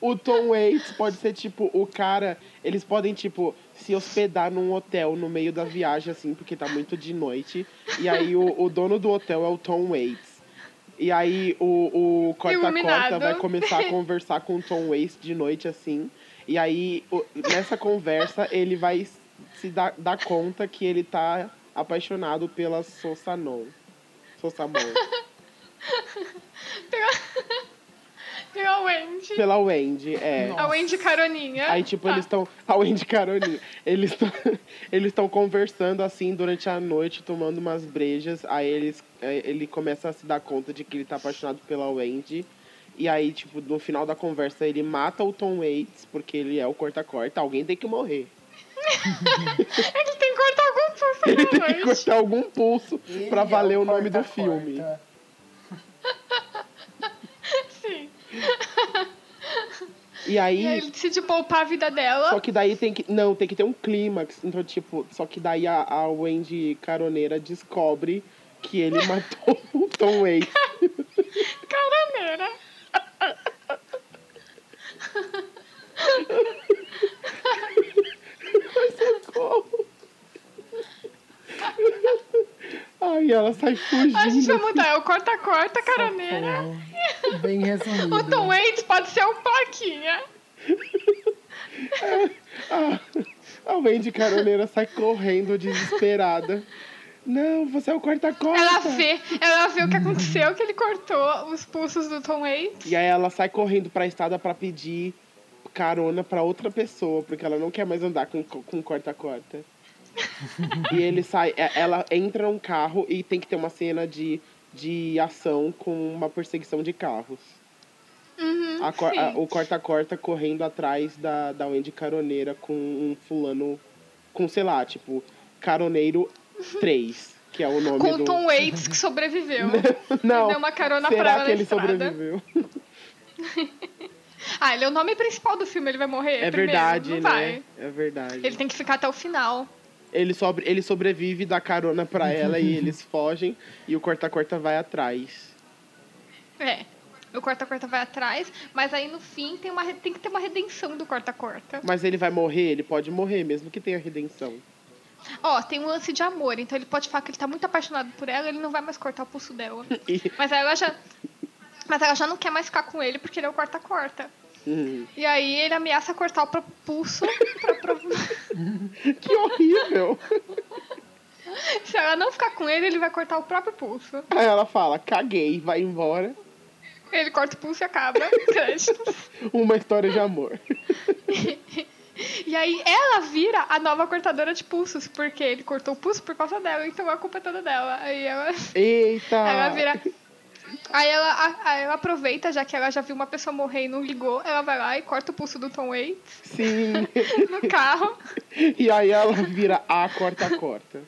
A: O Tom Waits pode ser tipo o cara. Eles podem, tipo, se hospedar num hotel no meio da viagem, assim, porque tá muito de noite. E aí o, o dono do hotel é o Tom Waits. E aí o, o corta-corta
B: Iluminado.
A: vai começar a conversar com o Tom Waits de noite, assim. E aí, o- nessa conversa, ele vai se dar, dar conta que ele tá apaixonado pela Sossanon. Sossamon.
B: Tem a Wendy.
A: Pela Wendy, é.
B: A Wendy Caroninha.
A: Aí, tipo,
B: Tá.
A: eles estão. A Wendy e Caroline. Eles estão eles tão conversando assim durante a noite, tomando umas brejas. Aí eles, eh, ele começa a se dar conta de que ele tá apaixonado pela Wendy. E aí, tipo, no final da conversa, ele mata o Tom Waits, porque ele é o corta-corta. Alguém tem que morrer.
B: Ele tem que cortar algum pulso
A: Ele tem que
B: realmente.
A: cortar algum pulso
C: Ele
A: pra
C: é
A: valer o nome do
C: corta-corta.
A: filme.
B: Sim.
A: E aí,
B: E aí ele decide poupar a vida
A: só
B: dela.
A: que daí tem que. Não, tem que ter um clímax. Então, tipo, só que daí a, a Wendy caroneira descobre que ele matou o Tom Waits.
B: Caraneira.
A: Aí ela sai fugindo.
B: A gente vai mudar. É o corta-corta, caraneira.
C: Socorro. Bem resumido.
B: O Tom Waits pode ser um plaquinha.
A: A Wendy caroneira sai correndo desesperada. Não, você é o corta-corta.
B: Ela vê, ela vê o que aconteceu, que ele cortou os pulsos do Tom Waits.
A: E aí ela sai correndo pra estrada pra pedir carona pra outra pessoa, porque ela não quer mais andar com, com corta-corta. e ele sai, é- ela entra num carro e tem que ter uma cena de, de ação com uma perseguição de carros.
B: Uhum,
A: A cor- a-
B: sim.
A: o corta-corta correndo atrás da, da Wendy caroneira com um fulano, com sei lá, tipo, caroneiro 3, que é o nome
B: Com
A: do...
B: o Tom Waits que sobreviveu.
A: não,
B: um Deu uma carona pra
A: será
B: ela
A: que
B: na
A: ele
B: estrada.
A: sobreviveu?
B: Ah, ele é o nome principal do filme, ele vai morrer
A: É
B: primeiro,
A: verdade,
B: não
A: né?
B: vai.
A: É verdade.
B: Ele tem que ficar até o final.
A: Ele, sobre, ele sobrevive, dá carona pra ela e eles fogem. E o corta-corta vai atrás.
B: É. O corta-corta vai atrás, mas aí no fim tem, uma, re- tem que ter uma redenção do corta-corta.
A: Mas ele vai morrer? Ele pode morrer, mesmo que tenha redenção.
B: Ó, tem um lance de amor, então ele pode falar que ele tá muito apaixonado por ela, ele não vai mais cortar o pulso dela.
A: E-
B: Mas aí ela já. Mas ela já não quer mais ficar com ele porque ele é o corta-corta.
A: Hum,
B: E aí ele ameaça cortar o próprio pulso pra prov-
A: que horrível!
B: Se ela não ficar com ele, ele vai cortar o próprio pulso.
A: Aí ela fala, caguei, vai embora.
B: Ele corta o pulso e acaba. Créditos.
A: Uma história de amor.
B: E aí ela vira a nova cortadora de pulsos, porque ele cortou o pulso por causa dela, então a culpa é toda dela. Aí ela,
A: Eita!
B: aí ela vira. Aí ela, a- aí ela aproveita, já que ela já viu uma pessoa morrer e não ligou, ela vai lá e corta o pulso do Tom Waits
A: Sim!
B: no carro.
A: E aí ela vira a corta-corta.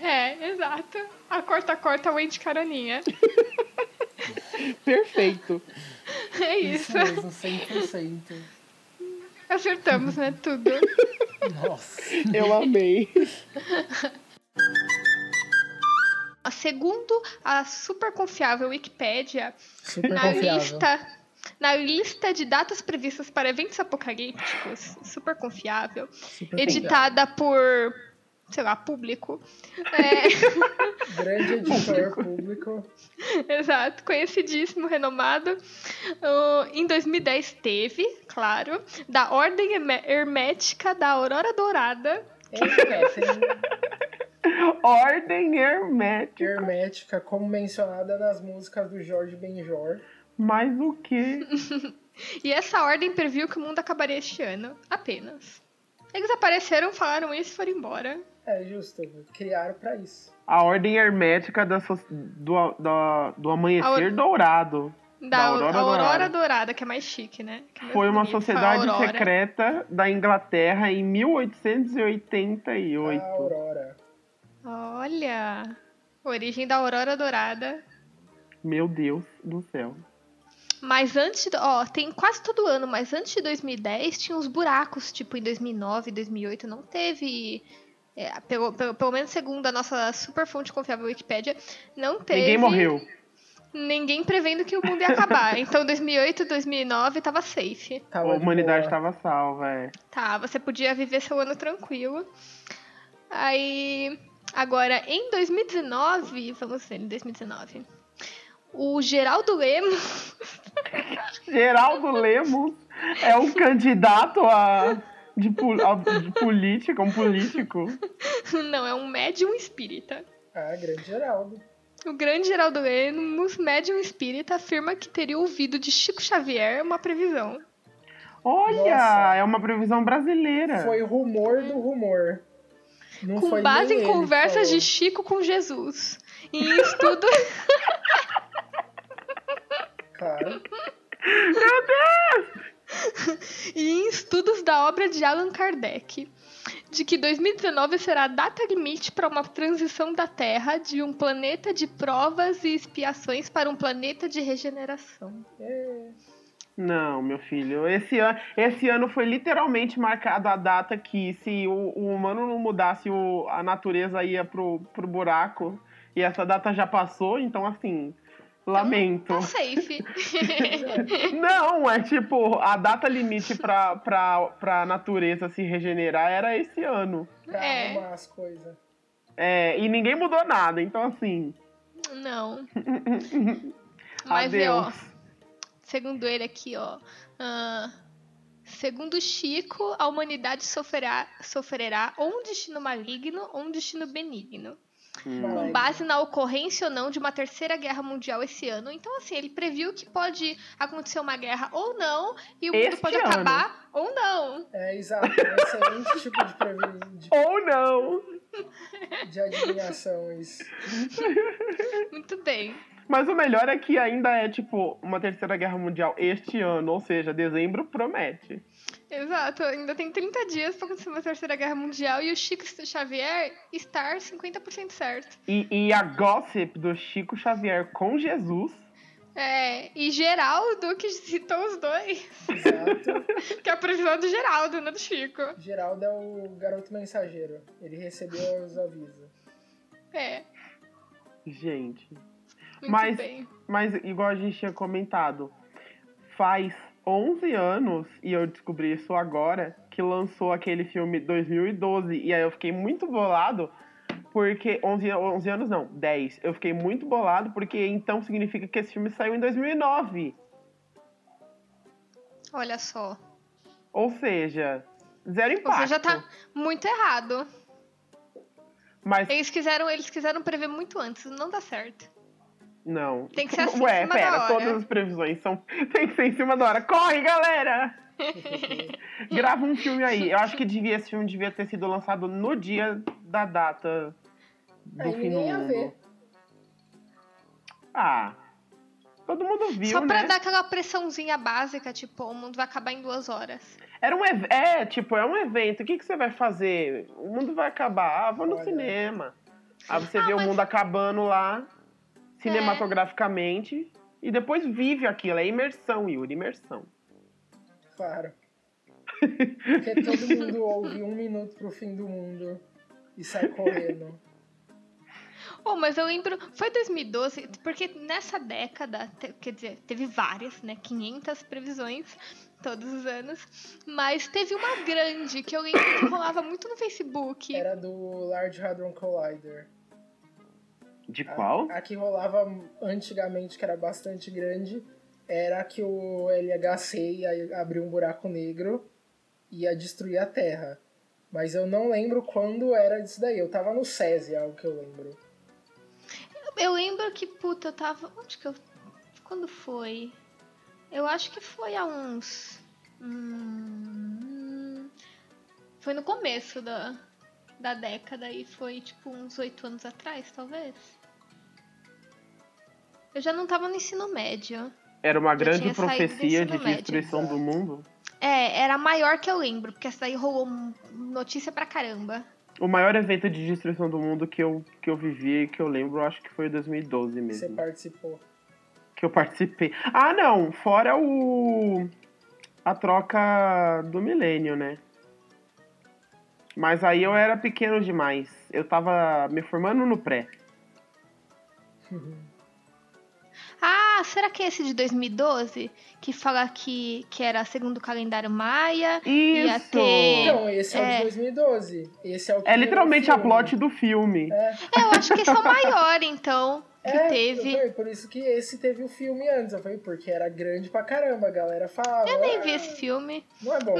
B: É, exato. A corta-corta Wendy Caroninha.
A: Perfeito!
B: É isso.
C: mesmo, 100%.
B: Acertamos, né? Tudo.
C: Nossa.
A: Eu amei.
B: Segundo a super confiável Wikipédia,
C: Super
B: na
C: confiável.
B: lista, na lista de datas previstas para eventos apocalípticos, super confiável,
C: Super
B: editada por, sei lá, público, é,
C: confiável. Grande editor público.
B: exato, conhecidíssimo, renomado, o- em 2010 teve, claro, da Ordem Herme- Hermética da Aurora Dourada,
C: é Eita,
A: Ordem hermética.
C: tem hermética, como mencionada nas músicas do Jorge Benjor.
A: Mas o quê?
B: e essa ordem previu que o mundo acabaria este ano, apenas. Eles apareceram, falaram isso e foram embora.
C: É justo, criaram pra isso.
A: A ordem hermética da so- do, da- do amanhecer
B: Aur-
A: dourado.
B: Da Aurora,
A: Aurora
B: Aurora
A: Dourada.
B: Dourada, que é mais chique, né? Que é mais
A: Foi uma
B: bonito, foi a
A: sociedade
B: Aurora.
A: secreta da Inglaterra em 1888.
C: A Aurora.
B: Olha! Origem da Aurora Dourada.
A: Meu Deus do céu.
B: Mas antes, do- ó, tem quase todo ano, mas antes de 2010 tinha uns buracos, tipo em 2009, 2008, não teve. é, pelo, pelo, pelo menos segundo a nossa super fonte confiável Wikipédia, não teve.
A: Ninguém morreu.
B: Ninguém prevendo que o mundo ia acabar. então 2008, 2009 tava safe.
A: A
C: Tava Tá é de
A: humanidade
C: boa.
A: estava salva, é.
B: Tá, você podia viver seu ano tranquilo. Aí, agora, em 2019, vamos ver, em 2019, o Geraldo Lemos,
A: Geraldo Lemos é um candidato a, de, pol- a- de política, um político.
B: não, é um médium espírita.
C: Ah, grande Geraldo.
B: O grande Geraldo Lemos, médium espírita, afirma que teria ouvido de Chico Xavier uma previsão.
A: Olha,
C: Nossa.
A: é uma previsão brasileira.
C: Foi rumor do rumor. Não
B: com
C: foi
B: base em
C: nem ele que
B: conversas
C: falou.
B: de Chico com Jesus. E em estudo.
C: Claro.
B: e em estudos da obra de Allan Kardec, de que 2019 será a data limite para uma transição da Terra de um planeta de provas e expiações para um planeta de regeneração.
A: Não, meu filho. Esse, an esse ano foi literalmente marcada a data que se o, o humano não mudasse, o, a natureza ia pro, pro buraco. E essa data já passou, então assim. Lamento.
B: Tá safe.
A: Não, é tipo, a data limite pra, pra, pra natureza se regenerar era esse ano.
C: Pra
B: É.
C: arrumar as coisas.
A: É, e ninguém mudou nada, então assim.
B: Não. Mas é, ó, segundo ele aqui, ó. ah, segundo Chico, a humanidade sofrerá, sofrerá ou um destino maligno ou um destino benigno.
A: Hum.
B: Com base na ocorrência ou não de uma terceira guerra mundial esse ano. Então, assim, ele previu que pode acontecer uma guerra ou não, e o mundo
A: Este
B: pode
A: ano.
B: acabar ou não.
C: É, exato. É um excelente tipo de, previ- de,
A: Ou não.
C: de adivinhação isso.
B: Muito bem.
A: Mas o melhor é que ainda é, tipo, uma terceira guerra mundial este ano, ou seja, dezembro promete.
B: Exato, ainda tem 30 dias pra acontecer uma terceira guerra mundial e o Chico Xavier estar 50% certo.
A: E, e a gossip do Chico Xavier com Jesus.
B: É, e Geraldo, que citou os dois,
C: Exato.
B: que é a previsão do Geraldo, não do Chico.
C: Geraldo é o garoto mensageiro. Ele recebeu os avisos.
B: É,
A: Gente.
B: muito
A: Mas-
B: bem.
A: Mas igual a gente tinha comentado, faz 11 anos, e eu descobri isso agora, que lançou aquele filme 2012. E aí eu fiquei muito bolado, porque... 11, 11 anos não, 10. Eu fiquei muito bolado, porque então significa que esse filme saiu em 2009.
B: Olha só.
A: Ou seja, zero impacto.
B: Você já tá muito errado.
A: Mas
B: Eles quiseram, eles quiseram prever muito antes, não dá certo.
A: não.
B: Tem que ser assim, em
A: Ué,
B: cima
A: pera,
B: da hora.
A: todas as previsões são. Tem que ser em cima da hora. Corre, galera! Grava um filme aí. Eu acho que devia, esse filme devia ter sido lançado no dia da data do
C: Aí
A: fim do
C: ninguém ia
A: mundo.
C: ver.
A: Ah. Todo mundo viu,
B: Só pra
A: né?
B: dar aquela pressãozinha básica, tipo, o mundo vai acabar em duas horas.
A: Era um ev- É, tipo, é um evento. O que, que você vai fazer? O mundo vai acabar. Ah, vou no
C: Olha.
A: cinema. Aí você
B: Ah,
A: vê
B: mas- É.
A: o mundo acabando lá, cinematograficamente. E depois vive aquilo. É imersão, Yuri, imersão.
C: Claro. Porque todo mundo ouve um minuto pro fim do mundo e sai correndo.
B: Oh, mas eu lembro, foi 2012, porque nessa década, te- quer dizer, teve várias, né? 500 previsões todos os anos, mas teve uma grande que eu lembro que rolava muito no Facebook.
C: Era do Large Hadron Collider.
A: De
C: A-
A: qual?
C: A, que rolava antigamente, que era bastante grande, era que o LHC ia abrir um buraco negro e ia destruir a Terra. Mas eu não lembro quando era disso daí. Eu tava no SESI, é algo que eu lembro.
B: Eu lembro que, puta, eu tava. Onde que eu. Quando foi? Eu acho que foi há uns. hum, foi no começo da, da década e foi tipo uns oito anos atrás, talvez. Eu já não tava no ensino médio.
A: Era uma
B: Já
A: grande
B: tinha saído então. do
A: profecia
B: ensino
A: de
B: médio.
A: destruição do mundo.
B: É, era a maior que eu lembro, porque essa daí rolou m- notícia pra caramba.
A: O maior evento de destruição do mundo que eu, que eu vivi, que eu lembro, eu acho que foi em 2012
C: Você
A: mesmo.
C: participou.
A: Que eu participei. Ah, não! Fora o. A troca do milênio, né? Mas aí eu era pequeno demais. Eu tava me formando no pré.
B: Ah, será que é esse de 2012? Que fala que, que era segundo o calendário maia? Ia
A: Isso!
B: ter-
C: Então, esse é, o
B: É.
C: de 2012. Esse é o
A: É
C: primeiro
A: literalmente a
C: filme.
A: plot do filme.
C: É,
B: É, eu acho que esse é o maior, então, que
C: é,
B: teve.
C: foi por isso que esse teve o filme antes, eu falei, porque era grande pra caramba, a galera falava. Eu
B: nem vi esse filme.
C: Não é bom.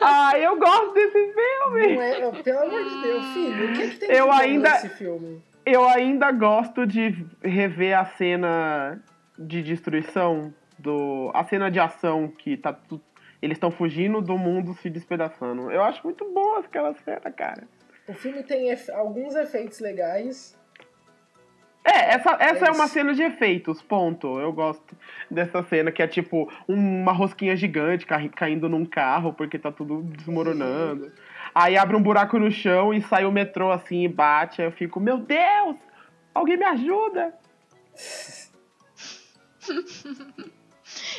A: Ah, eu gosto desse
C: Não é, pelo amor de Deus, filho, o que, que tem
A: Eu
C: de bom
A: ainda-
C: nesse filme?
A: Eu ainda gosto de rever a cena de destruição do a cena de ação que tá tu- eles estão fugindo do mundo se despedaçando. Eu acho muito boa aquela cena, cara.
C: O filme tem efe- alguns efeitos legais.
A: É, essa, essa é
F: isso.
A: uma cena de efeitos, ponto. Eu gosto dessa cena que é tipo uma rosquinha gigante cai- caindo num carro porque tá tudo desmoronando. Aí abre um buraco no chão e sai o metrô assim e bate. Aí eu fico, meu Deus, alguém me ajuda!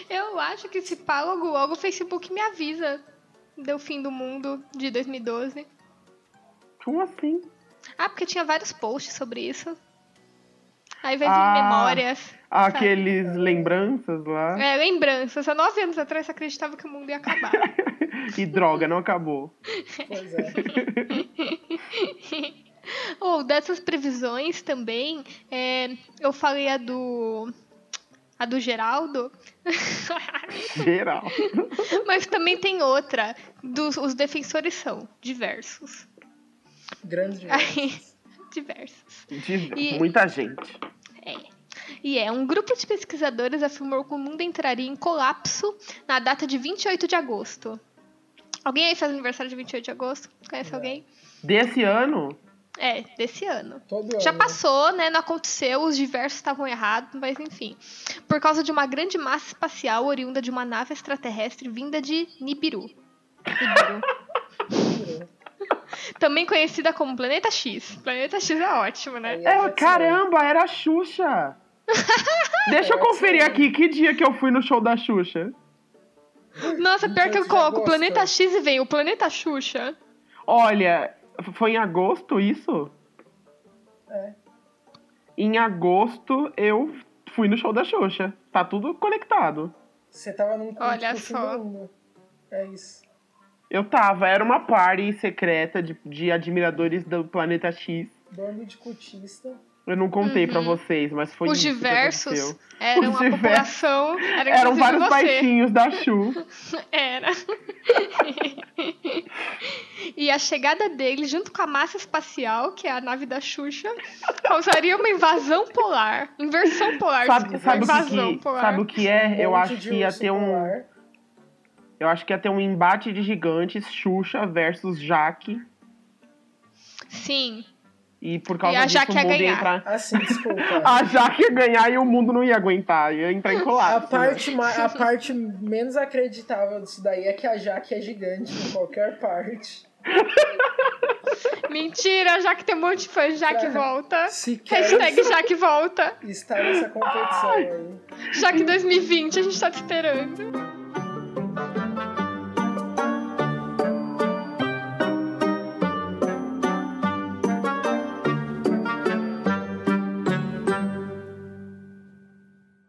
B: Eu acho que se pá logo logo o Facebook me avisa do fim do mundo de 2012.
A: Como assim?
B: Ah, porque tinha vários posts sobre isso. Aí vai vir
A: Ah.
B: memórias.
A: Aqueles lembranças lá.
B: É, lembranças. Há nove anos atrás você acreditava que o mundo ia acabar.
A: E droga, não acabou.
F: Pois é.
B: Ou dessas previsões também, é, eu falei a do. A do Geraldo,
A: Geral.
B: mas também tem outra. Dos, os defensores são diversos.
F: Grande demais.
B: Aí, diversos.
A: De
B: E-
A: muita gente.
B: E é, um grupo de pesquisadores afirmou que o mundo entraria em colapso na data de 28 de agosto. Alguém aí faz aniversário de 28 de agosto? Conhece alguém?
A: Desse ano,
B: É, desse ano.
C: É.
F: Todo
B: Já
F: ano.
B: passou, né? Não aconteceu, os diversos estavam errados, mas enfim. Por causa de uma grande massa espacial oriunda de uma nave extraterrestre vinda de Nibiru. Nibiru. Também conhecida como Planeta X. Planeta X é ótimo, né?
F: Aí
A: É,
C: assim,
F: aconteceu.
A: caramba, era a Xuxa. Deixa eu conferir aqui que dia que eu fui no show da Xuxa.
B: Nossa, pior
F: 28
B: que eu
F: de
A: é
B: coloco
F: agosto.
B: Planeta X e vem o Planeta Xuxa.
A: Olha, foi em agosto isso?
F: É.
A: Em agosto eu fui no show da Xuxa. Tá tudo conectado.
F: Você tava num culto
B: Olha
F: pro fim
B: só.
F: do mundo. É isso.
A: Eu tava, era uma party secreta de, de admiradores do Planeta X.
F: Bando de cultista.
A: Eu não contei pra vocês, mas foi
B: Uhum. os
A: isso que
B: diversos
A: aconteceu.
B: eram
A: Os
B: a
A: diversos.
B: população. Era
A: Eram
B: inclusive
A: vários
B: você.
A: baixinhos da Xuxa.
B: Era. e a chegada dele, junto com a massa espacial, que é a nave da Xuxa, causaria uma invasão polar. Inversão polar.
A: Sabe,
B: desculpa,
A: sabe, o
B: invasão
A: que que,
B: polar.
A: sabe o que é? Eu
F: Monte
A: acho
F: de
A: que ia
F: urso
C: tá
A: ter um.
F: polar.
A: Eu acho que ia ter um embate de gigantes, Xuxa versus Jaque.
B: Sim.
A: E por causa
B: E a
A: disso
B: Jaque
A: o
B: ia
A: mundo ia
B: ganhar.
A: entrar.
C: Ah,
F: Assim, desculpa.
A: A Jaque ia ganhar e o mundo não ia aguentar. Ia entrar em
F: A
A: colapso. né?
F: parte, ma- a parte menos acreditável disso daí é que a Jaque é gigante em qualquer parte.
B: Mentira, já que tem um monte de fã, já que
F: É.
B: volta.
F: Sequer
B: Hashtag já que volta.
F: está nessa competição aí.
B: Já que 2020 a gente tá te esperando.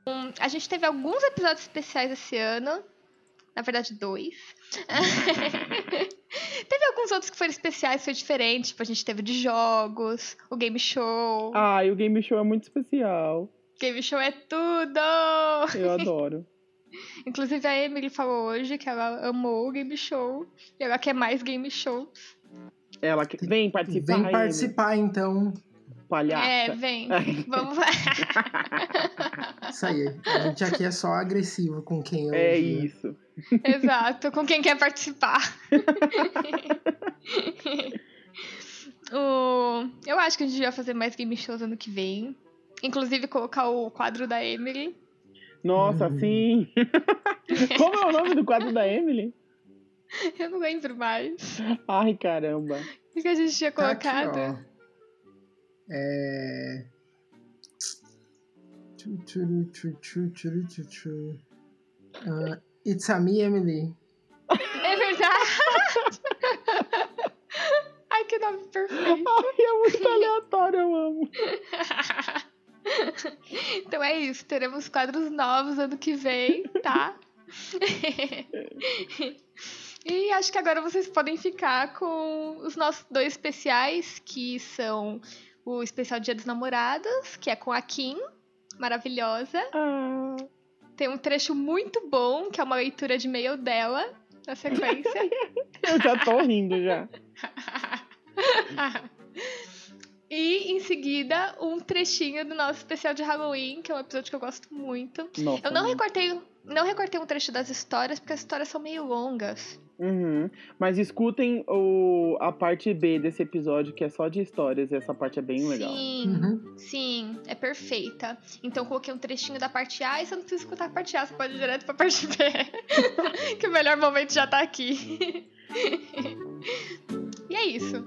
B: Hum, A gente teve alguns episódios especiais esse ano. Na verdade, dois. teve alguns outros que foram especiais, foi diferente. Tipo, a gente teve de jogos, o game show.
G: Ai, o game show é muito especial.
B: Game show é tudo!
G: Eu adoro.
B: Inclusive a Emily falou hoje que ela amou o game show e ela quer mais game show.
G: Ela que... vem participar.
C: Vem
A: né?
G: Amy,
C: participar, então.
G: Palhaça.
B: É, vem. Vamos lá.
C: Isso aí. A gente aqui é só agressivo com quem eu.
G: É isso.
B: Exato, com quem quer participar. O- Eu acho que a gente vai fazer mais game shows ano que vem. Inclusive colocar o quadro da Emily.
G: Nossa, sim. Uhum. Como é o nome do quadro da Emily?
B: Eu não lembro mais.
G: Ai, caramba.
B: O que a gente tinha
C: Tá aqui,
B: colocado?
C: ó. É. Tchu, tchuru, tchu, tchu, tchuru, tchu, tchu. Ah, it's a me, Emily.
B: é verdade! Ai, que nome perfeito!
G: Ai, é muito aleatório, eu amo.
B: então é isso, teremos quadros novos ano que vem, tá? e acho que agora vocês podem ficar com os nossos dois especiais, que são o especial Dia dos Namorados, que é com a Kim, maravilhosa.
G: Ah,
B: Tem um trecho muito bom, que é uma leitura de e-mail dela, na sequência.
G: eu já tô rindo já.
B: e em seguida, um trechinho do nosso especial de Halloween, que é um episódio que eu gosto muito.
G: Nossa,
B: Eu não
G: mano.
A: Uhum.
B: recortei, não recortei um trecho das histórias, porque as histórias são meio longas.
A: Uhum. Mas escutem o, a parte B desse episódio, que é só de histórias, e essa parte é bem legal.
B: Sim,
C: Uhum.
B: sim, é perfeita. Então eu coloquei um trechinho da parte A e você não precisa escutar a parte A, você pode ir direto pra parte B. que o melhor momento já tá aqui. e é isso.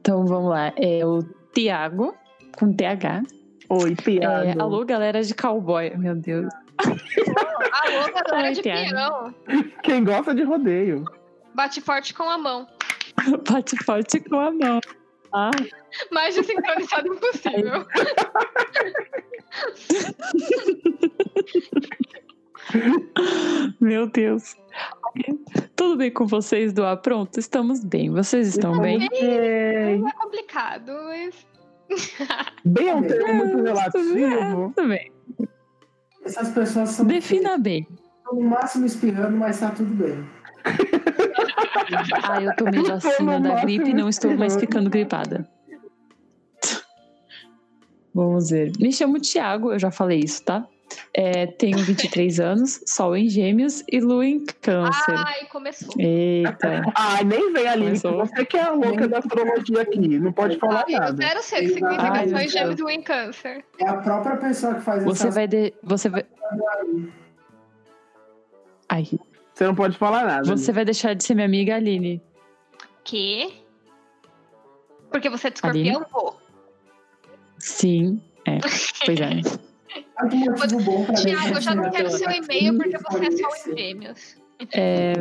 H: Então vamos lá. É o Tiago, com TH.
A: Oi, piada.
H: É, alô, galera de cowboy. Meu Deus.
B: Alô, galera
H: Ai,
B: de
H: Tiago.
B: peão.
A: Quem gosta de rodeio.
B: Bate forte com a mão.
H: Bate forte com a mão. Ah,
B: Mais desincronizado impossível.
H: meu Deus. Tudo bem com vocês do Apronto? Estamos bem. Vocês estão bem?
B: Não é complicado, mas.
A: Bem é um termo muito
H: É,
A: relativo.
H: tudo bem.
C: Essas pessoas são
H: Defina bem.
C: estão no máximo espirrando, mas tá tudo bem.
H: Ah, eu tomei vacina da gripe e não estou mais ficando gripada. Vamos ver. Me chamo Tiago, eu já falei isso, tá? É, tenho 23 anos, sol em gêmeos e lua em câncer.
B: Ai, começou.
H: Eita.
A: Ai, nem vem ali.
H: Começou.
A: Você que é a louca da astrologia aqui. Não pode falar
B: Amigo,
A: nada.
B: zero sei o que significa
C: Ai,
B: que são
C: meu
B: gêmeos e um em câncer.
C: É a própria pessoa que faz
H: Você
C: essas
H: vai de, você vai Ai,
A: Você não pode falar nada.
H: você vai deixar de ser minha amiga Aline.
B: Que? Porque você é de
H: Aline?
B: escorpião, vou.
H: Sim, é. Pois é.
C: Ah, que motivo bom pra assim, né?
B: Tiago, eu já não quero seu e-mail porque você é só
C: um
B: em gêmeos.
H: É,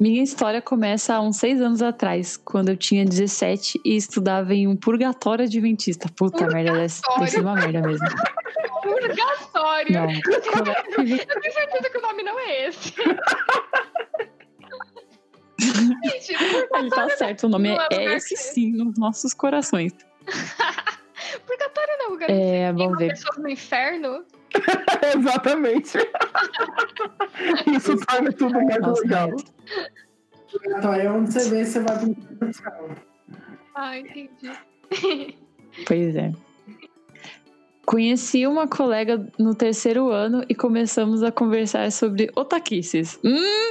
H: minha história começa há uns seis anos atrás, quando eu tinha 17 e estudava em um purgatório adventista. Puta merda, deve ter sido uma merda mesmo.
B: Purgatório.
H: Não.
B: Eu tenho certeza que o nome não é esse. Gente,
H: Ele tá certo, o nome é,
B: Não é lugar
H: é esse
B: que-
H: sim nos nossos corações.
B: purgatório não é lugar que
H: É, vamos ver.
B: pessoas no inferno.
A: Exatamente. Isso torna tudo mais
H: Nossa,
A: legal.
C: É onde você vê, você vai pro céu.
B: Ah, entendi.
H: Pois é. Conheci uma colega no terceiro ano e começamos a conversar sobre otaquices. Hum,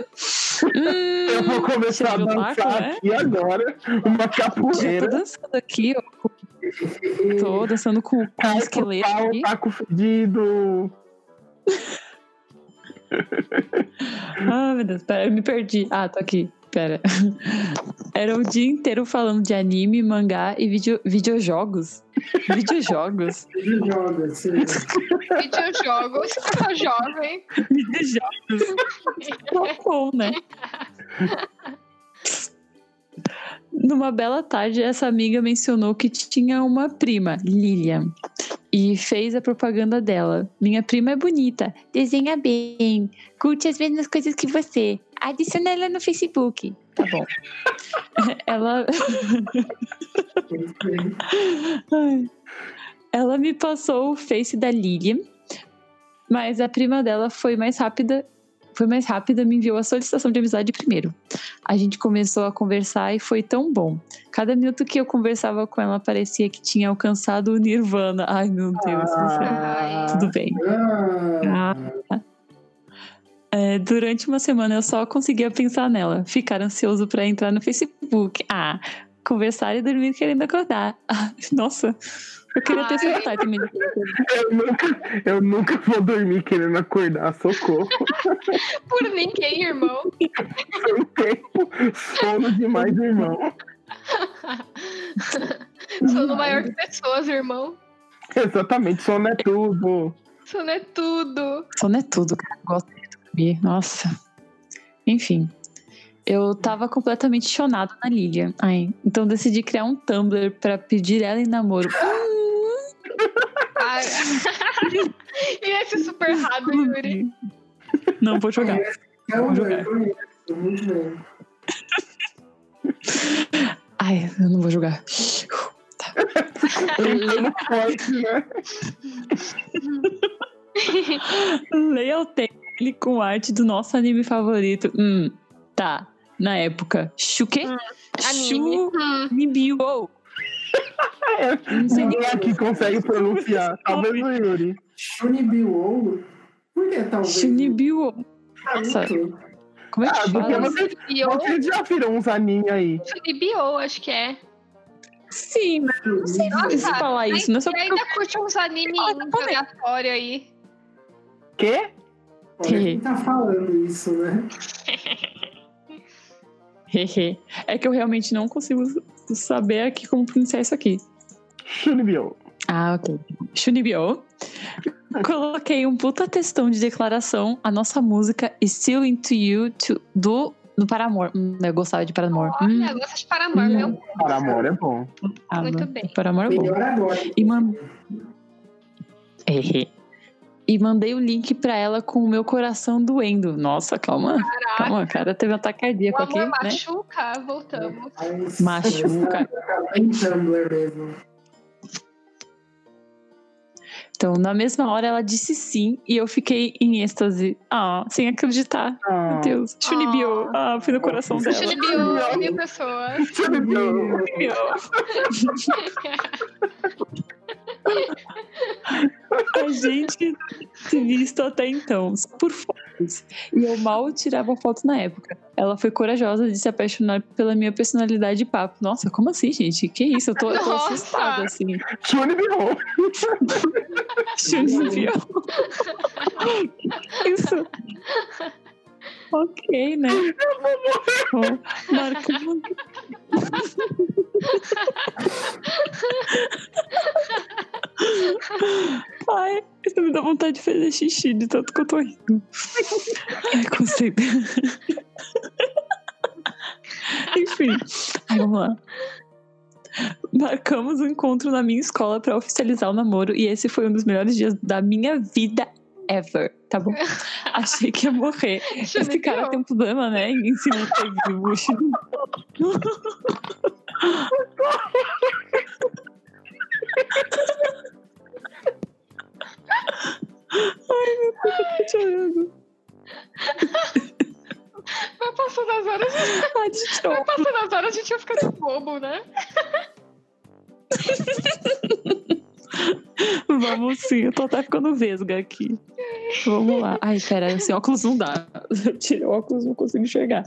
H: hum,
A: Eu vou começar a
H: cheiro
A: dançar
H: otaku, né?
A: aqui agora uma
H: Já tô
A: capoeira.
H: dançando aqui, ó. Tô dançando com, com um
A: Cai com
H: esqueleto
A: pau,
H: aqui.
A: taco fedido.
H: Ah, meu Deus, pera, eu me perdi. Ah, tô aqui, pera. Era o dia inteiro falando de anime, mangá e video, videojogos. videojogos?
C: Ele joga, assim.
B: Videojogos, jovem.
H: Videojogos. Tá bom, né? Numa bela tarde, essa amiga mencionou que tinha uma prima, Lilian, e fez a propaganda dela. Minha prima é bonita, desenha bem, curte as mesmas coisas que você. Adiciona ela no Facebook. Tá bom. ela. Ai. ela me passou o Face da Lilian, mas a prima dela foi mais rápida. Foi mais rápida, me enviou a solicitação de amizade primeiro. A gente começou a conversar e foi tão bom. Cada minuto que eu conversava com ela parecia que tinha alcançado o Nirvana. Ai, meu Deus do céu.
B: Ah. Ai.
H: Tudo bem.
C: Ah,
H: É, durante uma semana eu só conseguia pensar nela, ficar ansioso pra entrar no Facebook, ah, conversar e dormir querendo acordar. Ah, nossa, eu queria ter
B: Ai.
H: esse detalhe também.
A: Eu nunca, eu nunca vou dormir querendo acordar, socorro.
B: Por ninguém, irmão.
A: Sem tempo, sono demais, irmão.
B: Sono maior que pessoas, irmão.
A: Exatamente, sono é tudo.
B: Sono é tudo.
H: Sono é tudo, cara. Eu Gosto de dormir. Nossa. Enfim. Eu tava completamente chonada na Lilian. Ai, então decidi criar um Tumblr pra pedir ela em namoro.
B: Ai. e esse super errado, Yuri?
H: Não vou jogar.
C: então, eu conheço, muito bem.
H: Ai, eu não vou jogar. Tá. Leia-
A: Forte, né?
H: Leia o texto com arte do nosso anime favorito. Hum, tá. na época. Shuke?
B: anime. Hum.
H: Shunibyo. Não sei nem
G: Ninguém aqui consegue pronunciar. Talvez o Yuri.
C: Shunibiwou? Por que talvez?
H: Shunibyo.
C: Ah,
H: nossa.
C: muito.
H: Como é
G: Ah,
H: que
G: do que
H: fala?
G: vocês,
B: Bio.
G: vocês já viram uns aninhos aí.
B: Bio, acho que é.
H: Sim, mas não sei
B: Nossa,
H: se falar isso, não é só
B: E
H: porque eu
B: ainda curte uns anime
H: Ah, tá bom.
B: aleatório aí.
G: Quê?
C: Olha Quem tá falando isso, né?
H: Hehe. É que eu realmente não consigo saber aqui como pronunciar isso aqui.
G: Shunibyo.
H: Ah, ok. Shunibyo. Coloquei um puta textão de declaração a nossa música Still Into You to- do, do Paramore. Hum, eu gostava de Paramore. Hum,
B: Olha, gosta de Paramor,
H: Hum.
B: meu.
G: Para amor é bom.
H: ah,
B: muito
H: mano.
B: bem.
H: Paramore é bom.
C: Melhor agora.
H: E, man... Hehe. e mandei o link pra ela com o meu coração doendo. Nossa, calma. Calma, cara, teve um ataque
B: O
H: cardíaco aqui,
B: amor
H: né?
B: machuca, voltamos.
C: Mas-
H: Machuca.
C: Em Tumblr é mesmo.
H: Então, na mesma hora, ela disse sim e eu fiquei em êxtase. Ah, sem acreditar.
G: Ah,
H: Meu Deus. Shunibyo. Ah, fui no coração dela.
B: Chulibio, mil pessoas.
G: Shunibyo.
H: Shunibyo. A gente se visto até então, só por fotos. E eu mal tirava foto na época. Ela foi corajosa de se apaixonar pela minha personalidade e papo. Nossa, como assim, gente? Que isso? Eu tô, eu tô
B: Nossa.
H: assustada, assim.
G: Shunibyo.
H: Shunibyo. Isso. Ok, né? Bom, Marcamos. Ai, isso me dá vontade de fazer xixi de tanto que eu tô rindo. Ai, consigo. Enfim, aí vamos lá. Marcamos o encontro na minha escola pra oficializar o namoro e esse foi um dos melhores dias da minha vida ever, tá bom? Achei que ia morrer. Esse cara tem um problema, né? Em ensinar a ser vivo. Ai, meu Deus, eu tô chorando.
B: Vai passando as horas,
H: Ai, de
B: vai
H: choro.
B: passando as horas, a gente vai ficando bobo, né?
H: Vamos sim, eu tô até ficando vesga aqui. Vamos lá. Ai, pera, esse óculos não dá. Eu tirei o óculos, não consigo enxergar.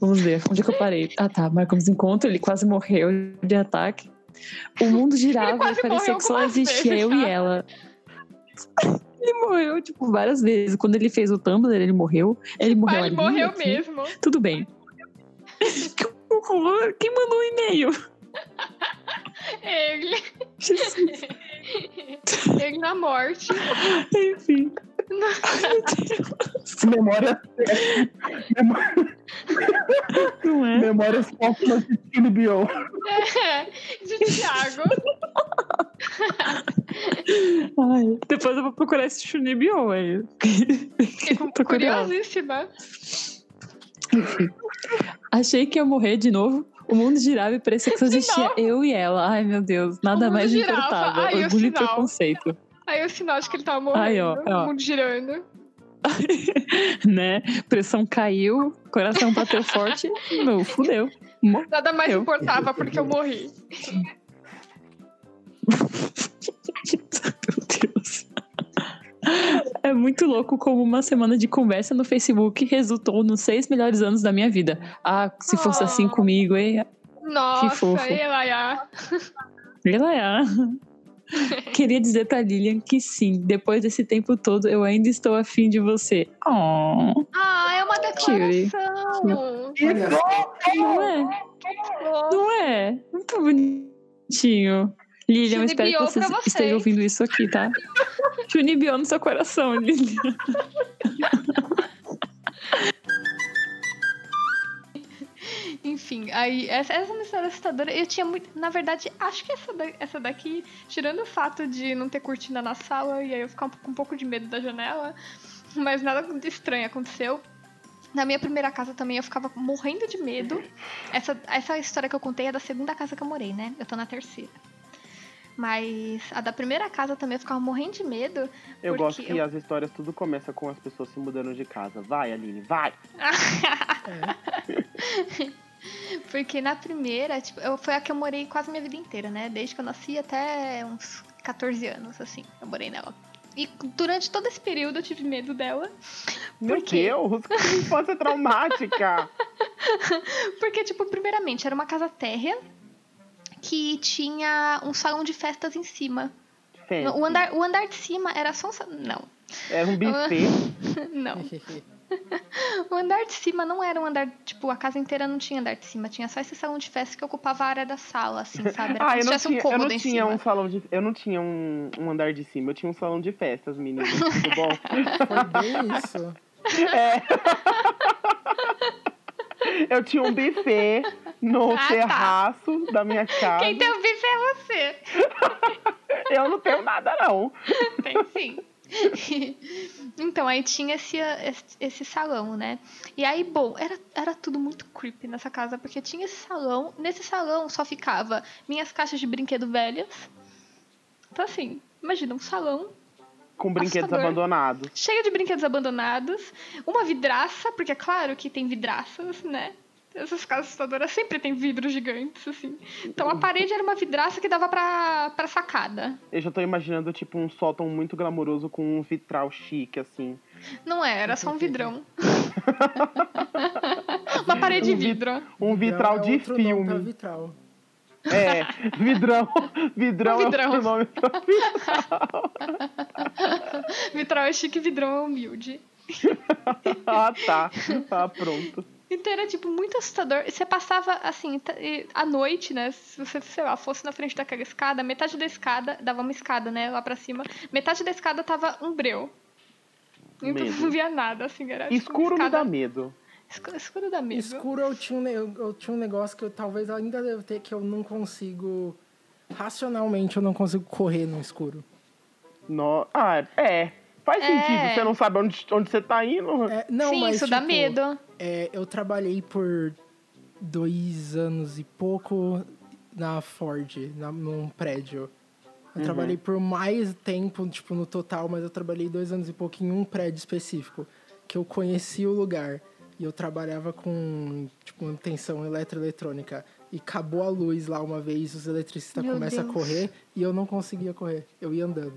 H: Vamos ver, onde é que eu parei? Ah tá, marcamos encontro, ele quase morreu de ataque. O mundo
B: Ele
H: girava
B: quase
H: e parecia
B: morreu
H: que só
B: algumas
H: existia
B: vezes,
H: eu e
B: tá?
H: ela. Ele morreu, tipo, várias vezes. Quando ele fez o Tumblr, ele morreu. Ele morreu
B: Mas Tipo, Ah, ele
H: ali,
B: morreu
H: aqui.
B: mesmo.
H: Tudo bem. Que horror! Quem mandou o e-mail?
B: Ele,
H: Jesus.
B: ele na morte.
H: Enfim.
G: Memórias,
H: Não é?
G: memórias póstumas de Shunibyo.
B: É, de Thiago.
H: Ai, depois eu vou procurar esse é Shunibyo aí.
B: Fiquei com-
H: Tô curiosa.
B: curiosíssima.
H: Achei que ia morrer de novo. O mundo girava e parecia que só
B: De
H: existia
B: novo?
H: eu e ela. Ai, meu Deus.
B: O
H: Nada
B: mundo
H: mais me
B: girava.
H: importava.
B: Ai, o
H: Orgulho e
B: sinal.
H: preconceito.
B: Aí o sinal de que ele tava
H: Aí, ó,
B: morrendo.
H: ó.
B: O mundo girando.
H: né? Pressão caiu, coração bateu forte. Meu, fudeu. Morreu.
B: Nada mais
H: Eu.
B: importava porque eu morri.
H: Meu Deus. É muito louco como uma semana de conversa no Facebook resultou nos seis melhores anos da minha vida. Ah, se fosse
B: Oh.
H: assim comigo, hein? fofo.
B: Nossa, Elaiá.
H: Ela é. Queria dizer pra Lilian que sim, depois desse tempo todo eu ainda estou afim de você. Oh,
B: Ah, é uma declaração.
C: Olha,
H: não é? Não é? Muito bonitinho. Lilian, eu espero que
B: Chunibyo
H: você
B: pra vocês.
H: esteja ouvindo isso aqui, tá? Chunibio no seu coração, Lilian.
B: Enfim, aí essa, essa mistura assustadora, eu tinha muito. Na verdade, acho que essa, da- essa daqui, tirando o fato de não ter cortina na sala e aí eu ficar um- com um pouco de medo da janela, mas nada de estranho aconteceu. Na minha primeira casa também eu ficava morrendo de medo. Essa, essa história que eu contei é da segunda casa que eu morei, né? Eu tô na terceira. Mas a da primeira casa também eu ficava morrendo de medo.
A: Eu
B: Porque
A: gosto que
B: eu-
A: as histórias tudo começa com as pessoas se mudando de casa. Vai, Aline, vai!
B: Porque na primeira, tipo, eu, foi a que eu morei quase minha vida inteira, né? Desde que eu nasci até uns 14 anos, assim, eu morei nela. E durante todo esse período eu tive medo dela.
A: Meu
B: quê?
A: Deus, que infância traumática.
B: Porque, tipo, primeiramente, era uma casa térrea que tinha um salão de festas em cima.
A: Sim,
B: O andar, o andar de cima era só um sa- Não,
A: Era um buffet.
B: não. O andar de cima não era um andar. Tipo, a casa inteira não tinha andar de cima, tinha só esse salão de festa que ocupava a área da sala, assim, sabe? Era
A: Ah,
B: como
A: eu não
B: se tivesse
A: tinha,
B: um
A: eu
B: cômodo
A: não
B: em
A: tinha
B: cima.
A: um salão de. Eu não tinha um, um andar de cima, eu tinha um salão de festas, meninas. Tudo bom?
C: Foi bem isso.
A: Eu tinha um buffet no
B: Ah, tá.
A: terraço da minha casa.
B: Quem tá? tem o bife é você.
A: Eu não tenho nada, não.
B: Tem sim. então, aí tinha esse, esse, esse salão, né? E aí, bom, era, era tudo muito creepy nessa casa, porque tinha esse salão. Nesse salão só ficava minhas caixas de brinquedo velhas. Então, assim, imagina um salão
A: Com brinquedos
B: Assustador.
A: abandonados.
B: cheio de brinquedos abandonados, uma vidraça, porque é claro que tem vidraças, né? Essas casas assustadoras sempre tem vidros gigantes, assim. Então a parede era uma vidraça que dava pra, pra sacada.
A: Eu já tô imaginando, tipo, um sótão muito glamouroso com um vitral chique, assim.
B: Não é, era só um vidrão. uma parede de
A: Um vi-
B: vidro.
A: Um vitral
C: Então, é
A: de
C: outro nome pra
A: filme.
C: vitral.
A: É, vidrão. Vidrão,
B: Um vidrão.
A: é o nome.
B: Vitral é chique, vidrão é humilde.
A: Ah, tá. Tá pronto.
B: Então era, tipo, muito assustador. E Você passava, assim, t- e à noite, né? Se você, sei lá, fosse na frente daquela escada, metade da escada, dava uma escada, né? Lá pra cima. Metade da escada tava um breu. Então
A: Medo.
B: não via nada, assim, era. tipo, uma
A: Escuro me
B: escada-
A: dá medo.
B: Escu- Escuro da mesa.
C: Escuro eu tinha, um, ne- eu, eu tinha um negócio que eu talvez ainda deva ter que eu não consigo. Racionalmente eu não consigo correr no escuro.
A: No... Ah, é. Faz
B: É.
A: sentido. Você não sabe onde, onde você tá indo.
C: É, não,
B: Sim,
C: mas,
B: isso dá
C: tipo,
B: medo.
C: é, eu trabalhei por dois anos e pouco na Ford, na, num prédio. Eu trabalhei por mais tempo, tipo, no total, mas eu trabalhei dois anos e pouco em um prédio específico. Que eu conheci o lugar. E eu trabalhava com, tipo, manutenção eletroeletrônica. E acabou a luz lá uma vez, os eletricistas
B: Meu
C: começam
B: Deus.
C: a correr. E eu não conseguia correr. Eu ia andando.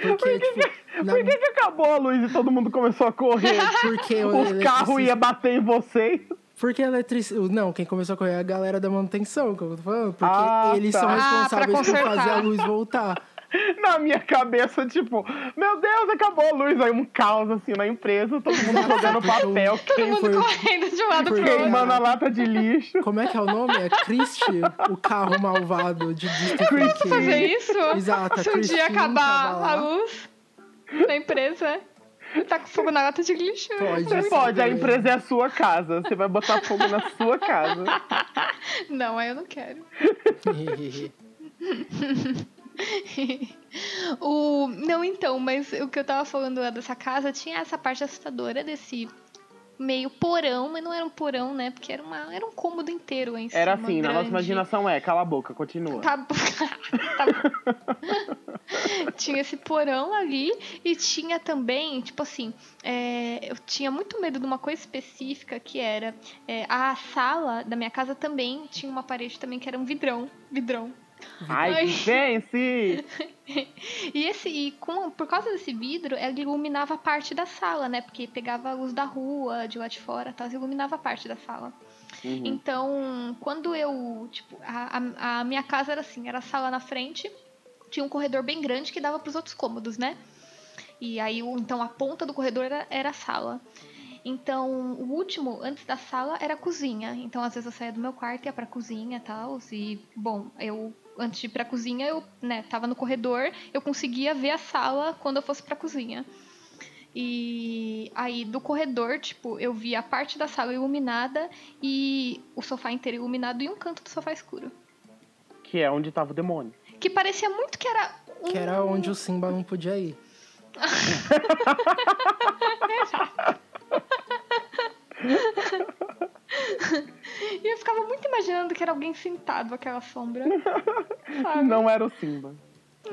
C: Porque, tipo... na-
A: Por que, que acabou a luz e todo mundo começou a correr?
C: porque o
A: Os carros
C: eletricista-
A: iam bater em vocês.
C: Porque a eletricidade. Não, quem começou a correr é a galera da manutenção, que eu tô falando. Porque
A: Ah,
C: eles
A: tá.
C: são
A: Ah,
C: responsáveis
B: pra
C: por fazer a
B: consertar.
C: luz voltar.
A: Na minha cabeça, tipo, meu Deus, acabou a luz. Aí um caos assim na empresa, todo mundo Tá jogando
C: Tipo,
A: papel,
B: Todo mundo
C: foi-
B: correndo de um lado
C: foi-
B: pro outro.
A: queimando a lata de lixo.
C: Como é que é o nome? É Christie, o carro malvado de Disney.
A: Christie.
B: Fazer isso?
C: Exato, a
B: Se um dia
C: Christine
B: acabar
C: tava lá.
B: a luz da empresa, tá com fogo na lata de lixo.
C: Pode.
A: Você
C: Isso
A: pode, a
C: mesmo.
A: empresa é a sua casa. Você vai botar fogo na sua casa.
B: Não, aí eu não quero. o... Não, então, mas o que eu tava falando lá dessa casa tinha essa parte assustadora desse meio porão, mas não era um porão, né? Porque era, uma... era um cômodo inteiro em cima.
A: Era assim, na nossa
B: grande.
A: imaginação é, cala a boca, continua.
B: Tá bom. Tá bom. tinha esse porão ali e tinha também, tipo assim, é, eu tinha muito medo de uma coisa específica que era é, a sala da minha casa também tinha uma parede também que era um vidrão, vidrão.
A: Ai,
B: Ai.
A: vence!
B: E esse e com, por causa desse vidro, ela iluminava a parte da sala, né? Porque pegava a luz da rua, de lá de fora, tal, iluminava a parte da sala.
A: Uhum.
B: Então, quando eu, tipo, a, a- a minha casa era assim, era a sala na frente, tinha um corredor bem grande que dava pros outros cômodos, né? E aí, o- então, a ponta do corredor era, era a sala. Então, o último, antes da sala, era a cozinha. Então, às vezes eu saía do meu quarto e ia pra cozinha e tal. E, bom, eu, antes de ir pra cozinha, eu, né, tava no corredor, eu conseguia ver a sala quando eu fosse pra cozinha. E aí, do corredor, tipo, eu via a parte da sala iluminada e o sofá inteiro iluminado e um canto do sofá escuro.
A: Que é onde tava o demônio.
B: Que parecia muito que era um.
C: que era onde o Simba não podia ir.
B: E eu ficava muito imaginando que era alguém sentado, aquela sombra. Sabe?
A: Não era o Simba.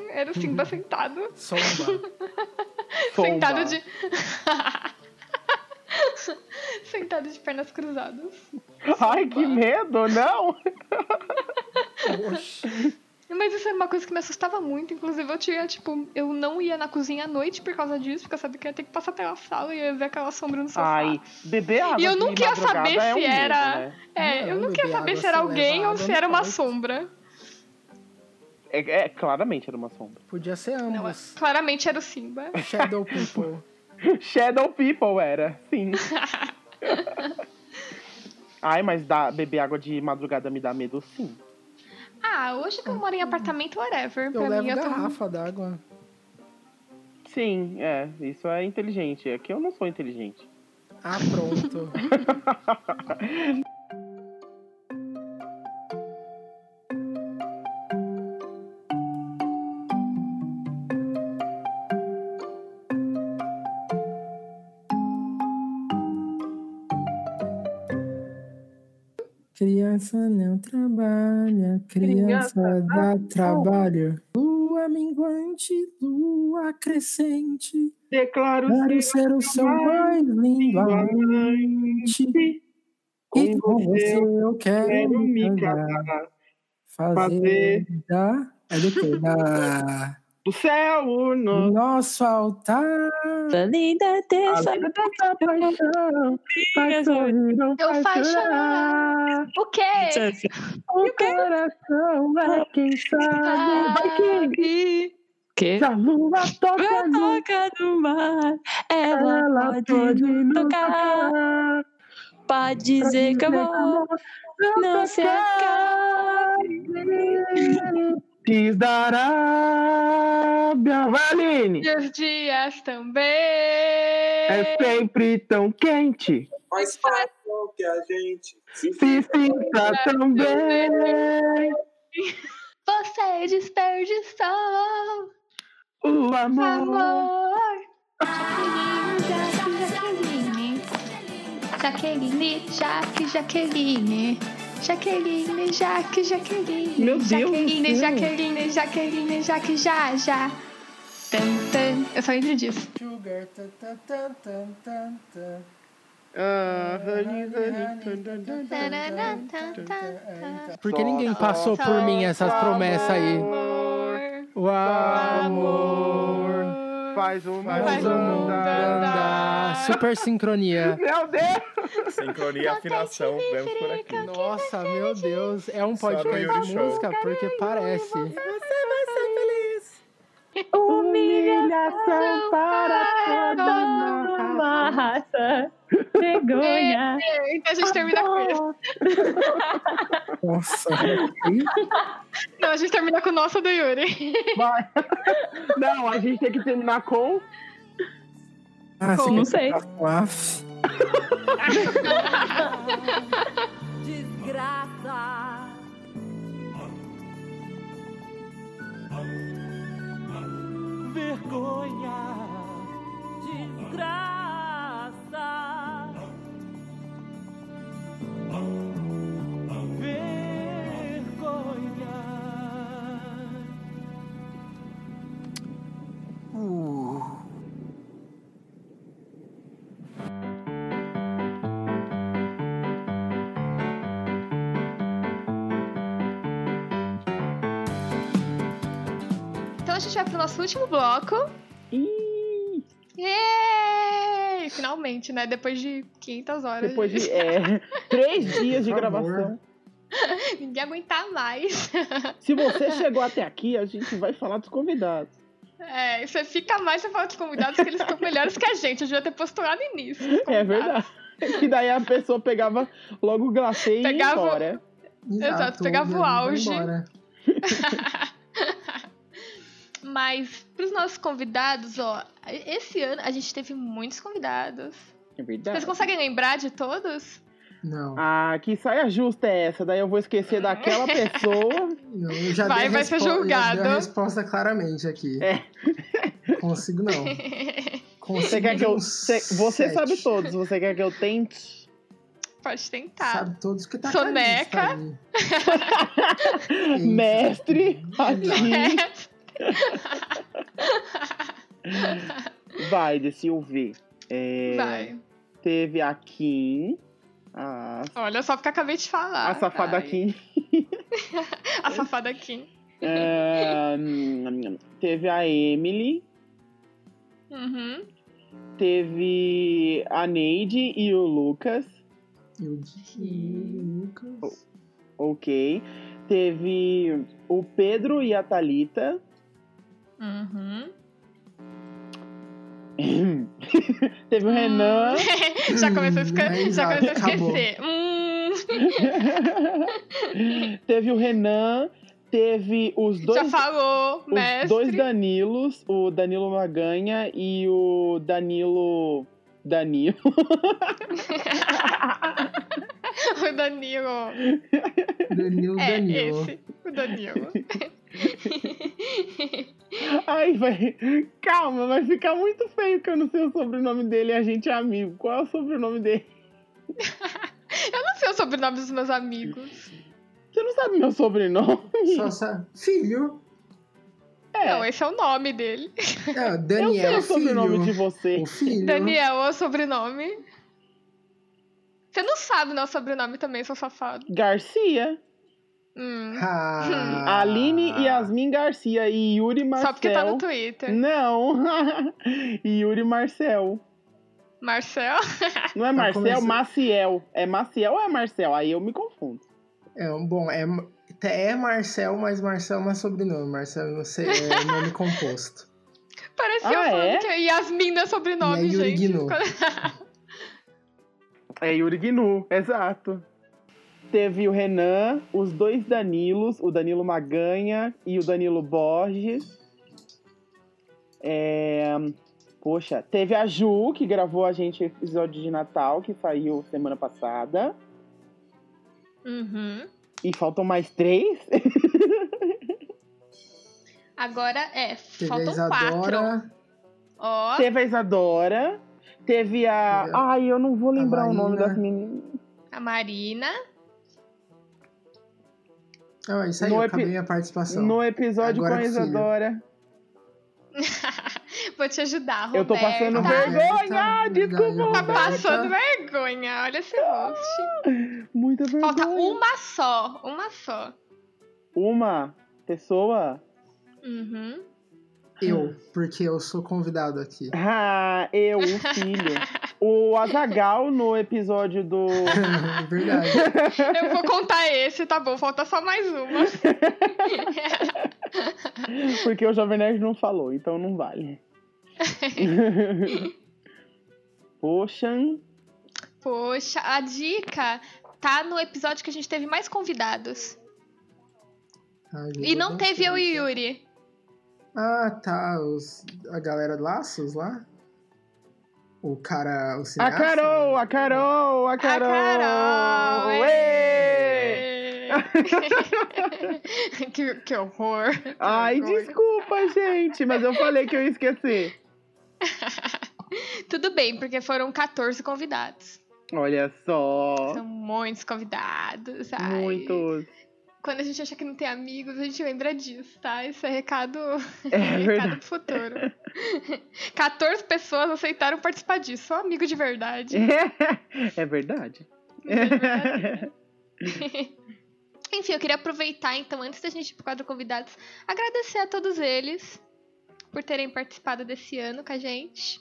B: Era o Simba sentado.
C: Somba.
A: Somba.
B: Sentado de. sentado de pernas cruzadas.
A: Ai, que medo, não!
I: Oxi.
B: Mas isso é uma coisa que me assustava muito. Inclusive, eu tinha, tipo, eu não ia na cozinha à noite por causa disso, porque eu sabia que eu ia ter que passar pela sala e ia ver aquela sombra no sofá.
A: Ai, beber água
B: E eu
A: de
B: nunca ia saber
A: madrugada é um
B: se
A: medo,
B: era-
A: né?
B: é, eu
I: não,
B: não queria
I: beber água
B: saber se era
I: assim
B: alguém ou
I: levada
B: se
I: não
B: era uma
I: pode.
B: sombra.
A: É, é, claramente era uma sombra.
C: Podia ser
B: Não, é-
C: ambos.
B: claramente era o Simba.
C: Shadow People.
A: Shadow People era, sim. Ai, mas dá, beber água de madrugada me dá medo, sim.
B: Ah, hoje que eu moro em apartamento, whatever.
C: Eu
B: pra
C: levo
B: mim, eu tô.
C: garrafa d'água.
A: Sim, é, isso é inteligente. É que eu não sou inteligente.
C: Ah, pronto. Criança não trabalha, criança, dá trabalho. Lua minguante, lua crescente.
A: Declaro
C: Quero ser o seu mais lindo amante. E com você eu quero me casar. Fazer da. É do quê? Da.
A: Do céu, no...
C: Nosso altar.
H: Linda dessa
A: paixão,
H: vai sorrir,
B: Eu faço. O quê?
A: o coração
H: Ah.
A: é quem sabe. Vai que
H: que
A: a lua toca no
H: toca no mar, ela,
A: ela
H: pode,
A: nos
H: tocar.
A: tocar.
H: Pode dizer que amor não se acaba.
A: Diz da Arábia. Vai, Aline!
B: E os dias também.
A: É sempre tão quente.
J: Mas façam que a gente se
A: Se sinta tão bem.
B: Você desperdiçou
A: O amor.
B: amor. Jaqueline, Jaqueline, Jaque, Jaqueline. Jaqueline, Jaque, Jaqueline.
A: Meu Deus do
B: Jaqueline,
A: céu.
B: Jaqueline, Jaqueline, Jaque, já, já. Tan, tan. Eu só lembro disso.
I: Sugar, tan, tan, tan, tan, tan, tan.
A: Ah,
B: Tanana, tan, tan, tan.
C: Porque ninguém passou
B: Só
C: por mim essas
B: o
C: promessas aí.
B: amor,
C: O amor
A: Faz o
C: faz o mundo andar. Super sincronia.
A: Meu Deus!
J: Sincronia e afinação, vemos por aqui.
C: Nossa, meu Deus. É um
J: Só no
C: podcast
J: Yuri
C: de
J: Show.
C: música porque parece.
A: Humilhação para toda
H: Toda uma raça, vergonha.
B: Então a gente termina com isso.
C: Nossa.
B: Não, a gente termina com o nosso do Yuri.
A: Vai. Não, a gente tem que terminar com.
C: Ah, você
H: Como? Não
C: quer
H: sei.
C: ficar com af?
E: Desgraça. Vergonha. Desgraça.
B: Então a gente vai pro nosso último bloco.
A: Ih,
B: Yay! Finalmente, né? Depois de 500 horas.
A: depois de é, três dias de
C: Por
A: gravação.
B: Ninguém aguentar mais.
A: Se você chegou até aqui, a gente vai falar dos convidados.
B: É, você fica mais na fala dos convidados que eles estão melhores que a gente. Eu devia ter postulado início. os
A: É
B: convidados.
A: verdade. E daí a pessoa pegava logo o glacê e ia
B: Pegava-
A: embora.
B: Exato, pegava o auge. Mas pros nossos convidados, ó, esse ano a gente teve muitos convidados.
A: É
B: Vocês
A: verdade.
B: conseguem lembrar de todos?
C: Não,
A: Ah, que saia justa é essa? Daí eu vou esquecer daquela pessoa.
C: não, eu já
B: Vai-
C: dei a
B: vai ser
C: respo-
B: julgado.
C: Já dei a resposta claramente aqui. Consigo não. Consigo
A: É. Você quer que eu.
C: uns
A: Você, você
C: sete.
A: sabe todos. Você quer que eu tente?
B: Pode tentar.
C: Sabe todos que tá
B: Soneca.
C: clarinho isso aí.
A: Mestre, aqui.
B: É.
A: Vai, deixa eu ver. É,
B: Vai.
A: teve a Kim, a,
B: Olha só o que eu acabei de falar.
A: a safada
B: Ai.
A: Kim.
B: A safada Kim.
A: É, teve a Emily,
B: Uhum.
A: teve a Neide e o Lucas,
C: Eu disse, Lucas.
A: ok. Teve o Pedro e a Thalita.
B: Uhum.
A: teve o Renan.
B: já começou a, ficar,
C: Hum,
B: já começou a
C: acabou.
B: esquecer. Hum,
A: teve o Renan. Teve os
B: já
A: dois,
B: falou,
A: os
B: mestre.
A: dois Danilos, o Danilo Maganha e o Danilo. Danilo.
B: O Danilo.
C: Danilo,
B: É,
C: Danilo.
B: esse. O Danilo.
A: Ai, vai. Calma, vai ficar muito feio que eu não sei o sobrenome dele e a gente é amigo. Qual é o sobrenome dele?
B: Eu não sei o sobrenome dos meus amigos.
A: Você não sabe meu sobrenome?
C: Só sa- Filho.
A: É,
B: Não, esse é o nome dele.
C: Ah,
A: eu
C: Daniel,
A: sei o sobrenome
C: filho.
A: de você.
C: O filho.
B: Daniel é o sobrenome. Você não sabe não o sobrenome também, seu safado.
A: Garcia.
B: Hum.
C: Ah.
A: Aline Yasmin Garcia e Yuri Marcel.
B: Só porque tá no Twitter.
A: Não. Yuri Marcel. Hum.
B: Marcel.
A: Não é
C: Tá
A: Marcel,
C: começando.
A: Maciel. É Maciel ou é Marcel? Aí eu me confundo.
C: É, bom, é, é Marcel, mas Marcel não é sobrenome. Marcel você é nome composto.
B: Parece
A: Ah,
B: eu falando
A: é?
B: que Yasmin não é sobrenome,
C: E é Yuri
B: gente.
C: Gnu.
A: É Yuri Gnu, exato. Teve o Renan, os dois Danilos, o Danilo Maganha e o Danilo Borges. É, Poxa, teve a Ju, que gravou a gente o episódio de Natal, que saiu semana passada.
B: Uhum.
A: E faltam mais três?
B: Agora é,
C: Teve a
B: faltam quatro.
C: Isadora,
B: Ó,
A: Teve a Isadora. Teve a.
C: Ah. Teve a-
A: Ai, eu não vou lembrar o nome
C: Marina.
A: das meninas.
B: a Marina.
C: Ah, isso aí,
A: No
C: eu
A: epi-
C: acabei minha participação.
A: No episódio com
C: Agora
A: a
C: que sim, né?
A: Isadora.
B: Vou te ajudar, Roberta.
A: Eu tô passando
C: Tá,
A: vergonha!
C: tá,
A: desculpa,
C: obrigado,
B: Tá
A: Roberta.
B: passando vergonha, olha esse host.
A: Muita vergonha.
B: Falta uma só, uma só.
A: Uma pessoa?
B: Uhum.
C: tá. Eu, porque eu sou convidado aqui.
A: Ah, eu, o filho. o Azagal no episódio do.
C: É Verdade.
B: Eu vou contar esse, tá bom, falta só mais uma.
A: Porque o Jovem Nerd não falou, então não vale. Poxa.
B: Poxa, a dica tá no episódio que a gente teve mais convidados.
C: Ajuda
B: E não teve eu e
C: bastante.
B: Yuri.
C: Ah, tá. Os, a galera de laços lá? O cara. O
A: A
C: cineasta,
A: Carol,
C: né?
A: a Carol, a Carol!
B: Carol, é
A: Ué!
B: que, que horror.
A: Ai,
B: vergonha.
A: desculpa, gente, mas eu falei que eu ia esquecer.
B: Tudo bem, porque foram 14 convidados.
A: Olha só.
B: São muitos convidados. ai.
A: Muitos.
B: Quando a gente acha que não tem amigos, a gente lembra disso, tá? Isso é recado,
A: É
B: recado
A: verdade.
B: pro futuro. 14 pessoas aceitaram participar disso. Só amigo de verdade.
A: É verdade.
B: É Enfim, eu queria aproveitar, então, antes da gente ir pro quadro convidados, agradecer a todos eles por terem participado desse ano com a gente.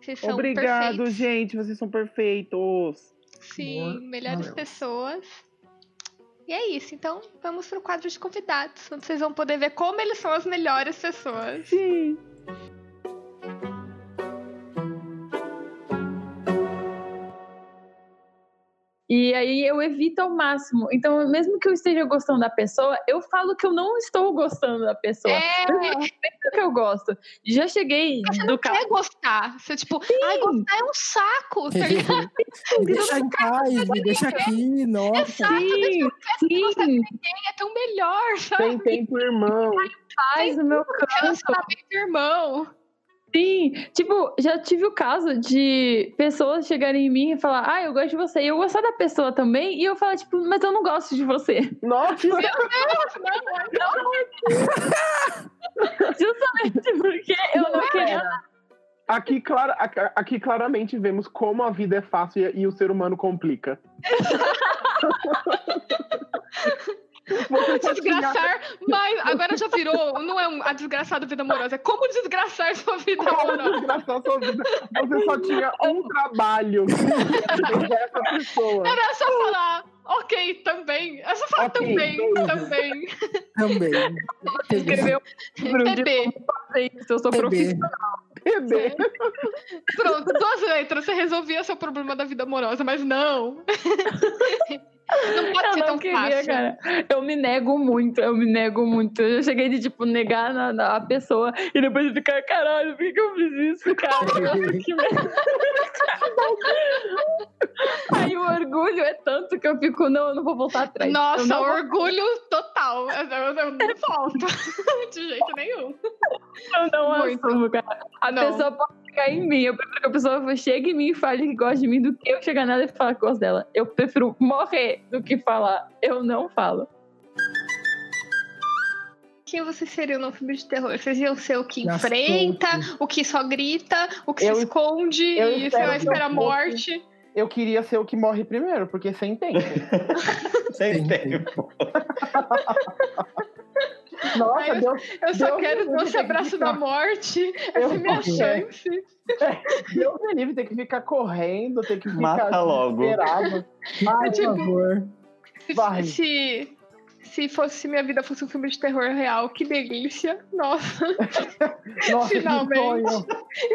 B: Vocês são
A: Obrigado,
B: perfeitos.
A: gente. Vocês são perfeitos.
B: Sim,
C: Boa.
B: melhores
C: Valeu.
B: pessoas. E é isso, então vamos pro quadro de convidados, onde vocês vão poder ver como eles são as melhores pessoas.
A: Sim.
H: E aí eu evito ao máximo. Então, mesmo que eu esteja gostando da pessoa, eu falo que eu não estou gostando da pessoa.
B: É,
H: É que eu gosto. Já cheguei do carro.
B: quer gostar. Você, tipo, ai, gostar é um saco. tá ligado?
C: deixa em paz, me deixa aqui, nossa.
H: Sim, sim,
B: é tão melhor, sabe?
A: Tem um tempo, irmão.
H: faz o meu canto.
B: Relacionamento irmão.
H: Sim, tipo, já tive o caso de pessoas chegarem em mim e falar, ah, eu gosto de você. E eu gostar da pessoa também. E eu falar, tipo, mas eu não gosto de você.
A: Nossa,
H: Justamente porque eu não queria.
G: Aqui, clara, a- aqui claramente vemos como a vida é fácil e, e o ser humano complica. Você pode
B: Desgraçar, mas agora já virou, não é um- a desgraçada vida amorosa, é como desgraçar sua vida
G: Como
B: amorosa.
G: desgraçar sua vida? Você só tinha um trabalho que era dessa pessoa.
B: Era só falar, ok, também. É só falar
G: Ok,
B: também,
G: beijo.
B: também. É
C: Também.
H: Escreveu
B: TB.
H: isso, um eu sou
C: TB.
H: profissional.
G: Bebê.
B: Pronto, duas letras, você resolvia seu problema da vida amorosa, mas não. Não pode
H: Eu
B: ser
H: não
B: tão
H: queria,
B: fácil.
H: cara. Eu me nego muito, eu me nego muito. Eu já cheguei de, tipo, negar na, na- a pessoa e depois de ficar, caralho, por que, que eu fiz isso, cara? Que merda. Aí o orgulho é tanto que eu fico, não, eu não vou voltar atrás. eu
B: Nossa,
H: não vou-
B: orgulho total. Eu, eu- eu não volto. De jeito nenhum.
H: Eu não
B: Muito.
H: assumo, cara. A
B: Não.
H: pessoa pode chegar em mim. Eu prefiro que a pessoa chegue em mim e fale que gosta de mim do que eu chegar nela e falar que gosto dela. Eu prefiro morrer do que falar. Eu não falo.
B: Quem vocês seriam no filme de terror? Vocês iam ser o que
C: Gastou
B: enfrenta, o que só grita, o que
A: Eu-
B: se esconde
A: eu
B: e
A: espero
B: só
A: que
B: espera a
A: eu fosse-
B: morte.
A: Eu queria ser o que morre primeiro, porque sem tempo.
K: Sem
C: Sim.
K: tempo.
A: Nossa,
B: Ai, eu-
A: Deus,
B: Eu só
A: Deus
B: quero
A: me
B: doce
A: livre,
B: abraço da morte.
A: Eu-
B: Essa é minha chance.
A: Deus me livre, tem que ficar correndo, tem que ficar
K: Mata logo.
A: desesperado. Ai,
C: Por
B: tipo-
C: favor.
B: Se-
A: Vai.
B: Se, se fosse se minha vida fosse um filme de terror real, que delícia. Nossa,
A: nossa, que
B: Finalmente.
A: sonho.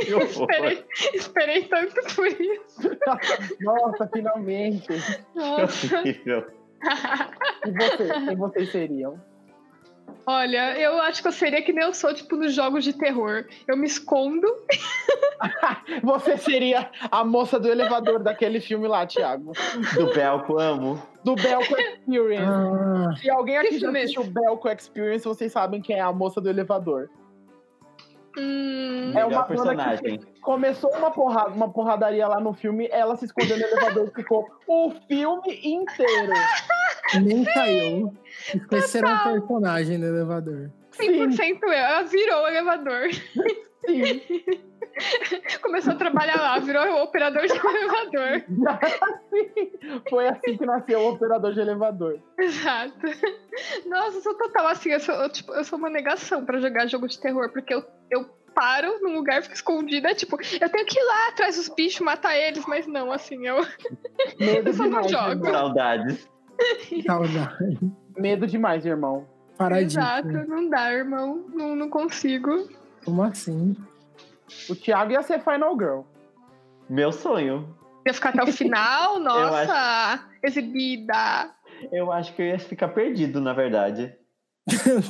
K: Que horror.
B: esperei, esperei tanto por isso.
A: Nossa, finalmente. E
B: Nossa.
K: Horrível.
A: você? Quem vocês seriam?
B: Olha, eu acho que eu seria que nem eu sou, tipo, nos jogos de terror. Eu me escondo.
A: Você seria a moça do elevador daquele filme lá, Thiago.
K: Do Belco, amo.
A: Do Belco Experience.
C: Ah,
A: Se alguém aqui
B: Isso
A: já assistiu o Belco Experience, vocês sabem quem é a moça do elevador.
B: Hum,
A: É
K: Melhor
A: uma dona que-
K: personagem.
A: Começou uma, porrada, uma porradaria lá no filme, ela se escondeu no elevador e ficou o filme inteiro.
C: nem caiu. Esse era um personagem no elevador.
B: 100% eu. Ela virou o elevador.
A: Sim.
B: Começou a trabalhar lá, virou o operador de elevador.
A: Sim. Foi assim que nasceu o operador de elevador.
B: Exato. Nossa, eu sou total assim. Eu sou, eu, tipo, eu sou uma negação pra jogar jogo de terror, porque eu, eu paro num lugar, fico escondida. Tipo, eu tenho que ir lá atrás dos bichos, matar eles, mas não, assim, eu.
A: Medo
B: Eu só não
A: demais,
B: jogo.
A: irmão.
K: Saudades.
C: Calma.
A: Medo demais, irmão.
C: Tá, Paradinho.
B: Exato, não dá, irmão. Não, não consigo.
C: Como assim?
A: O Thiago ia ser Final Girl.
K: Meu sonho.
B: Ia ficar até o final, nossa, exibida.
K: Eu acho que eu ia ficar perdido, na verdade.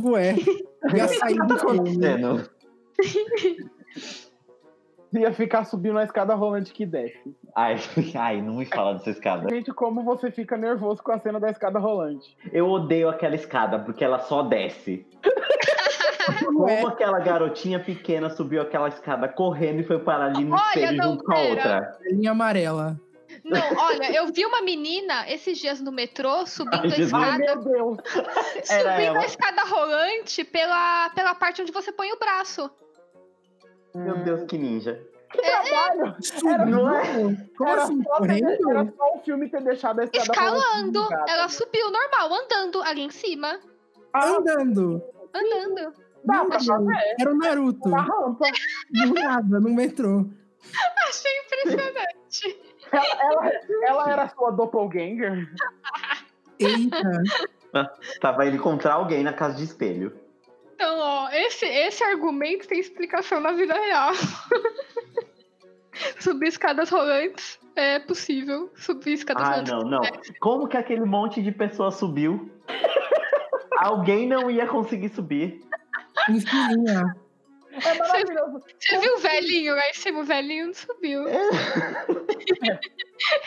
C: Ué. Já saí
K: O que
C: do
K: tá
C: filme.
K: acontecendo?
A: Ia ficar subindo na escada rolante que desce.
K: Ai, ai, não me fala dessa escada.
A: Gente, como você fica nervoso com a cena da escada rolante.
K: Eu odeio aquela escada, porque ela só desce.
C: Ué.
K: Como aquela garotinha pequena subiu aquela escada correndo e foi parar ali no
B: Olha,
K: espelho
B: não,
K: junto com a
B: pera.
K: outra.
C: Linha amarela.
B: Não, olha, eu vi uma menina esses dias no metrô subindo
K: Ai,
B: a
K: Jesus.
A: Ai,
B: escada,
A: meu Deus.
K: era
B: subindo
K: ela.
B: a escada rolante pela, pela parte onde você põe o braço.
K: Meu Deus, que ninja.
A: É,
C: Subiu? Como
A: Era
C: assim?
A: só, ter-
C: Correndo?
A: era só o filme ter deixado a escada rolante
B: Escalando,
A: desligada.
K: né?
B: ela subiu normal, andando ali em cima.
C: Andando.
B: Andando.
A: Dá pra fazer.
C: Era o Naruto.
A: Uma rampa.
C: Do nada, no metrô.
B: Achei impressionante.
A: Ela, ela era sua doppelganger?
C: Eita.
K: Tava indo encontrar alguém na casa de espelho.
B: Então, ó, esse, esse argumento tem explicação na vida real. Subir escadas rolantes é possível. Subir escadas
K: Ah,
B: rolantes.
K: não, não. Como que aquele monte de pessoa subiu? Alguém não ia conseguir subir.
C: um Mentirinha.
A: É maravilhoso.
B: Você viu o velhinho lá em cima? O velhinho não subiu.
K: É.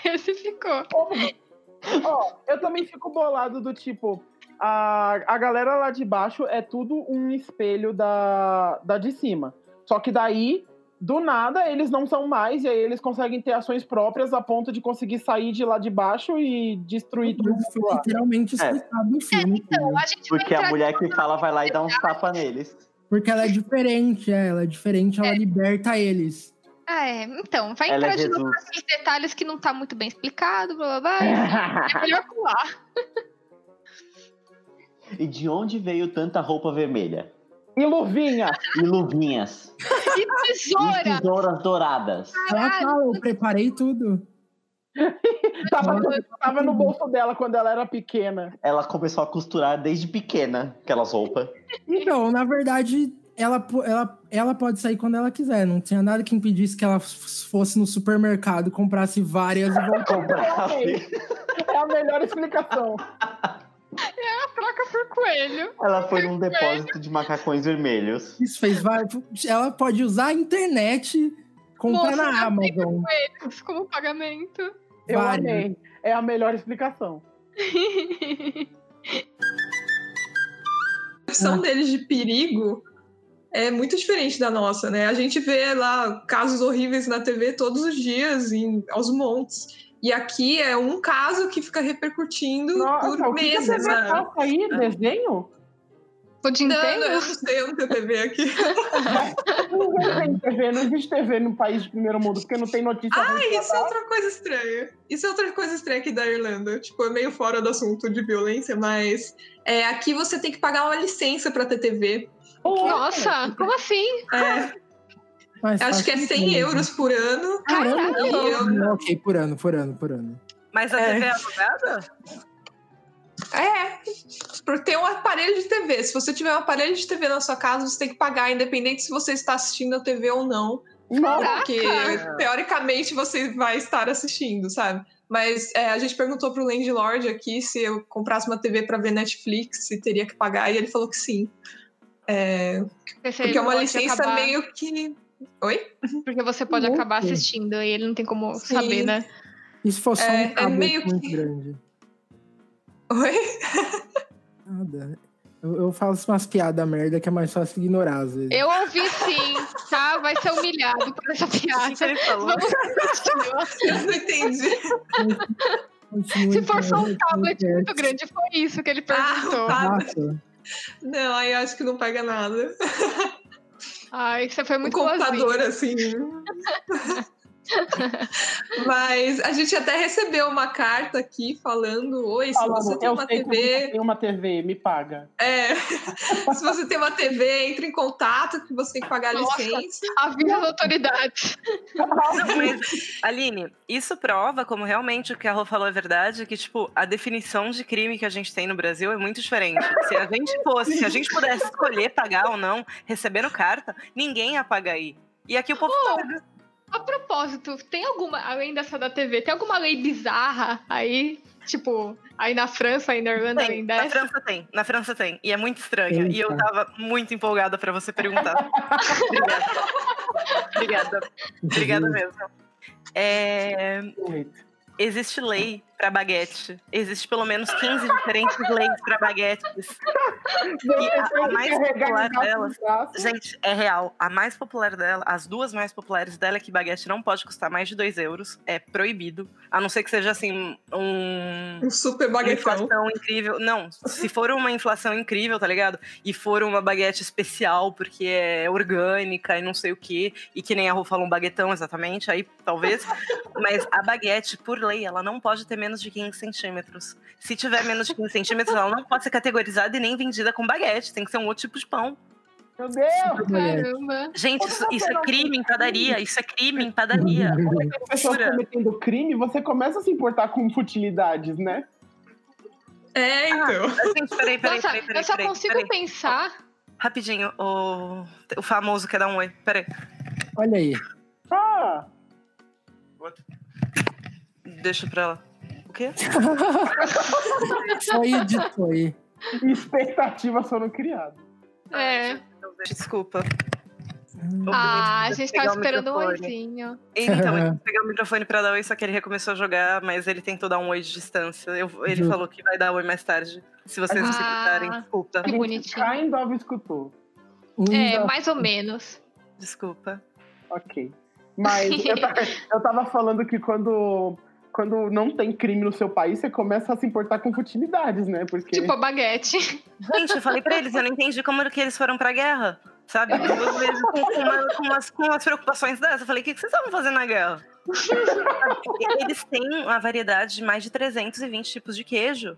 B: Esse ficou.
A: Ó, eu também fico bolado do tipo. A, a galera lá de baixo é tudo um espelho da, da de cima. Só que daí, do nada, eles não são mais, e aí eles conseguem ter ações próprias a ponto de conseguir sair de lá de baixo e destruir tudo.
C: Foi literalmente
A: É.
C: explicado no filme.
B: Então, a gente vai
K: Porque
B: entrar
K: a mulher que fala vai lá e dá uns tapas um neles.
C: Porque ela é diferente, é, ela é diferente, ela liberta eles.
B: Ah, é. Então, vai
K: Ela é
B: entrar de novo
K: Jesus.
B: naqueles detalhes que não tá muito bem explicado, blá blá blá. enfim, é melhor pular.
K: E de onde veio tanta roupa vermelha?
A: E luvinha!
K: E luvinhas?
B: E
K: E
B: tesoura!
K: tesouras douradas?
C: Ah, tá, eu preparei tudo.
A: Tava, tava no bolso dela quando ela era pequena.
K: Ela começou a costurar desde pequena aquelas roupas.
C: Então, na verdade, ela, po- ela, ela pode sair quando ela quiser. Não tinha nada que impedisse que ela f- fosse no supermercado, comprasse várias e voltasse.
K: Comprasse.
A: É a melhor explicação.
B: A troca por coelho.
K: Ela foi num depósito de macacões vermelhos.
C: Isso fez várias. Ela pode usar a internet, comprar
B: Moça,
C: na
B: eu sei que
C: Amazon.
B: coelhos como pagamento.
A: Eu
C: Várias.
A: amei. É a melhor explicação.
L: percepção deles de perigo é muito diferente da nossa, né? A gente vê lá casos horríveis na TV todos os dias, em, aos montes. E aqui é um caso que fica repercutindo
A: Nossa,
L: por
A: o que que a
L: meses.
A: TV
L: sabe?
A: passa aí? Desenho?
B: O dia
L: Não,
B: inteiro?
L: eu não sei, eu não tenho TV aqui.
A: Não tem TV, não existe TV no país de primeiro mundo, porque não tem notícia.
L: Ah, isso é outra coisa estranha. Isso é outra coisa estranha aqui da Irlanda. Tipo, é meio fora do assunto de violência, mas é, aqui você tem que pagar uma licença pra ter TV.
B: Nossa, como assim?
L: É,
C: Mas
L: acho
C: faz
L: que é 100
C: sentido. Ah,
L: euros por ano.
B: Caramba!
L: E eu-
C: Não, ok, por ano, por ano, por ano.
E: Mas a
L: É.
E: TV é alugada?
L: É, por ter um aparelho de TV. Se você tiver um aparelho de TV na sua casa, você tem que pagar, independente se você está assistindo a TV ou não.
B: Tá,
A: Nossa,
L: Porque, teoricamente, você vai estar assistindo, sabe? Mas é, a gente perguntou pro landlord aqui se eu comprasse uma TV para ver Netflix, se teria que pagar, e ele falou que sim. É,
B: Esse aí
L: porque é uma
B: pode
L: licença
B: acabar-
L: meio que. Oi?
B: Porque você pode
C: Louco.
B: acabar assistindo e ele não tem como
L: Sim.
B: saber, né?
C: E se fosse só
L: É,
C: um
L: é
C: cabo
L: meio
C: muito
L: que-
C: grande?
L: Oi?
C: Nada. Eu, eu faço umas piadas merda que é mais fácil ignorar, às vezes.
B: Eu ouvi sim, tá? Vai ser humilhado por essa
E: O que que
B: piada.
E: ele falou?
B: Vamos continuar.
L: Eu não entendi.
C: Continue
B: Se for só
C: ignorando é
B: um
C: o
L: é tipo
B: tablet
C: podcast.
B: muito grande, foi isso que ele perguntou.
L: Ah,
C: Nossa,
L: Não, aí eu acho que não pega nada.
B: Ai, você foi
L: um
B: muito boazinha.
L: computador assim. Mas a gente até recebeu uma carta aqui falando: Oi, se
A: falando,
L: você tem
A: eu
L: uma
A: sei é que você
L: TV,
A: tem uma TV, me paga.
L: é, se você tem uma TV, entre em contato que você tem que pagar a
B: Nossa.
L: licença.
B: Avisa as autoridades.
E: Não, mas, Aline, isso prova como realmente o que a Rô falou é verdade, que, tipo, a definição de crime que a gente tem no Brasil é muito diferente. Se a gente fosse, se a gente pudesse escolher pagar ou não, recebendo carta, ninguém ia pagar aí. E aqui o povo tá paga.
B: A propósito, tem alguma, além dessa da TV, tem alguma lei bizarra aí? Tipo, aí na França, aí na Irlanda,
E: Tem,
B: além
E: na
B: dessa?
E: França tem, na França tem. E é muito estranho. E eu
C: Eita.
E: tava muito empolgada pra você perguntar. Obrigada. Obrigada. Obrigada mesmo. É, Existe lei pra baguete. Existe pelo menos 15 diferentes leis pra baguetes. E a, a mais popular delas. Gente, é real. A mais popular dela, as duas mais populares dela é que baguete não pode custar mais de 2 euros. É proibido. A não ser que seja assim, um.
L: Um super
E: Uma
L: baguetão.
E: inflação incrível. Não, se for uma inflação incrível, tá ligado? E for uma baguete especial, porque é orgânica e não sei o quê, e que nem a Rô falou um baguetão exatamente, aí talvez. Mas a baguete, por lei, ela não pode ter menos de 15 centímetros. Se tiver menos de 15 centímetros, ela não pode ser categorizada e nem vendida com baguete. Tem que ser um outro tipo de pão.
A: Meu Deus!
C: mulher.
B: Caramba.
E: Gente, isso, isso é crime em padaria. Isso é crime em padaria.
A: As pessoas
E: Jura?
A: cometendo crime, você começa a se importar com futilidades, né?
L: É, então.
E: Gente, peraí, peraí,
B: Uhum. Nossa,
E: peraí, peraí.
B: eu só
E: peraí,
B: consigo
E: peraí.
B: pensar.
E: Rapidinho, o, o famoso quer dar um oi. Peraí.
C: Olha aí.
A: Ah,
E: Deixa pra lá. O quê?
C: Foi de foi.
A: expectativas foram criadas.
B: É.
E: Desculpa.
B: Ah, a gente tava
E: pegar o
B: esperando um
E: microfone.
B: oizinho.
E: Então, ele foi pegar o microfone pra dar oi, só que ele recomeçou a jogar, mas ele tentou dar um oi de distância. Eu- ele
C: Justo.
E: falou que vai dar oi mais tarde. Se vocês não se
B: Ah.
E: escutarem, desculpa.
B: Que bonitinho.
A: Kind of escutou.
E: tá
C: Um
B: É,
C: da-
B: mais ou menos.
E: Desculpa.
A: Ok. Mas eu, ta- eu tava falando que quando, quando não tem crime no seu país, você começa a se importar com futilidades, né? Porque.
B: Tipo a baguete.
E: Gente, eu falei pra eles, eu não entendi como que eles foram pra guerra. Sabe? Duas vezes com, uma- com umas, com umas preocupações dessas. Eu falei, o que, que vocês estavam fazendo na guerra? Eles têm uma variedade de mais de 320 tipos de queijo.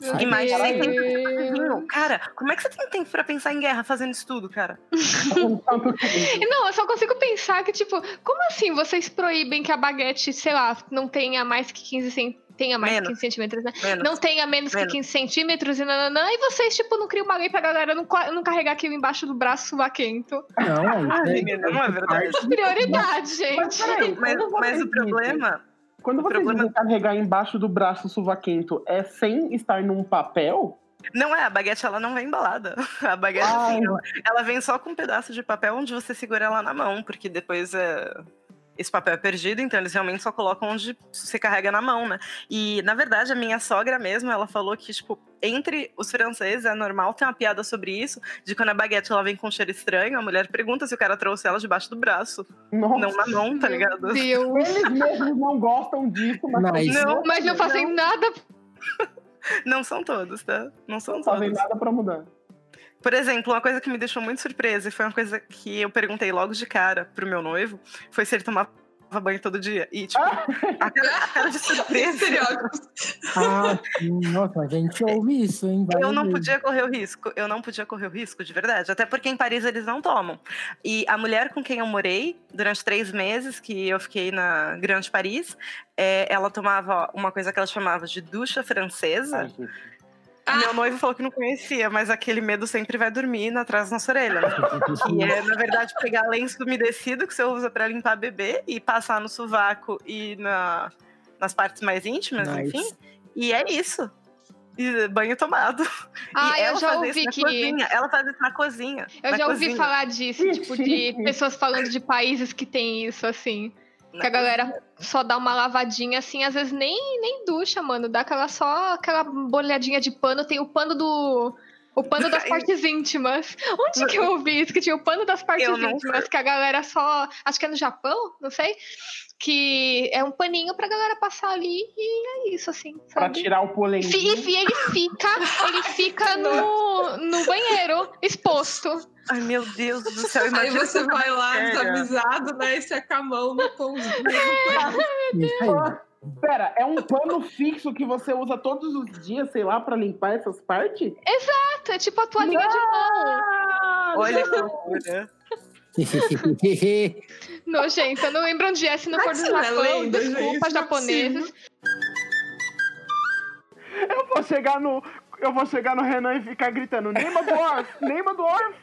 B: Meu
E: E mais de
B: Deus.
E: 100 tipos de vinho. Cara, como é que você tem tempo pra pensar em guerra fazendo isso tudo, cara?
A: tá
B: Não, eu só consigo pensar que, tipo, como assim vocês proíbem que a baguete, sei lá, não tenha mais que 15 centímetros. Tenha mais
E: Menos.
B: que 15 centímetros, né?
E: Menos.
B: Não tenha menos,
E: Menos.
B: que 15 centímetros e nananã. E vocês, tipo, não criam uma lei pra galera não, co- não carregar aquilo embaixo do braço vaquento.
E: Ah, menina, não é verdade.
B: Prioridade, gente.
A: Mas peraí,
E: Mas-
A: quando vocês
E: mas o problema-
A: dizem- Quando vocês dizem carregar embaixo do braço suvaquento, é sem estar num papel?
E: Não é, a baguete ela não vem embalada. A baguete,
A: Ai.
E: assim, ela, ela vem só com um pedaço de papel onde você segura ela na mão, porque depois é, esse papel é perdido, então eles realmente só colocam onde você carrega na mão, né? E, na verdade, a minha sogra mesmo, ela falou que, tipo, entre os franceses é normal ter uma piada sobre isso, de quando a baguete ela vem com um cheiro estranho, a mulher pergunta se o cara trouxe ela debaixo do braço,
A: Nossa.
E: não na mão, tá ligado?
A: Eles mesmos não gostam disso, mas...
E: Não,
B: mas não fazem nada.
E: Não são todos, tá? Não são todos.
A: fazem nada pra mudar.
E: Por exemplo, uma coisa que me deixou muito surpresa e foi uma coisa que eu perguntei logo de cara pro meu noivo foi se ele tomava banho todo dia. E, tipo, a cara, a cara de surpresa.
C: Ah, sim, nossa, a gente ouve isso, hein?
E: Eu não
C: várias vezes.
E: podia correr o risco. Eu não podia correr o risco, de verdade. Até porque em Paris eles não tomam. E a mulher com quem eu morei durante três meses que eu fiquei na Grande Paris, eh, ela tomava uma coisa que ela chamava de ducha francesa. Meu noivo falou que não conhecia, mas aquele medo sempre vai dormindo atrás da nossa orelha. Né? que é, na verdade, pegar lenço umedecido que você usa pra limpar bebê e passar no sovaco e na, nas partes mais íntimas,
B: Nice.
E: enfim. E é isso. E eh, banho tomado.
B: Ah,
E: e
B: eu
E: ela
B: já
E: faz
B: ouvi
E: isso na
B: que-
E: Cozinha. Ela faz isso na cozinha.
B: Eu
E: na
B: já ouvi
E: cozinha.
B: falar disso, tipo, de pessoas falando de países que tem isso, assim. Que a galera só dá uma lavadinha, assim, às vezes nem, nem ducha, mano. Dá aquela só aquela bolhadinha de pano, tem o pano do. O pano das partes íntimas. Onde que eu ouvi isso? Que tinha o pano das partes
E: Eu não
B: íntimas, que a galera só. Acho que é no Japão, não sei. Que é um paninho pra galera passar ali e é isso, assim.
A: Pra
B: Sabe?
A: tirar o polenguinho.
B: Fi- E, e ele fica, ele fica no, no banheiro, exposto.
E: Ai, meu Deus do
B: então,
E: céu,
L: Aí
E: imagina
L: você
E: essa
B: tá
L: vai lá,
E: bactéria.
L: desavisado, né? E você acamou no pãozinho.
C: É
A: Pera, é um pano fixo que você usa todos os dias, sei lá, pra limpar essas partes?
B: Exato, é tipo a toalhinha de
A: Ah,
B: mão.
E: Olha que loucura.
B: Nojenta, não lembro onde é, se não for do
L: Isso não é
B: Japão,
L: lenda, gente,
B: desculpa,
L: não é
B: japoneses.
A: Eu vou chegar no. Eu vou chegar no Renan e ficar gritando, Neima Dwarf! Neima Dwarf!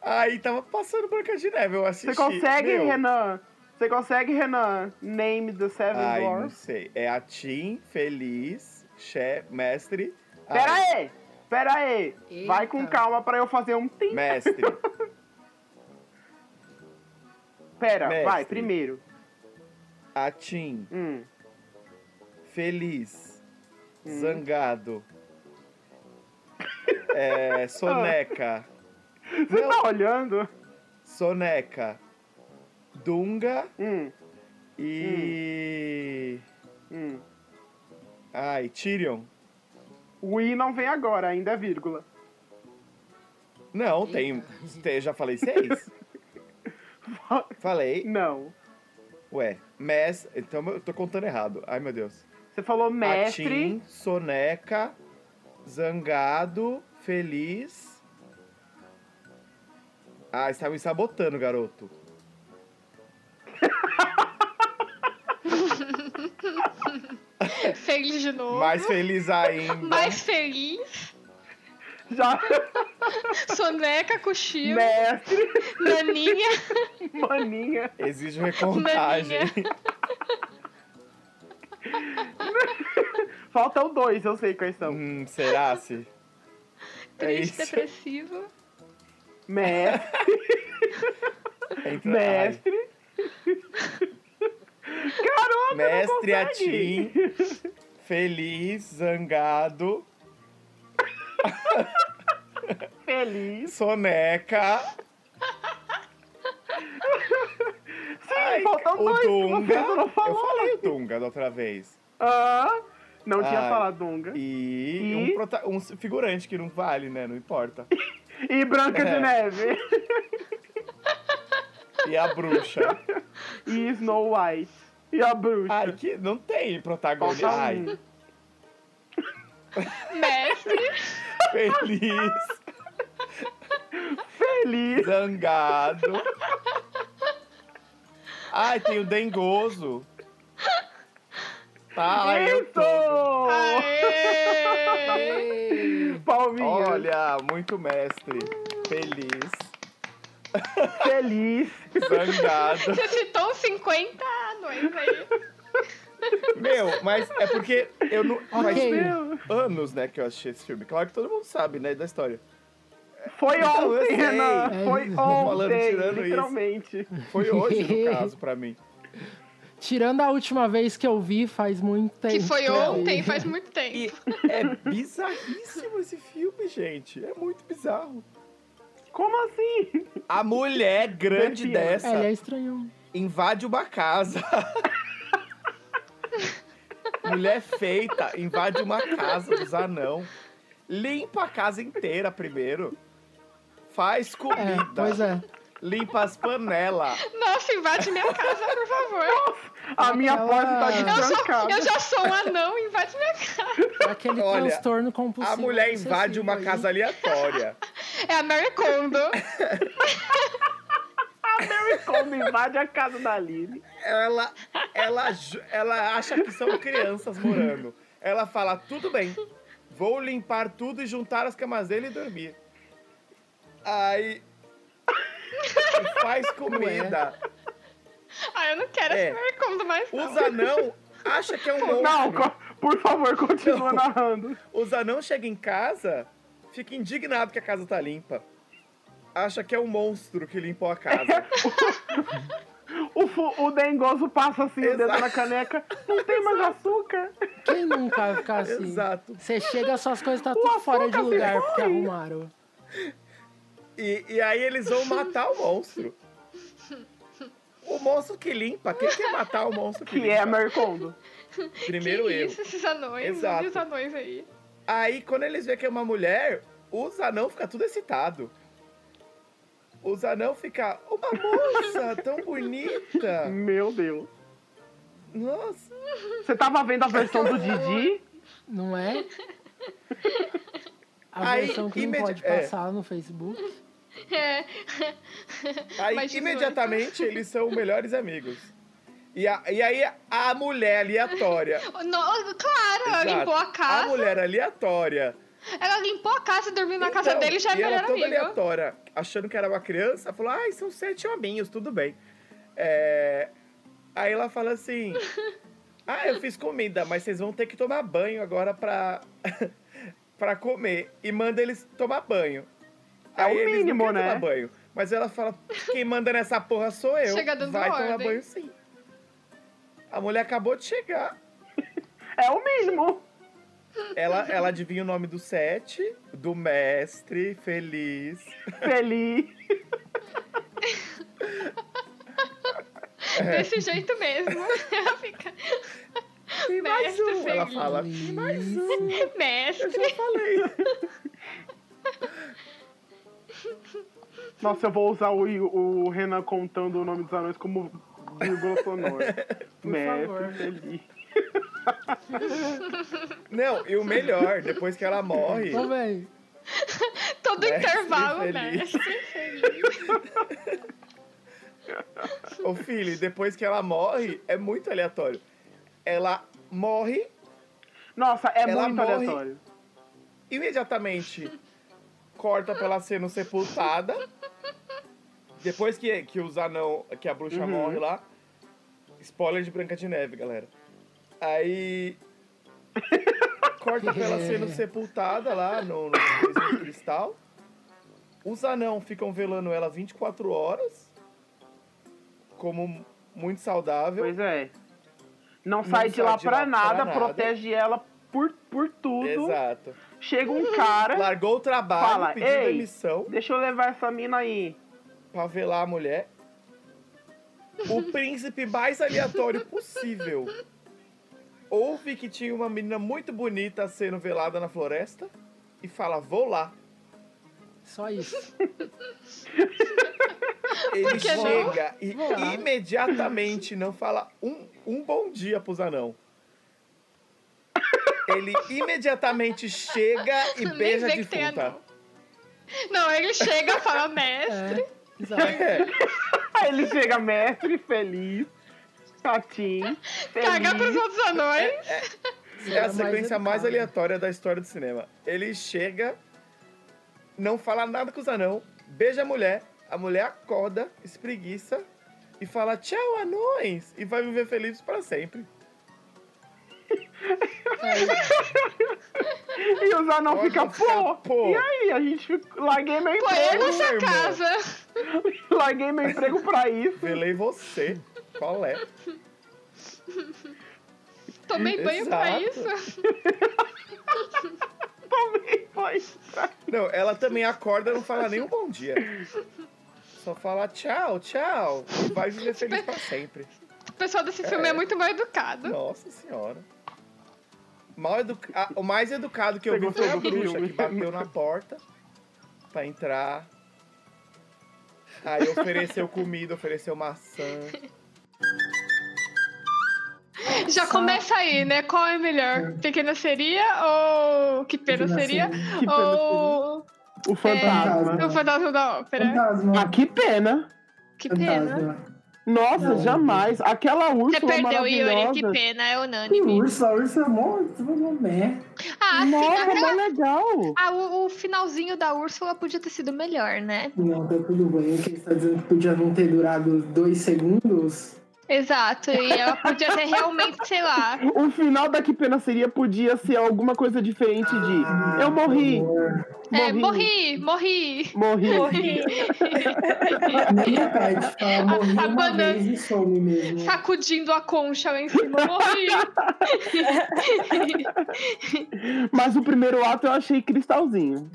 M: Aí tava passando Branca de Neve, eu assisti.
A: Você consegue,
M: Meu,
A: Renan? Você consegue, Renan? Name the Seven
M: Ai, não
A: Dwarfs.
M: sei. É a Tim, Feliz, Che, Mestre.
A: Pera
M: ai,
A: aí! Pera aí! Vai com calma pra eu fazer um tim.
M: Mestre.
A: Pera,
M: Mestre.
A: vai, primeiro.
M: A Tim. Feliz.
A: Hum.
M: Zangado. É, soneca.
A: Você tá olhando?
M: Soneca. Dunga.
A: Hum,
M: E.
A: hum.
M: Ai, Tyrion.
A: O I não vem agora, ainda é vírgula.
M: Não, tem, tem. Já falei seis? falei.
A: Não.
M: Ué, mes. Então eu tô contando errado. Ai, meu Deus.
A: Você falou mestre.
M: Atim, soneca, zangado, feliz. Ah, você tá me sabotando, garoto.
B: feliz de novo.
M: Mais feliz ainda.
B: Mais feliz.
A: Já.
B: Soneca, cochilo.
A: Mestre.
B: Naninha.
A: Maninha.
M: Exige recontagem.
A: Faltam dois, eu sei quais são.
M: Hum, será se?
L: É
B: Triste,
M: isso.
B: depressivo.
A: Mestre.
M: Entra-
A: Mestre. Garoto,
M: Ai. Mestre
A: não consegue.
M: Atim, feliz, zangado,
A: Feliz.
M: soneca.
A: Sim, faltam
M: o
A: dois. que
M: Dunga.
A: Você não
M: eu
A: falou.
M: falei o Dunga da outra vez.
A: Ah, não tinha
M: Ah,
A: falado Dunga.
M: E,
A: E?
M: Um, prota- um figurante que não vale, né? Não importa.
A: E Branca de
M: É.
A: Neve.
M: E a bruxa.
A: E Snow White. E a bruxa.
M: Ai, que não tem protagonista.
A: Falta um.
M: Ai,
B: Mestre.
A: um.
M: feliz. Feliz. Zangado. Ai, tem o dengoso. Tá, aí eu tô.
A: Palminha.
M: Olha, muito mestre. Feliz.
A: Feliz.
M: Zangado.
B: Você citou uns 50 anões aí.
M: Meu, mas é porque eu não. Faz
B: Ok.
M: anos, né, que eu assisti esse filme. Claro que todo mundo sabe, né, da história.
A: Foi
M: Então, eu
A: ontem,
M: sei.
A: Renan. Foi
M: Falando,
A: ontem.
M: tirando isso.
A: literalmente.
M: Foi hoje, no caso, pra mim.
C: Tirando a última vez que eu vi, faz muito tempo. É,
B: Que foi
C: aí.
B: ontem, faz muito tempo.
M: É bizarríssimo esse filme, gente. É muito bizarro.
A: Como assim?
M: A mulher grande
C: Perfil.
M: dessa
C: É, ele é estranho.
M: invade uma casa. mulher feita invade uma casa dos anão. Limpa a casa inteira primeiro. Faz comida.
C: É, pois é.
M: Limpa as panelas.
B: Nossa, invade minha casa, por favor.
A: A minha porta tá
B: Eu,
M: destrancada.
B: sou, eu já sou um anão, invade minha casa.
C: É Aquele
M: Olha,
C: transtorno compulsivo.
M: A mulher
C: obsessivo
M: invade uma
C: aí.
M: casa aleatória.
B: É a Mary Kondo.
A: A Mary Combe invade a casa da Lily.
M: ela, ela, ju- ela acha que são crianças morando. Ela fala, tudo bem, vou limpar tudo e juntar as camas dele e dormir. Aí faz comida.
B: Ah, eu não quero
M: É.
B: essa Mary Kondo mais. não.
M: Os anão acha que é um monstro.
A: Não, co- por favor, continua
M: Não.
A: narrando.
M: Os anão chegam em casa, fica indignado que a casa tá limpa. Acha que é um monstro que limpou a casa.
A: O, fu- o dengoso passa assim o dedo na caneca. Não tem mais açúcar.
C: Quem nunca vai ficar assim?
M: Exato.
C: Você chega, suas coisas tá
A: O
C: tudo fora de
A: açúcar
C: lugar
A: foi.
C: porque arrumaram.
M: E, e aí eles vão matar o monstro. O monstro que limpa. Quem quer matar o monstro que,
A: Que
M: limpa?
A: é a Mary Kondo.
M: Primeiro
B: que
M: eu.
B: Isso, esses anões,
M: Exato.
B: olha os anões aí.
M: Aí quando eles veem que é uma mulher, os anão fica tudo excitado. Os anão fica, uma moça tão bonita.
A: Meu Deus.
M: Nossa.
A: Você tava vendo a versão do Didi?
C: Não é? A
M: Aí,
C: versão que não
M: imedi-
C: pode
M: é.
C: passar no Facebook.
B: É.
M: Aí
B: Mas 18.
M: imediatamente eles são melhores amigos. E, a- e aí a mulher aleatória.
B: No- claro, ela
M: Exato. Ah,
B: limpou a casa.
M: A mulher aleatória.
B: Ela limpou a casa e dormiu na casa
M: Então,
B: dele já é
M: e ela
B: melhor
M: toda
B: amigo.
M: aleatória, achando que era uma criança, falou, ai, são sete hominhos, tudo bem. É, Aí ela fala assim, ah, eu fiz comida, mas vocês vão ter que tomar banho agora pra, pra comer. E manda eles tomar banho.
A: É o
M: eles não
A: mínimo,
M: querem
A: né?
M: tomar banho. Mas ela fala, quem manda nessa porra sou eu.
B: Chega dando
M: Vai tomar
B: ordem.
M: banho sim. A mulher acabou de chegar.
A: É o mínimo.
M: Ela, ela adivinha o nome do sete, do mestre, feliz.
A: Feliz.
B: Desse jeito mesmo. Ela fica.
M: Tem mais
B: Mestre
M: um. Ela
B: feliz.
M: fala, tem mais um. Eu
B: Mestre.
M: já falei.
A: Nossa, eu vou usar o, o Renan contando o nome dos anões como vírgula sonora.
C: Por favor.
A: Mestre Feliz.
M: Não, e o melhor, depois que ela morre, né,
C: Ô, velho.
B: Todo
M: Mestre
B: intervalo,
M: feliz.
B: mestre feliz.
M: ô filho, depois que ela morre, é muito aleatório. Ela morre
A: Nossa, é
M: Ela
A: muito
M: morre.
A: aleatório.
M: imediatamente. Corta pra ela sendo sepultada. Depois que, que os anão, que a bruxa
A: Uhum.
M: morre lá. Spoiler de Branca de Neve, galera. Aí. Corta pra ela sendo sepultada lá no, no coisa de cristal. Os anão ficam velando ela 24 horas. Como muito saudável.
A: Pois é. Não,
M: Não
A: sai de lá pra nada,
M: nada.
A: protege ela por, por tudo.
M: Exato.
A: Chega um cara,
M: Largou o trabalho,
A: Fala,
M: pediu
A: "Ei,
M: demissão
A: deixa eu levar essa mina aí.
M: pra velar a mulher. O príncipe mais aleatório possível. Ouve que tinha uma menina muito bonita sendo velada na floresta e fala: Vou lá.
C: Só isso.
M: Ele
C: Por que não?
M: chega e
C: Vou lá.
M: imediatamente não fala um, um bom dia pros anão. Ele imediatamente chega e
B: Nem
M: beija
B: vê
M: a
B: que tem
M: defunta.
B: Não, ele chega e fala, mestre.
M: É.
A: Ele chega mestre, feliz, chatinho.
B: Caga pros outros anões.
M: É a sequência mais aleatória da história do cinema. Ele chega, não fala nada com os anão, beija a mulher, a mulher acorda, espreguiça e fala tchau, anões! E vai viver feliz pra sempre.
A: E os anão ficam, pô,
M: é pô.
A: e aí? A gente fica- larguei meu
M: Pô,
A: emprego.
M: eu nessa Meu irmão. casa.
A: larguei meu emprego pra isso.
M: Velei você. Qual é?
B: Tomei banho pra
M: Exato.
B: isso.
M: Não, ela também acorda e não fala nem um bom dia. Só fala tchau, tchau. E vai viver feliz pra sempre.
B: O pessoal desse filme é muito mal educado.
M: Nossa senhora. Mal educa... ah, o mais educado que eu vi foi a bruxa que bateu na porta pra entrar. Aí ofereceu comida, ofereceu maçã.
B: Já começa aí, né? Qual é melhor? Pequena seria ou. Que pena
A: Pequena Seria.
B: seria?
A: Que pena
B: Ou.
A: O fantasma.
B: É, o fantasma da ópera.
A: Ah, que pena.
B: Que pena.
A: Nossa, jamais. Aquela
B: Você
A: Úrsula
B: perdeu, Yuri, que
A: maravilhosa.
B: pena, é
C: E
B: unânime.
C: Ursa, Ursa é mó, mó meh.
B: Ah, sim,
C: Né?
A: Nossa, mó
B: aquela-
A: legal.
B: Ah, o, o finalzinho da Úrsula podia ter sido melhor, né?
C: Não, tá tudo bem. O que ele está dizendo que podia não ter durado dois segundos?
B: Exato, e ela podia ter realmente, sei lá.
A: O final da Que Pena Seria podia ser alguma coisa diferente
C: Ah,
A: de Eu morri.
B: É, morri, morri.
A: Morri.
C: Nem a Tati fala, morri
B: A- a
C: uma
B: banana-
C: vez e some mesmo.
B: Sacudindo a concha lá em cima, morri.
A: Mas o primeiro ato eu achei cristalzinho.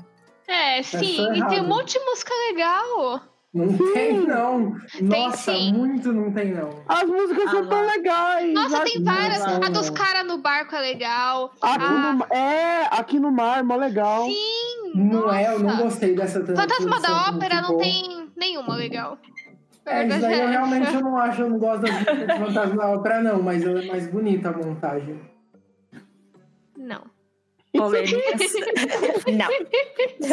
B: É, sim,
C: só
B: e tem
C: errado.
B: um monte de música legal.
C: Não tem, não. Nossa,
B: sim.
C: muito não tem, não.
A: As músicas são tão legais.
B: Nossa,
A: as-
B: tem várias.
A: Nossa.
B: A dos caras no barco é legal.
A: Aqui
B: a-
A: no, é, aqui no mar, mó legal.
B: Sim!
C: Não é, eu não gostei dessa
B: Fantasma da
C: tradução,
B: Ópera
C: muito
B: não
C: bom.
B: tem nenhuma legal.
C: É, isso daí eu realmente eu não acho, eu não gosto das músicas de Fantasma da Ópera, não, mas ela é mais bonita a montagem.
B: Não.
H: Polêmicas.
B: Não.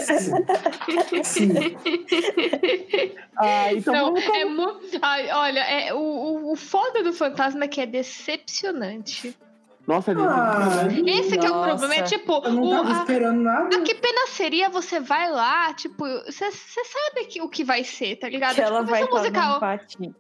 C: Sim.
A: Ah, então
B: não, é mu... Ai, olha, é, o, o, o foda do fantasma é que é decepcionante.
A: Nossa, ele
B: Esse que é o problema. É tipo,
C: Eu não
B: o-
C: tava
B: a-
C: esperando nada.
B: Ah, que pena seria você vai lá, tipo, você você sabe que, o que vai ser, tá ligado?
H: Que
B: tipo,
H: ela
B: vai
H: vai
B: ser um musical.
H: tomar um patins.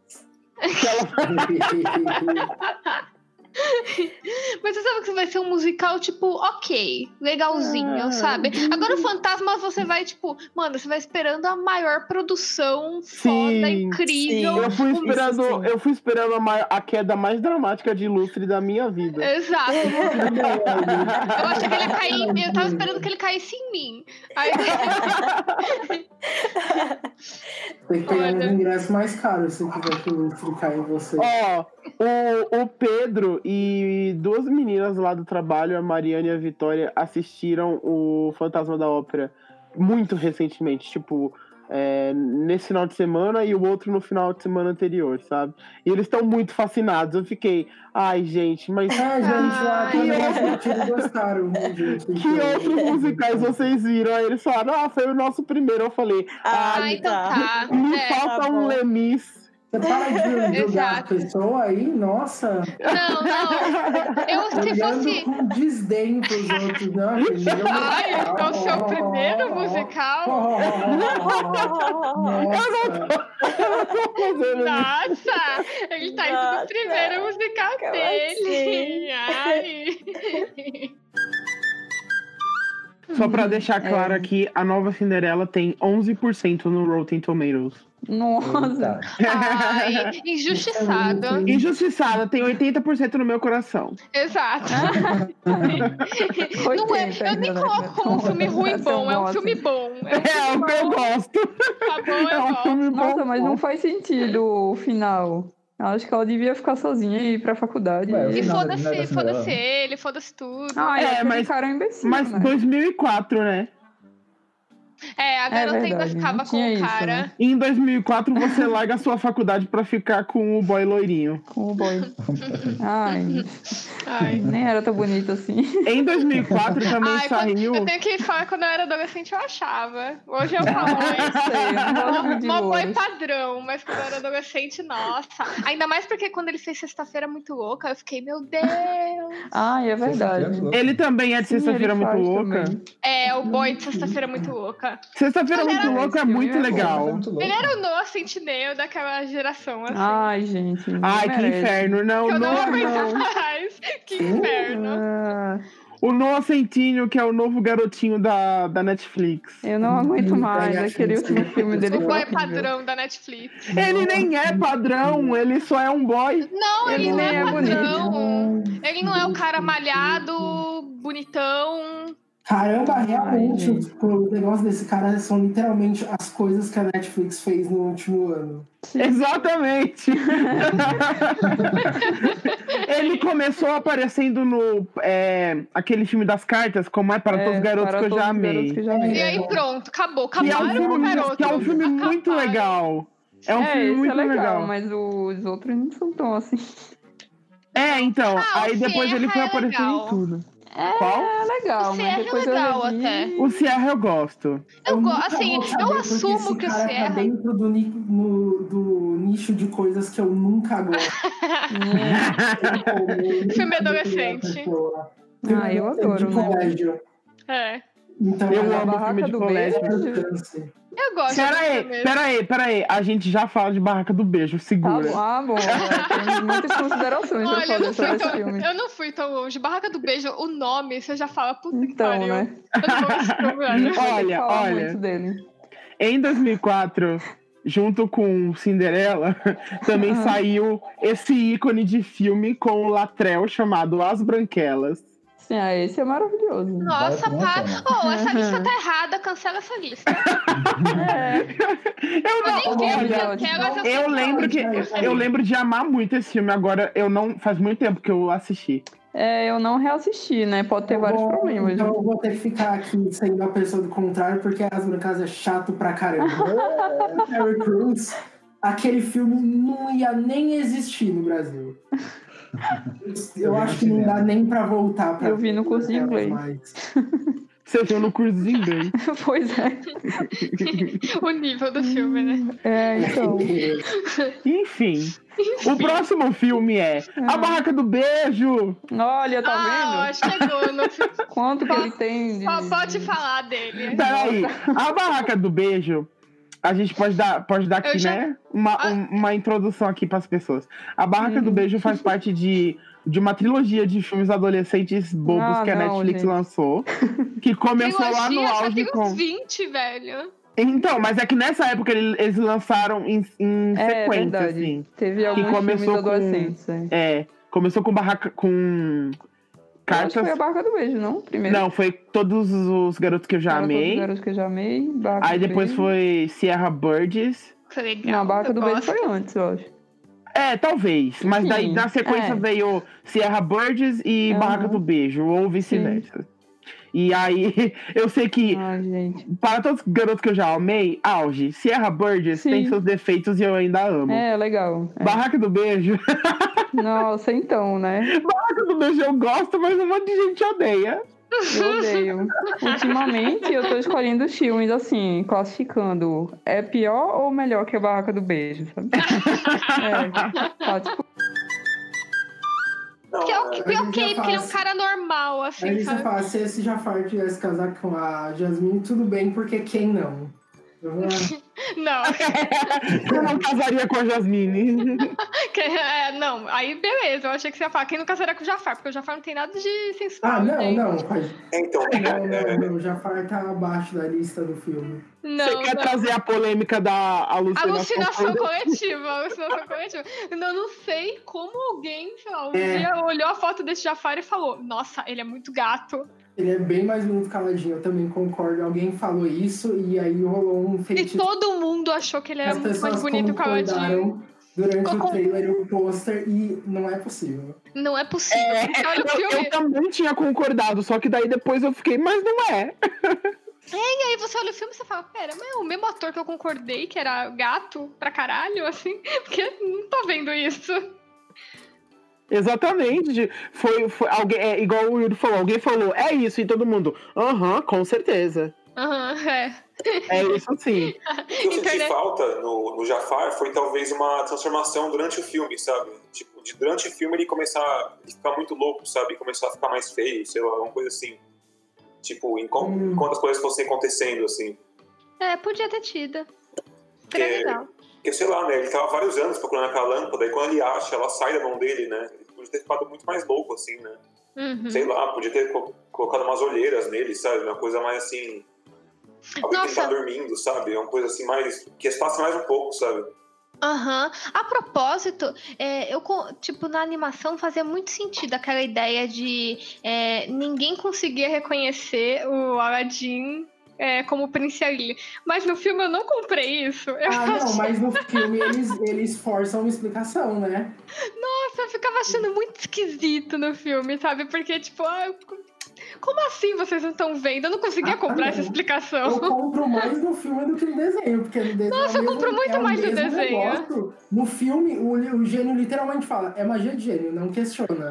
B: Mas você sabe que vai ser um musical, tipo, ok, legalzinho,
H: Ah,
B: sabe? Agora o Fantasma, você vai, tipo, mano, você vai esperando a maior produção foda,
A: Sim,
B: incrível.
A: Eu fui
B: O-
A: esperando, eu fui esperando a, mai- a queda mais dramática de lustre da minha vida.
B: Exato. Eu achei que ele ia cair em mim, eu tava esperando que ele caísse em mim. Aí...
C: Tem que pegar um ingresso mais caro se quiser que o Lúcio caia em você.
A: Ó, o, o Pedro e duas meninas lá do trabalho, a Mariana e a Vitória, assistiram o Fantasma da Ópera muito recentemente, tipo, é, nesse final de semana e o outro no final de semana anterior, sabe? E eles estão muito fascinados. Eu fiquei, ai, gente, mas.
C: É, gente, lá
A: que,
C: quando eu
A: outro-
C: assisti, gostaram. gente.
A: que outros musicais vocês viram? Aí eles falaram, ah, foi o nosso primeiro. Eu falei, ah,
B: Ah, então tá.
A: me
B: É,
A: falta
B: tá
A: um
B: bom.
A: Lemis.
C: Você para de julgar as
B: Exato.
C: pessoas aí? Nossa!
B: Não, não. Eu, se
C: Olhando
B: fosse.
C: com desdém pros outros. Não, primeiro
B: Ai,
C: musical.
B: é o seu primeiro musical? Nossa, ele tá indo no
H: Nossa,
B: primeiro musical
H: como
B: dele.
H: assim?
B: Ai.
A: Só
C: Uhum.
A: pra deixar
C: É.
A: claro aqui, a nova Cinderela tem 11% no Rotten Tomatoes.
H: Nossa.
B: Ai, injustiçado.
A: Injustiçada, tem 80% no meu coração.
B: Exato. Não é, eu nem coloco como um filme ruim bom, é um filme bom.
A: É, o que eu gosto. É um
B: Tá bom, eu gosto.
H: Nossa, mas não faz sentido o final. Eu Acho que ela devia ficar sozinha e ir pra faculdade.
B: E
C: é
B: foda-se, foda-se ele, foda-se tudo.
H: Ah, é, mas... cara é um imbecil,
A: Mas
H: né?
A: 2004, né?
B: É, a garota ainda
C: verdade,
B: ficava
C: não
B: com
C: tinha
B: o
C: isso,
B: cara.
C: né?
A: Em 2004, você larga a sua faculdade pra ficar com o boy loirinho.
N: Com o boy. Ai.
B: Ai.
N: Nem era tão bonito assim.
A: Em 2004 também
B: Ai, quando-
A: saiu.
B: eu tenho que falar quando eu era adolescente eu achava. Hoje eu falo
N: não
B: isso.
N: de
B: Uma boy
N: ouro.
B: padrão, mas quando eu era adolescente, nossa. Ainda mais porque quando ele fez sexta-feira muito louca, eu fiquei, meu Deus.
N: Ai, é verdade.
A: Ele também é de
N: Sim, ele
A: Sexta-feira Muito
N: faz
A: Louca.
N: também.
B: É, o boy de sexta-feira muito louca.
A: Sexta-feira Muito Louca é muito legal.
B: Ele era o Noah Centineo daquela geração, assim.
N: Ai, gente. não
A: Ai, que
N: merece.
A: inferno. Não,
B: que eu não
A: Noah
B: aguento mais. Que inferno.
A: O Noah Centineo, que é o novo garotinho da, da Netflix.
N: Eu não aguento mais. Aquele último filme dele
B: o
N: foi
B: boy
N: horrível.
B: padrão da Netflix.
A: Ele nem
N: assim.
A: é padrão, ele só é um boy.
B: Não, ele, não é, padrão.
A: bonito.
B: Ele não é o cara malhado, bonitão.
C: Caramba, é realmente, tipo, o negócio desse cara são literalmente as coisas que a Netflix fez no último ano.
A: Exatamente! ele começou aparecendo no. é, aquele filme das cartas, como é para
N: É,
A: todos os garotos
N: Para
A: que eu já
N: Todos os Garotos
A: amei.
N: que eu Já Amei.
B: É. E aí pronto, acabou.
A: Que é um
B: Acabaram com o
A: filme,
B: garoto.
A: que é um filme muito legal. É um filme
N: esse
A: muito
N: é legal, mas os outros não são tão assim.
A: É, então,
N: Ah, o
A: aí depois ele
N: Serra
A: foi
N: é
A: aparecendo
N: legal.
A: em tudo.
N: É
A: Qual?
N: legal,
B: O
N: mas
B: Serra é
N: depois
B: legal
N: eu revi.
B: até.
A: O Sierra eu gosto.
B: Eu go-
C: nunca
B: assim,
C: vou
B: eu
C: saber porque
B: assumo
C: esse
B: que o
C: cara
B: Serra-
C: tá dentro do, ni- no- do nicho de coisas que eu nunca gosto. É.
B: Filme adolescente.
N: Ah, eu adoro,
C: de
N: né?
C: colégio.
B: É.
C: Então,
A: Eu
C: a
A: amo
C: barraca
A: filme de
C: do
A: colégio.
C: beijo.
B: Eu gosto.
A: Pera aí, pera aí, pera aí. A gente já fala de Barraca do Beijo, segura.
C: Tá
N: Ah, bom. Tem muitas considerações pra
B: Olha, eu
N: fazer
B: não,
N: sobre
B: fui
N: esse filme.
B: tão, eu não fui tão longe. Barraca do Beijo, o nome, você já fala, puta que
N: Então,
B: pariu.
N: né?
A: olha,
C: então.
A: olha. Em 2004, junto com Cinderela, também saiu esse ícone de filme com o Latrell chamado As Branquelas.
N: Sim, ah, esse é maravilhoso.
B: Nossa, pá. Oh, essa lista tá errada, cancela essa lista.
A: É. Eu
B: nem lembro de
A: Olha,
B: Branquelas, eu sei
A: eu lembro que eu lembro de amar muito esse filme. Agora eu não faz muito tempo que eu assisti.
N: É, eu não reassisti, né? Pode
A: Tá
N: ter
C: Eu
N: vários
C: vou-
N: problemas. né?
C: Então eu vou ter que ficar aqui sendo a pessoa do contrário, porque As Brancas é chato pra caramba. É, Terry Crews, aquele filme não ia nem existir no Brasil. Eu acho que não dá nem pra voltar pra
N: Eu vi no curso de inglês.
A: Você viu no curso de inglês.
N: pois é.
B: o nível do filme,
A: Hum,
B: né?
N: É, então.
A: Enfim, o próximo filme é A Barraca do Beijo.
N: Olha,
B: tá ah, vendo? chegou. No...
N: Quanto que ele tem de...
B: Só pode
A: Hum.
B: falar dele.
A: Peraí, a barraca do beijo. A gente pode dar, pode dar
B: Eu
A: aqui,
B: já-
A: né? Uma,
N: Ah.
A: um- uma introdução aqui pras pessoas. A Barraca
N: Uhum.
A: do Beijo faz parte de, de uma trilogia de filmes adolescentes bobos
N: Ah,
A: que a
N: não,
A: Netflix
N: gente.
A: lançou. Que começou lá no
B: Trilogia, só
A: auge
B: tem
A: com.
B: uns 20, velho.
A: Então, mas é que nessa época ele- eles lançaram em, em
N: É,
A: sequência,
N: verdade.
A: assim.
N: Teve alguns
A: que começou
N: filmes adolescentes,
A: com,
N: é.
A: é, começou com barraca com
N: Eu acho que
A: cartas.
N: foi a Barca do Beijo, não? Primeiro.
A: Não, foi todos os garotos que eu já
N: Para todos os
A: amei.
N: garotos que eu já amei. Barca
A: Aí
N: do
A: depois
N: Beijo.
A: foi Sierra Birds.
N: Não, a Barca do Beijo foi antes, eu acho.
A: É, talvez. Mas daí
N: Sim,
A: na sequência
N: é.
A: veio Sierra Birds e Barraca do Beijo, ou vice-versa. E aí, eu sei que. Para todos os garotos que eu já amei, auge. Sierra Birds tem seus defeitos e eu ainda amo.
N: É, legal.
A: Barraca do Beijo.
N: Nossa, então, né?
A: Barraca do Beijo eu gosto, mas um monte de gente odeia.
N: Eu odeio. Ultimamente eu tô escolhendo os filmes assim, classificando. É pior ou melhor que a Barraca do Beijo, sabe? é, tá, tipo,
B: Que é o que, é
C: Não,
B: o que-
C: já
B: porque ele é um
C: faz.
B: cara normal,
C: Aí
B: assim,
C: você
B: sabe?
C: fala, se esse Jafar tivesse casado com a Jasmine, tudo bem, porque quem não? Eu vou-
B: Não.
A: Eu não casaria com a Jasmine.
B: Que- é, não, aí beleza, eu achei que você ia falar. Quem não casaria com o Jafar? Porque o Jafar não tem nada de sensual.
C: Ah, não,
B: gente.
C: não. Então, não, não, não, Jafar tá abaixo da lista do filme.
B: Não,
A: Você quer
B: não.
A: trazer a polêmica da alucinação?
B: Alucinação coletiva, alucinação coletiva. Eu não sei como alguém, sei lá, um
C: É.
B: dia olhou a foto desse Jafar e falou: Nossa, ele é muito gato.
C: Ele é bem mais bonito caladinho, eu também concordo. Alguém falou isso e aí rolou um
B: E
C: feitiço.
B: todo mundo achou que ele era
C: As
B: é muito mais
C: pessoas
B: bonito que o Aladdin.
C: concordaram durante
B: Ficou
C: o
B: com-
C: trailer e o pôster e não é possível.
B: Não é possível.
A: É,
B: porque olha o
A: eu,
B: filme.
A: eu também tinha concordado, só que daí depois eu fiquei, mas não é.
B: É, e aí você olha o filme e você fala, pera, mas é o mesmo ator que eu concordei, que era gato pra caralho, assim, porque eu não tô vendo isso.
A: Exatamente. Foi, foi alguém, é, igual o Yuri falou, alguém falou, é isso, e todo mundo, aham, com certeza.
B: Aham, é.
A: É isso sim.
L: que eu senti
B: Internet.
L: falta no, no Jafar foi talvez uma transformação durante o filme, sabe? Tipo, de, durante o filme ele começar ele ficar muito louco, sabe? Começar a ficar mais feio, sei lá, alguma coisa assim. Tipo, enquanto,
N: Hum.
L: enquanto as coisas fossem acontecendo, assim.
B: É, podia ter tido.
L: Porque,
B: Seria legal.
L: porque, sei lá, né? Ele tava vários anos procurando aquela lâmpada, e quando ele acha, ela sai da mão dele, né? Ele podia ter ficado muito mais louco, assim, né?
B: Uhum.
L: Sei lá, podia ter co- colocado umas olheiras nele, sabe? Uma coisa mais assim. Alguém que tá dormindo, sabe? Uma coisa assim mais. Que espaço mais um pouco, sabe?
B: Aham. A propósito, é, eu, co- tipo, na animação fazia muito sentido aquela ideia de é, ninguém conseguia reconhecer o Aladdin é, como Prince Ali. Mas no filme eu não comprei isso. Eu
C: Ah, não,
B: achei-
C: mas no filme eles, eles forçam uma explicação, né?
B: Nossa, eu ficava achando muito esquisito no filme, sabe? Porque, tipo, ah, eu- como assim vocês não estão vendo? Eu não
A: Ah,
B: conseguia comprar essa explicação.
C: Eu compro mais no filme do que no desenho, porque no desenho.
B: Nossa,
C: é
B: eu
C: o mesmo-
B: compro muito
C: é o
B: mais no
C: mesmo
B: desenho.
C: negócio. No filme, o, o gênio literalmente fala: é magia de gênio, não questiona.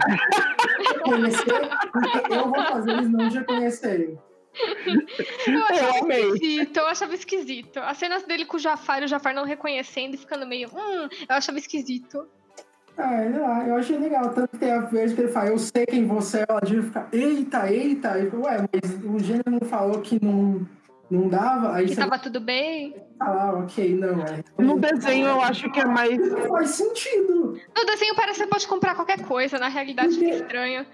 C: Reconhecer, porque eu vou fazer eles não te reconhecerem.
B: Eu achava
C: Eu amei.
B: esquisito, eu achava esquisito. As cenas dele com o Jafar e o Jafar não reconhecendo e ficando meio. Hum, eu achava esquisito.
C: Ah, sei lá, eu achei legal. Tanto que tem a vez que ele fala, eu sei quem você é, ela diz, fica, eita, eita. Eu fico, Ué, mas o gênio não falou que não, não dava? Aí
A: é
B: que
C: você
B: tava tudo bem.
C: fala, ah, ok, não. É.
A: No desenho eu acho que é mais.
C: Faz sentido.
B: No desenho parece que você pode comprar qualquer coisa, na realidade fica estranho.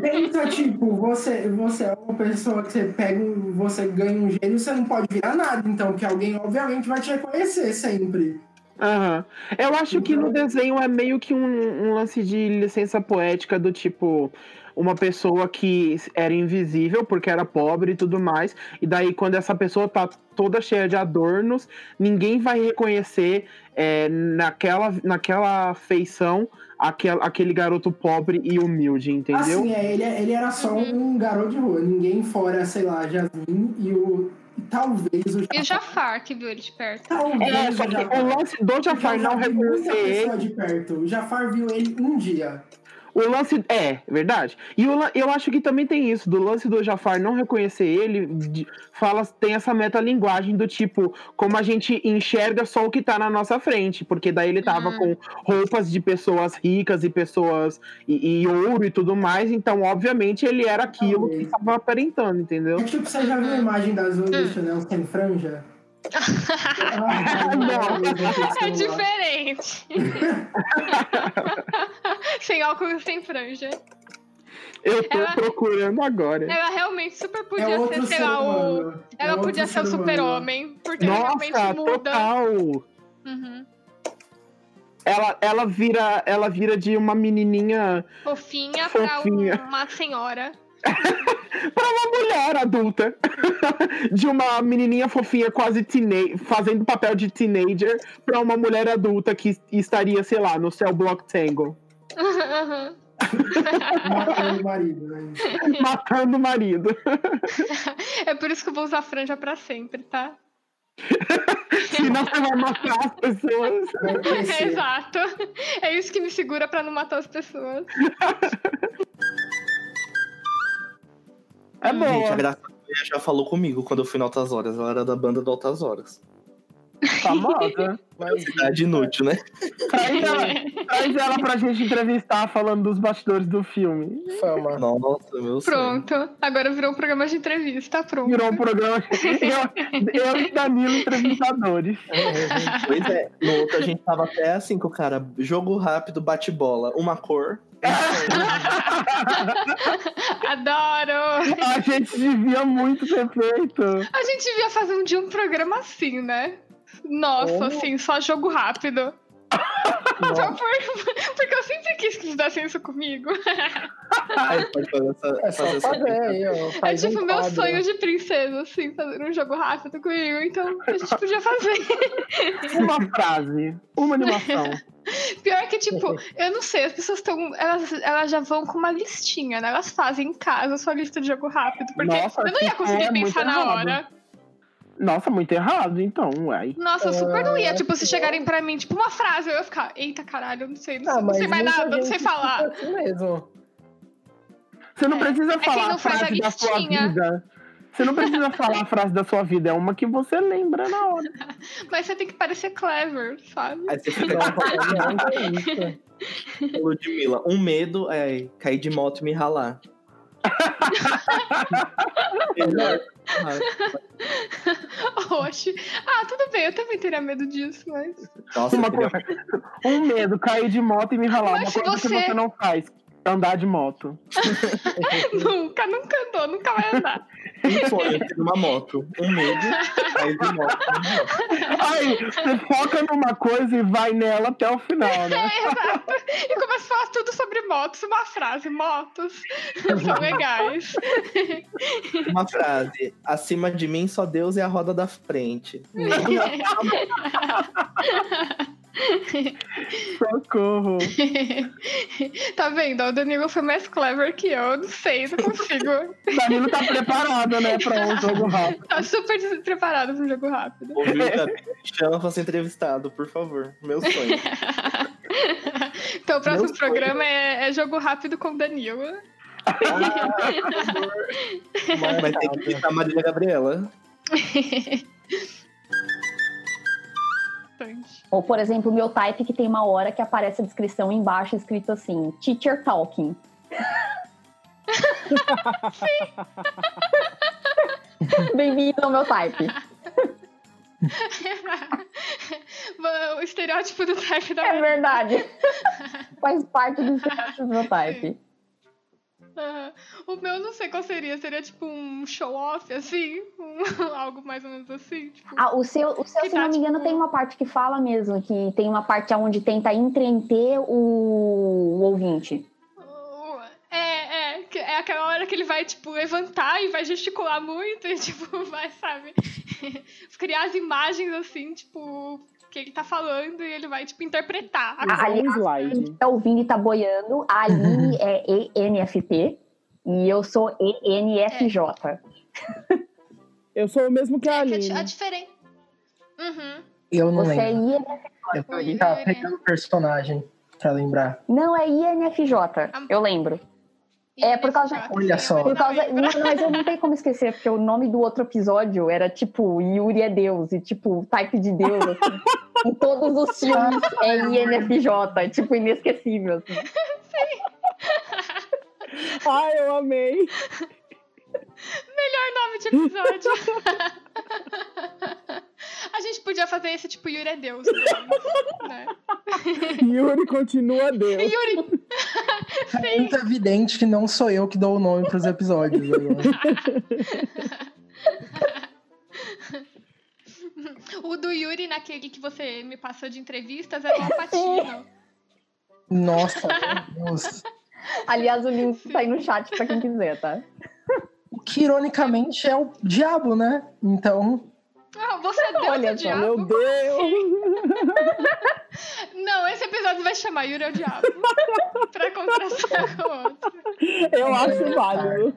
C: Pensa, tipo, você, você é uma pessoa que você pega, um- você ganha um gênio, você não pode virar nada, então, que alguém obviamente vai te reconhecer sempre.
A: Aham. Eu acho que no desenho é meio que um, um lance de licença poética do tipo uma pessoa que era invisível porque era pobre e tudo mais. E daí quando essa pessoa tá toda cheia de adornos, ninguém vai reconhecer é, naquela, naquela feição aquel, aquele garoto pobre e humilde, entendeu?
C: Assim, é, ele, ele era só
B: Uhum.
C: um garoto de rua, ninguém fora, sei lá, Jasmine e o. E talvez o
B: E o Jafar que viu ele de perto.
A: É, só que o lance do
C: Então,
A: Jafar não reconhecer
C: pessoa
A: ele.
C: de perto. O Jafar viu ele um dia.
A: O lance. É, verdade. E o lan- eu acho que também tem isso, do lance do Jafar não reconhecer ele, de- fala, tem essa metalinguagem do tipo, como a gente enxerga só o que tá na nossa frente, porque daí ele tava com
B: Uhum.
A: roupas de pessoas ricas e pessoas. E, e ouro e tudo mais, então obviamente ele era aquilo que tava aparentando, entendeu?
C: É tipo, você já viu a
A: Uhum.
C: imagem das
B: Hum.
C: outras do Chanel sem franja?
B: É diferente. sem óculos, sem franja.
A: É. Eu tô
B: Ela-
A: procurando agora.
B: Ela realmente super podia
A: É outro
B: ser, sei
A: ser
B: lá, o.
A: humano. É
B: Ela
A: outro
B: podia ser o
A: ser humano.
B: super-homem, porque ela é
A: Nossa,
B: realmente muda.
A: total!
B: Uhum.
A: Ela, ela, vira, ela vira de uma menininha
B: Fofinha,
A: Fofinha.
B: pra um- uma senhora.
A: pra uma mulher adulta. de uma menininha fofinha, quase teenager, fazendo papel de teenager, pra uma mulher adulta que estaria, sei lá, no céu Block Tango.
B: Aham.
C: É Matando o marido, né?
A: matando o marido.
B: É por isso que eu vou usar franja pra sempre, tá?
A: Senão você vai matar as pessoas.
B: Exato. É isso que me segura pra não matar as pessoas.
A: É
M: bom. Gente, a Graça Maria já falou comigo quando eu fui no Altas Horas. Ela era da banda do Altas Horas.
A: Famosa.
M: Cidade inútil, né?
A: Traz ela, traz ela pra gente entrevistar falando dos bastidores do filme.
C: Fama.
M: Nossa, meu
B: Pronto. Agora virou um programa de entrevista. Pronto.
A: Virou um programa. Eu, eu e Danilo entrevistadores.
M: Pois é, no outro a gente tava até assim com o cara, jogo rápido, bate bola, uma cor.
B: Adoro!
A: A gente devia muito ter feito.
B: A gente devia fazer
A: Oh.
B: um dia um programa assim, né? Nossa,
A: Como?
B: assim, só jogo rápido. Só por, porque eu sempre quis que eles dessem isso comigo.
M: Aí pode fazer essa.
O: É só
M: fazer essa-
O: fazer aí, ó.
B: É
O: Faz
B: tipo
O: um
B: meu
O: quadro.
B: sonho de princesa, assim, fazer um jogo rápido comigo. Então a gente podia fazer.
A: Uma frase, uma animação.
B: Pior que, tipo, eu não sei, as pessoas estão. Elas, elas já vão com uma listinha, né? Elas fazem em casa a sua lista de jogo rápido. Porque
A: Nossa,
B: eu não ia
A: isso
B: conseguir
A: é muito
B: pensar na
A: errado.
B: hora.
A: Nossa, muito errado, então, uai.
B: Nossa, eu super não
O: É,
B: ia. Tipo, se chegarem pra mim, tipo, uma frase, eu ia ficar, eita caralho, eu não sei, não, sei, não sei mais
O: Ah, muita
B: nada, eu não sei
O: gente
B: falar.
O: fica assim mesmo.
A: Você não precisa
B: É quem
A: falar
B: não
A: a
B: faz a
A: frase da sua
B: listinha.
A: vida. Você não precisa falar a frase da sua vida, é uma que você lembra na hora.
B: Mas você tem que parecer clever, sabe?
M: Aí você fica Ludmilla, um medo é cair de moto e me ralar. Melhor.
B: Oxe. Ah, tudo bem, eu também teria medo disso, mas.
M: Nossa,
A: uma
M: eu queria-
A: coisa, um medo, cair de moto e me ralar.
B: Mas
A: uma coisa
B: você-
A: que você não faz, andar de moto.
B: nunca, nunca andou, nunca vai andar.
M: um sonho ter uma moto. Um medo, cair de moto.
A: Ai, você foca numa coisa e vai nela até o final, né?
B: É, exato. E começa a falar tudo sobre motos, uma frase, motos são legais.
M: Uma frase. Acima de mim, só Deus é a roda da frente.
A: Socorro.
B: tá vendo? O Danilo foi mais clever que eu, eu não sei, não consigo.
A: O Danilo tá preparado, né, pra um jogo rápido.
B: Tá super despreparado pra um jogo rápido.
M: Ouviu, Gabi? Chama pra ser entrevistado, por favor. Meu sonho.
B: Então o próximo
M: Meu sonho.
B: programa é, é jogo rápido com o Danilo.
M: Vai ter que imitar a Marília Gabriela.
N: Ou, por exemplo, o meu type que tem uma hora que aparece a descrição embaixo escrito assim, teacher talking. Bem-vindo ao meu type.
B: Mano, o estereótipo do type da
N: É verdade. Faz parte do estereótipo do meu type.
B: Ah, o meu não sei qual seria, seria tipo um show-off, assim? Um- algo mais ou menos assim? Tipo,
N: Ah, o seu, o seu se não me engano, tem uma parte que fala mesmo, que tem uma parte onde tenta entreter o, o ouvinte.
B: é, é, que- é aquela hora que ele vai, tipo, levantar e vai gesticular muito e, tipo, vai, sabe? Criar as imagens, assim, tipo, que ele tá falando e ele vai, tipo, interpretar.
N: A Aline que tá ouvindo e tá boiando. A Aline é ENFP e eu sou ENFJ.
P: Eu sou o mesmo que a Aline.
B: A diferença. Uhum.
C: Eu não
N: Você é
C: lembro.
N: INFJ.
C: Vou ficar pegando personagem pra lembrar.
N: Não, é INFJ, eu lembro. É por causa.
C: Olha só.
N: Por causa... Não, mas eu não tenho como esquecer, porque o nome do outro episódio era tipo Yuri é Deus, e tipo, type de Deus. assim. em todos os filmes é INFJ, é, tipo, inesquecível. assim.
P: Ai, Ah, eu amei.
B: Melhor nome de episódio. a gente podia fazer esse tipo Yuri é Deus. Né?
P: Yuri continua Deus.
B: Yuri.
C: É muito evidente que não sou eu que dou o nome pros episódios.
B: O do Yuri, naquele que você me passou de entrevistas, era um patinho.
C: Nossa, meu Deus.
N: Aliás, o link tá aí no chat pra quem quiser, tá?
C: O que ironicamente é o diabo, né? Então.
B: Ah, você é Deus
C: Olha
B: o
C: só,
B: diabo. assim?
C: meu
B: Não, esse episódio vai chamar Yuri é o diabo. pra contrastar com o outro.
P: Eu acho válido.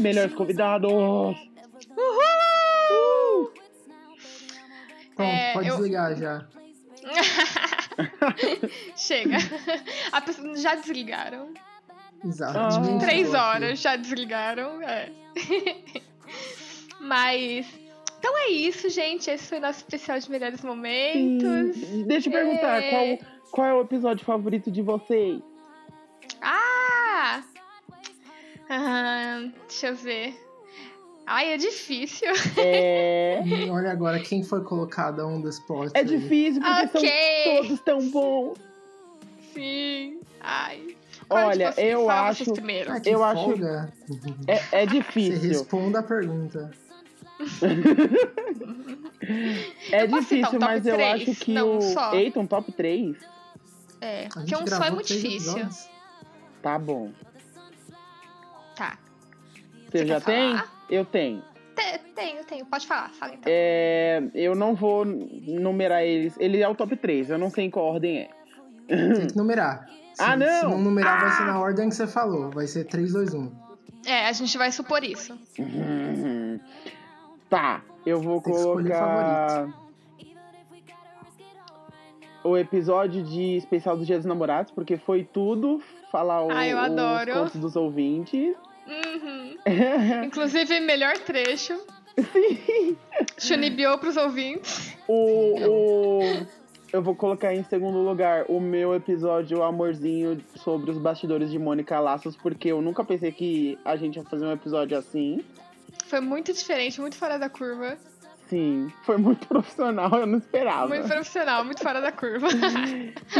A: Melhores convidados.
B: Uhul!
C: Bom,
B: É,
C: pode
B: eu-
C: desligar já. Tá
B: Chega. A pessoa- Já desligaram.
C: Exato.
A: Ah,
B: Três horas, já desligaram. é. Mas. Então é isso, gente. Esse foi o nosso especial de melhores momentos.
A: Hum, Deixa eu perguntar,
B: É.
A: qual, qual é o episódio favorito de vocês?
B: Ah! Ah, deixa eu ver. Ai, é difícil.
A: É.
C: Olha agora quem foi colocado um on the spot.
A: É difícil porque
B: Ok.
A: são todos tão bons.
B: Sim. Ai. Qual de
A: Olha,
B: vocês?
A: eu
B: Fala
A: acho,
B: vocês primeiro.
C: Ah, que
A: eu acho,
C: folga.
A: é, é difícil.
C: Você responda a pergunta.
A: é
B: posso citar
A: difícil,
B: um top
A: mas eu
B: três?
A: acho que
B: Não,
A: o
B: só.
A: Eita, um top 3?
B: É,
A: A
B: porque
A: gente
B: um só é
A: gravou
B: muito
A: três
B: difícil.
A: episódios. Tá bom.
B: Tá.
A: Você já tem? Eu tenho.
B: Te- Tenho, tenho. Pode falar. Fala então.
A: É, eu não vou numerar eles. Ele é o top 3, eu não sei em qual ordem é.
C: Tem que numerar. Se,
A: Ah, não!
C: Se não numerar, vai ser
A: Ah!
C: na ordem que você falou. Vai ser um. 3, 2, 1.
B: É, a gente vai supor isso.
A: Uhum. Tá, eu vou
C: que escolher
A: colocar. O episódio de especial do Dia dos Namorados, porque foi tudo falar o,
B: Ai, eu
A: os
B: adoro.
A: contos dos ouvintes.
B: Uhum. Inclusive, melhor trecho. Sim. Chunibyo pros ouvintes.
A: O, o- eu vou colocar em segundo lugar o meu episódio o Amorzinho sobre os bastidores de Mônica Laços, porque eu nunca pensei que a gente ia fazer um episódio assim.
B: Foi muito diferente, muito fora da curva.
A: Sim, foi muito profissional, eu não esperava.
B: Muito profissional, muito fora da curva.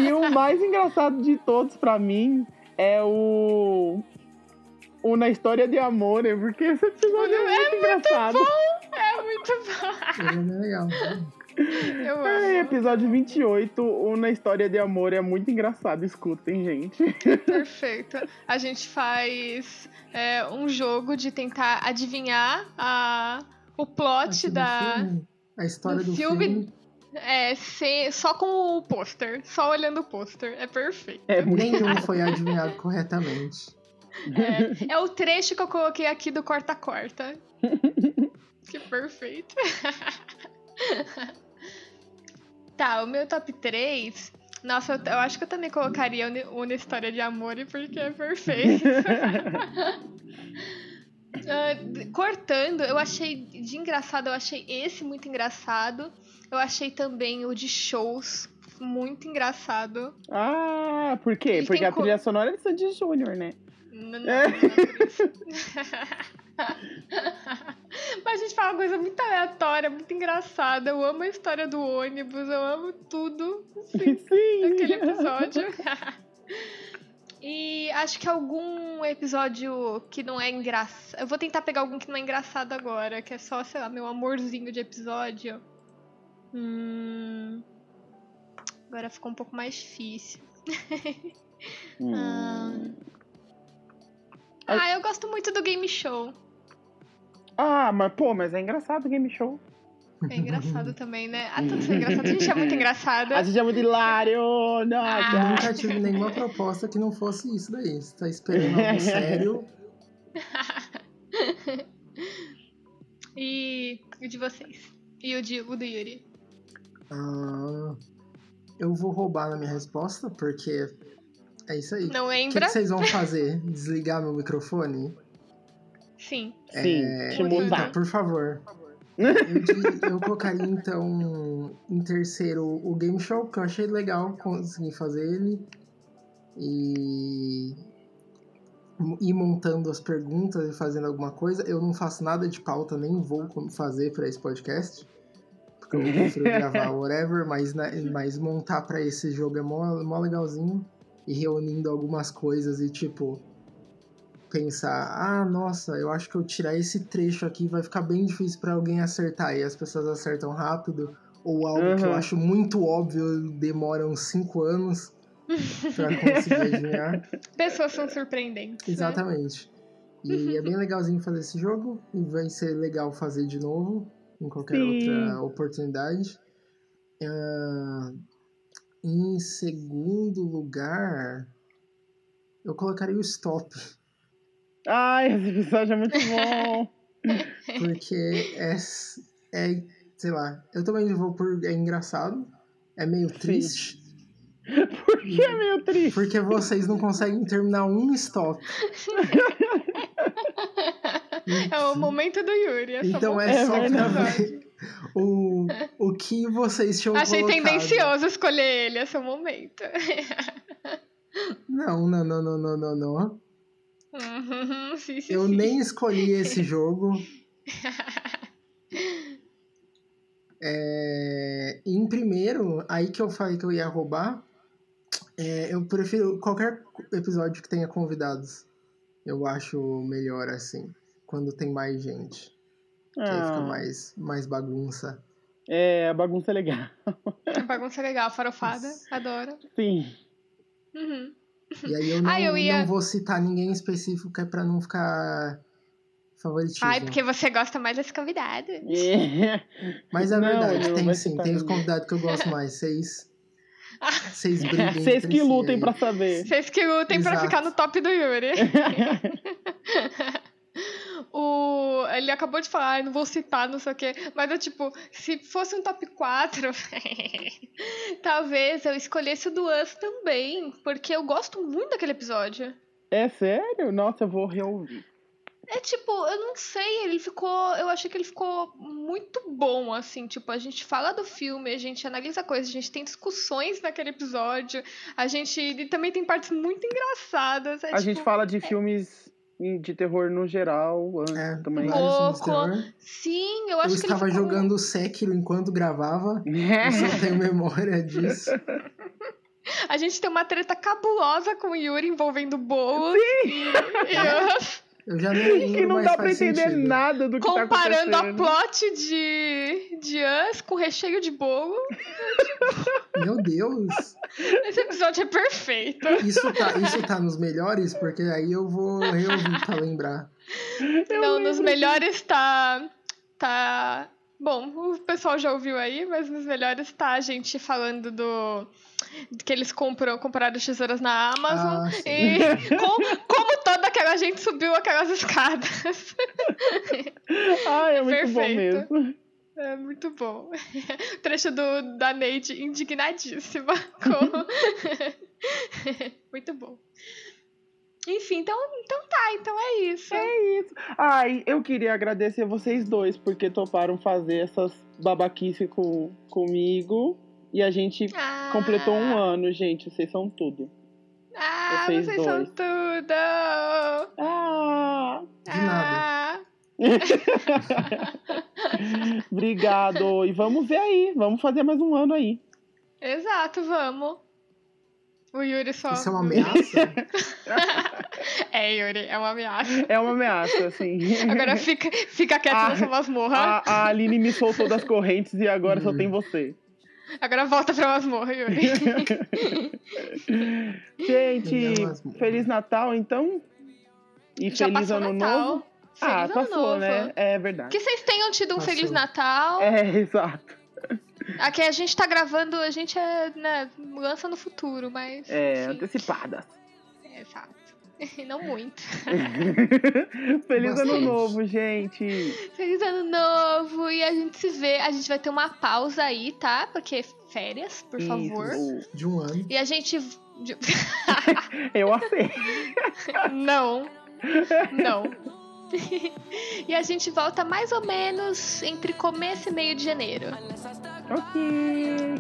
A: E o mais engraçado de todos pra mim é o. O Na História de Amor, né? porque esse episódio é muito, engraçado.
B: bom! É muito bom!
C: legal. né?
B: Eu amo.
A: É, episódio 28, o Na História de Amor é muito engraçado, escutem, gente.
B: Perfeito. A gente faz é, um jogo de tentar adivinhar a, o plot da,
C: A história
B: do,
C: do,
B: filme. É, sem- só com o pôster, só olhando o pôster. É perfeito.
C: Nenhum foi adivinhado corretamente.
B: É, é o trecho que eu coloquei aqui do corta-corta. que perfeito. tá, o meu top 3. Nossa, eu, eu acho que eu também colocaria Uni- Una História de Amor, porque é perfeito. Ah, d- cortando, eu achei de engraçado, eu achei esse muito engraçado. Eu achei também o de shows muito engraçado.
A: Ah, por quê?
B: Ele
A: Porque
B: tem
A: a
B: co-
A: trilha sonora é de Sandy Júnior, né?
B: N- não,
A: É.
B: não é por isso. Mas a gente fala uma coisa muito aleatória, muito engraçada. Eu amo a história do ônibus, eu amo tudo. Sim, Daquele episódio. e acho que algum episódio que não é engraçado. Eu vou tentar pegar algum que não é engraçado agora, que é só, sei lá, meu amorzinho de episódio. Hum. Agora ficou um pouco mais difícil. Ah, eu gosto muito do game show.
A: Ah, mas pô, mas é engraçado o game show.
B: É engraçado também, né? Ah, tudo isso é engraçado. A gente é muito engraçada.
A: A gente é muito hilário,
C: Eu
A: nossa.
C: nunca tive nenhuma proposta que não fosse isso daí. Você tá esperando algo sério.
B: E o de vocês. E o, de, o do Yuri.
C: Ah, eu vou roubar na minha resposta, porque é isso aí.
B: Não
C: O que,
B: lembra?
C: que vocês vão fazer? Desligar meu microfone?
B: Sim.
C: É, então, por favor. Eu, di- eu colocaria então em terceiro o game show, que eu achei legal consegui fazer ele. E ir montando as perguntas e fazendo alguma coisa. Eu não faço nada de pauta, nem vou com- fazer para esse podcast. Porque eu prefiro gravar whatever, mas, na- mas montar para esse jogo é mó, mó legalzinho. E reunindo algumas coisas e tipo pensar, ah, nossa, eu acho que eu tirar esse trecho aqui vai ficar bem difícil pra alguém acertar. E as pessoas acertam rápido, ou algo que eu
A: Uhum.
C: acho muito óbvio, demoram cinco anos pra conseguir adivinhar.
B: Pessoas são surpreendentes. né?
C: Exatamente. E é bem legalzinho fazer esse jogo, e vai ser legal fazer de novo, em qualquer
A: Sim.
C: outra oportunidade. Ah, em segundo lugar, eu colocaria o stop.
A: Ai, esse episódio é muito bom.
C: Porque é, é. Sei lá. Eu também vou por. É engraçado. É meio triste. Por que é meio triste? Porque vocês não conseguem terminar um stop.
B: É o momento do Yuri. essa
C: Então
B: boa-
C: é só pra
B: episódio.
C: ver o, o que vocês tinham
B: Achei
C: colocado. né?
B: tendencioso escolher ele, esse é o momento.
C: Não, não, não, não, não, não, não.
B: Uhum, sim, sim,
C: Eu
B: sim.
C: nem escolhi esse jogo. É, em primeiro, aí que eu falei que eu ia roubar, é, eu prefiro qualquer episódio que tenha convidados. Eu acho melhor assim, quando tem mais gente. Que aí fica
Q: Ah.
C: mais, mais bagunça.
Q: É, a bagunça é legal.
B: A bagunça é legal, farofada, adoro.
Q: Sim.
B: Uhum.
C: E aí eu não,
B: Ah, eu ia-
C: não vou citar ninguém específico, que é pra não ficar favoritismo.
B: Ai, porque você gosta mais desse convidado.
C: Mas é
Q: Não,
C: verdade,
Q: não
C: tem
Q: vai
C: sim,
Q: citar
C: tem os
Q: ninguém.
C: convidados que eu gosto mais. Vocês. Vocês brigam.
Q: Vocês
C: entre
Q: que
C: si é.
Q: lutem
C: aí.
Q: pra saber.
B: Vocês que lutem pra
C: Exato.
B: ficar no top do Yuri. o... Ele acabou de falar, "Ai, não vou citar, não sei o quê. Mas eu, tipo, se fosse um top 4, talvez eu escolhesse o do Us também. Porque eu gosto muito daquele episódio.
A: É sério? Nossa, eu vou reouvir.
B: É tipo, eu não sei, ele ficou. Eu achei que ele ficou muito bom, assim. Tipo, a gente fala do filme, a gente analisa coisas, a gente tem discussões naquele episódio, a gente. E também tem partes muito engraçadas. é
A: A gente
B: tipo,
A: fala de filmes de terror no geral antes também.
B: vários filmes de Pouco. terror. Sim, eu
C: É, Eu
B: acho que ele
C: estava
B: ficou...
C: jogando Sekiro enquanto gravava. Eu só tenho memória disso.
B: A gente tem uma treta cabulosa com o Yuri envolvendo bolos. e-
C: É
B: e-
C: Eu já nem lembro,
A: Que não
C: mas
A: dá
C: faz
A: pra entender
C: sentido.
A: nada do que
B: Comparando
A: tá
B: a
A: acontecendo.
B: plot de, de Us com recheio de bolo.
C: Meu Deus!
B: Esse episódio é perfeito.
C: Isso tá, isso tá nos melhores, porque aí eu vou reouvir pra lembrar.
B: Não, nos melhores tá. Tá. Bom, o pessoal já ouviu aí, mas nos melhores tá a gente falando do. Que eles compram, compraram tesouras na Amazon.
C: Ah, sim.
B: e com- como toda aquela gente subiu aquelas escadas.
A: Ai, é muito
B: Perfeito.
A: bom mesmo.
B: É muito bom. Trecho do, da Neide indignadíssima. com- muito bom. Enfim, então, então tá, então é isso.
A: É isso. Ai, eu queria agradecer vocês dois, porque toparam fazer essas babaquices com, comigo. E a gente completou um ano, gente. Vocês são tudo.
B: Ah,
A: vocês
B: vocês, são
A: dois.
B: tudo! Ah!
C: De nada.
A: Obrigado. E vamos ver aí. Vamos fazer mais um ano aí.
B: Exato, vamos. O Yuri só.
A: Isso é uma
C: ameaça?
B: é, Yuri, é uma ameaça.
A: É uma ameaça, assim.
B: Agora fica, fica quieto
A: Ah,
B: nessa masmorra.
A: A, a Aline me soltou das correntes e agora só tem você.
B: Agora volta pra masmorra, Yuri.
A: Gente,
C: é
A: Feliz Natal, então. E
B: Uhum. Já
A: feliz
B: passou
A: ano
B: Natal.
A: novo.
B: Feliz
A: ah,
B: ano
A: passou,
B: novo.
A: né? É verdade.
B: que vocês tenham tido um
A: Passou.
B: Feliz Natal.
A: É, exato.
B: Aqui a gente tá gravando, a gente é, né, lança no futuro, mas.
A: É, antecipada.
B: É, Exato. Não muito.
A: Feliz ano
B: Bastante.
A: novo, gente.
B: Feliz ano novo e a gente se vê. A gente vai ter uma pausa aí, tá? Porque férias, por favor.
C: De um ano.
B: E a gente. de-
A: Eu aceito.
B: Não. Não. e a gente volta mais ou menos entre começo e meio de janeiro.
A: Ok.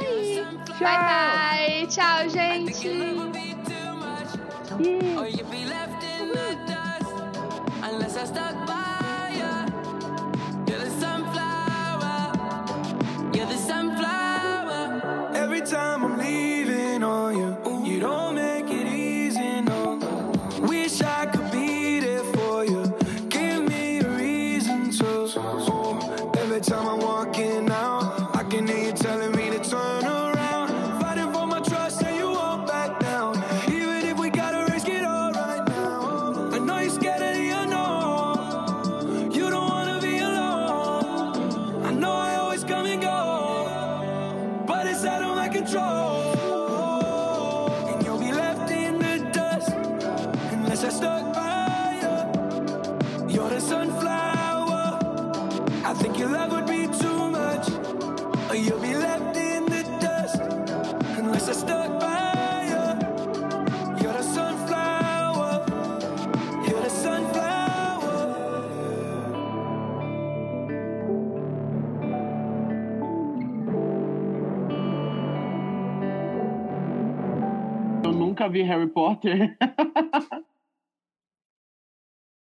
B: Isso aí. Bye bye. Tchau, gente.
R: Or you'd be left in the dust unless I stuck by you. You're the sunflower. You're the sunflower.
S: Every time I'm leaving on you, you don't make it easy, no. Wish I could be there for you. Give me a reason to. Every time I'm walking out, I can hear you telling me to turn around. Fighting for my trust, and you won't back down. Even if we gotta risk it all right now. I know you're scared of the unknown. You don't wanna be alone. I know I always come and go but it's out of my control. And you'll be left in the dust unless I stuck by you. You're the sunflower. I think your love would be too much, or you'll be left in the dust unless I
A: Eu nunca vi Harry Potter.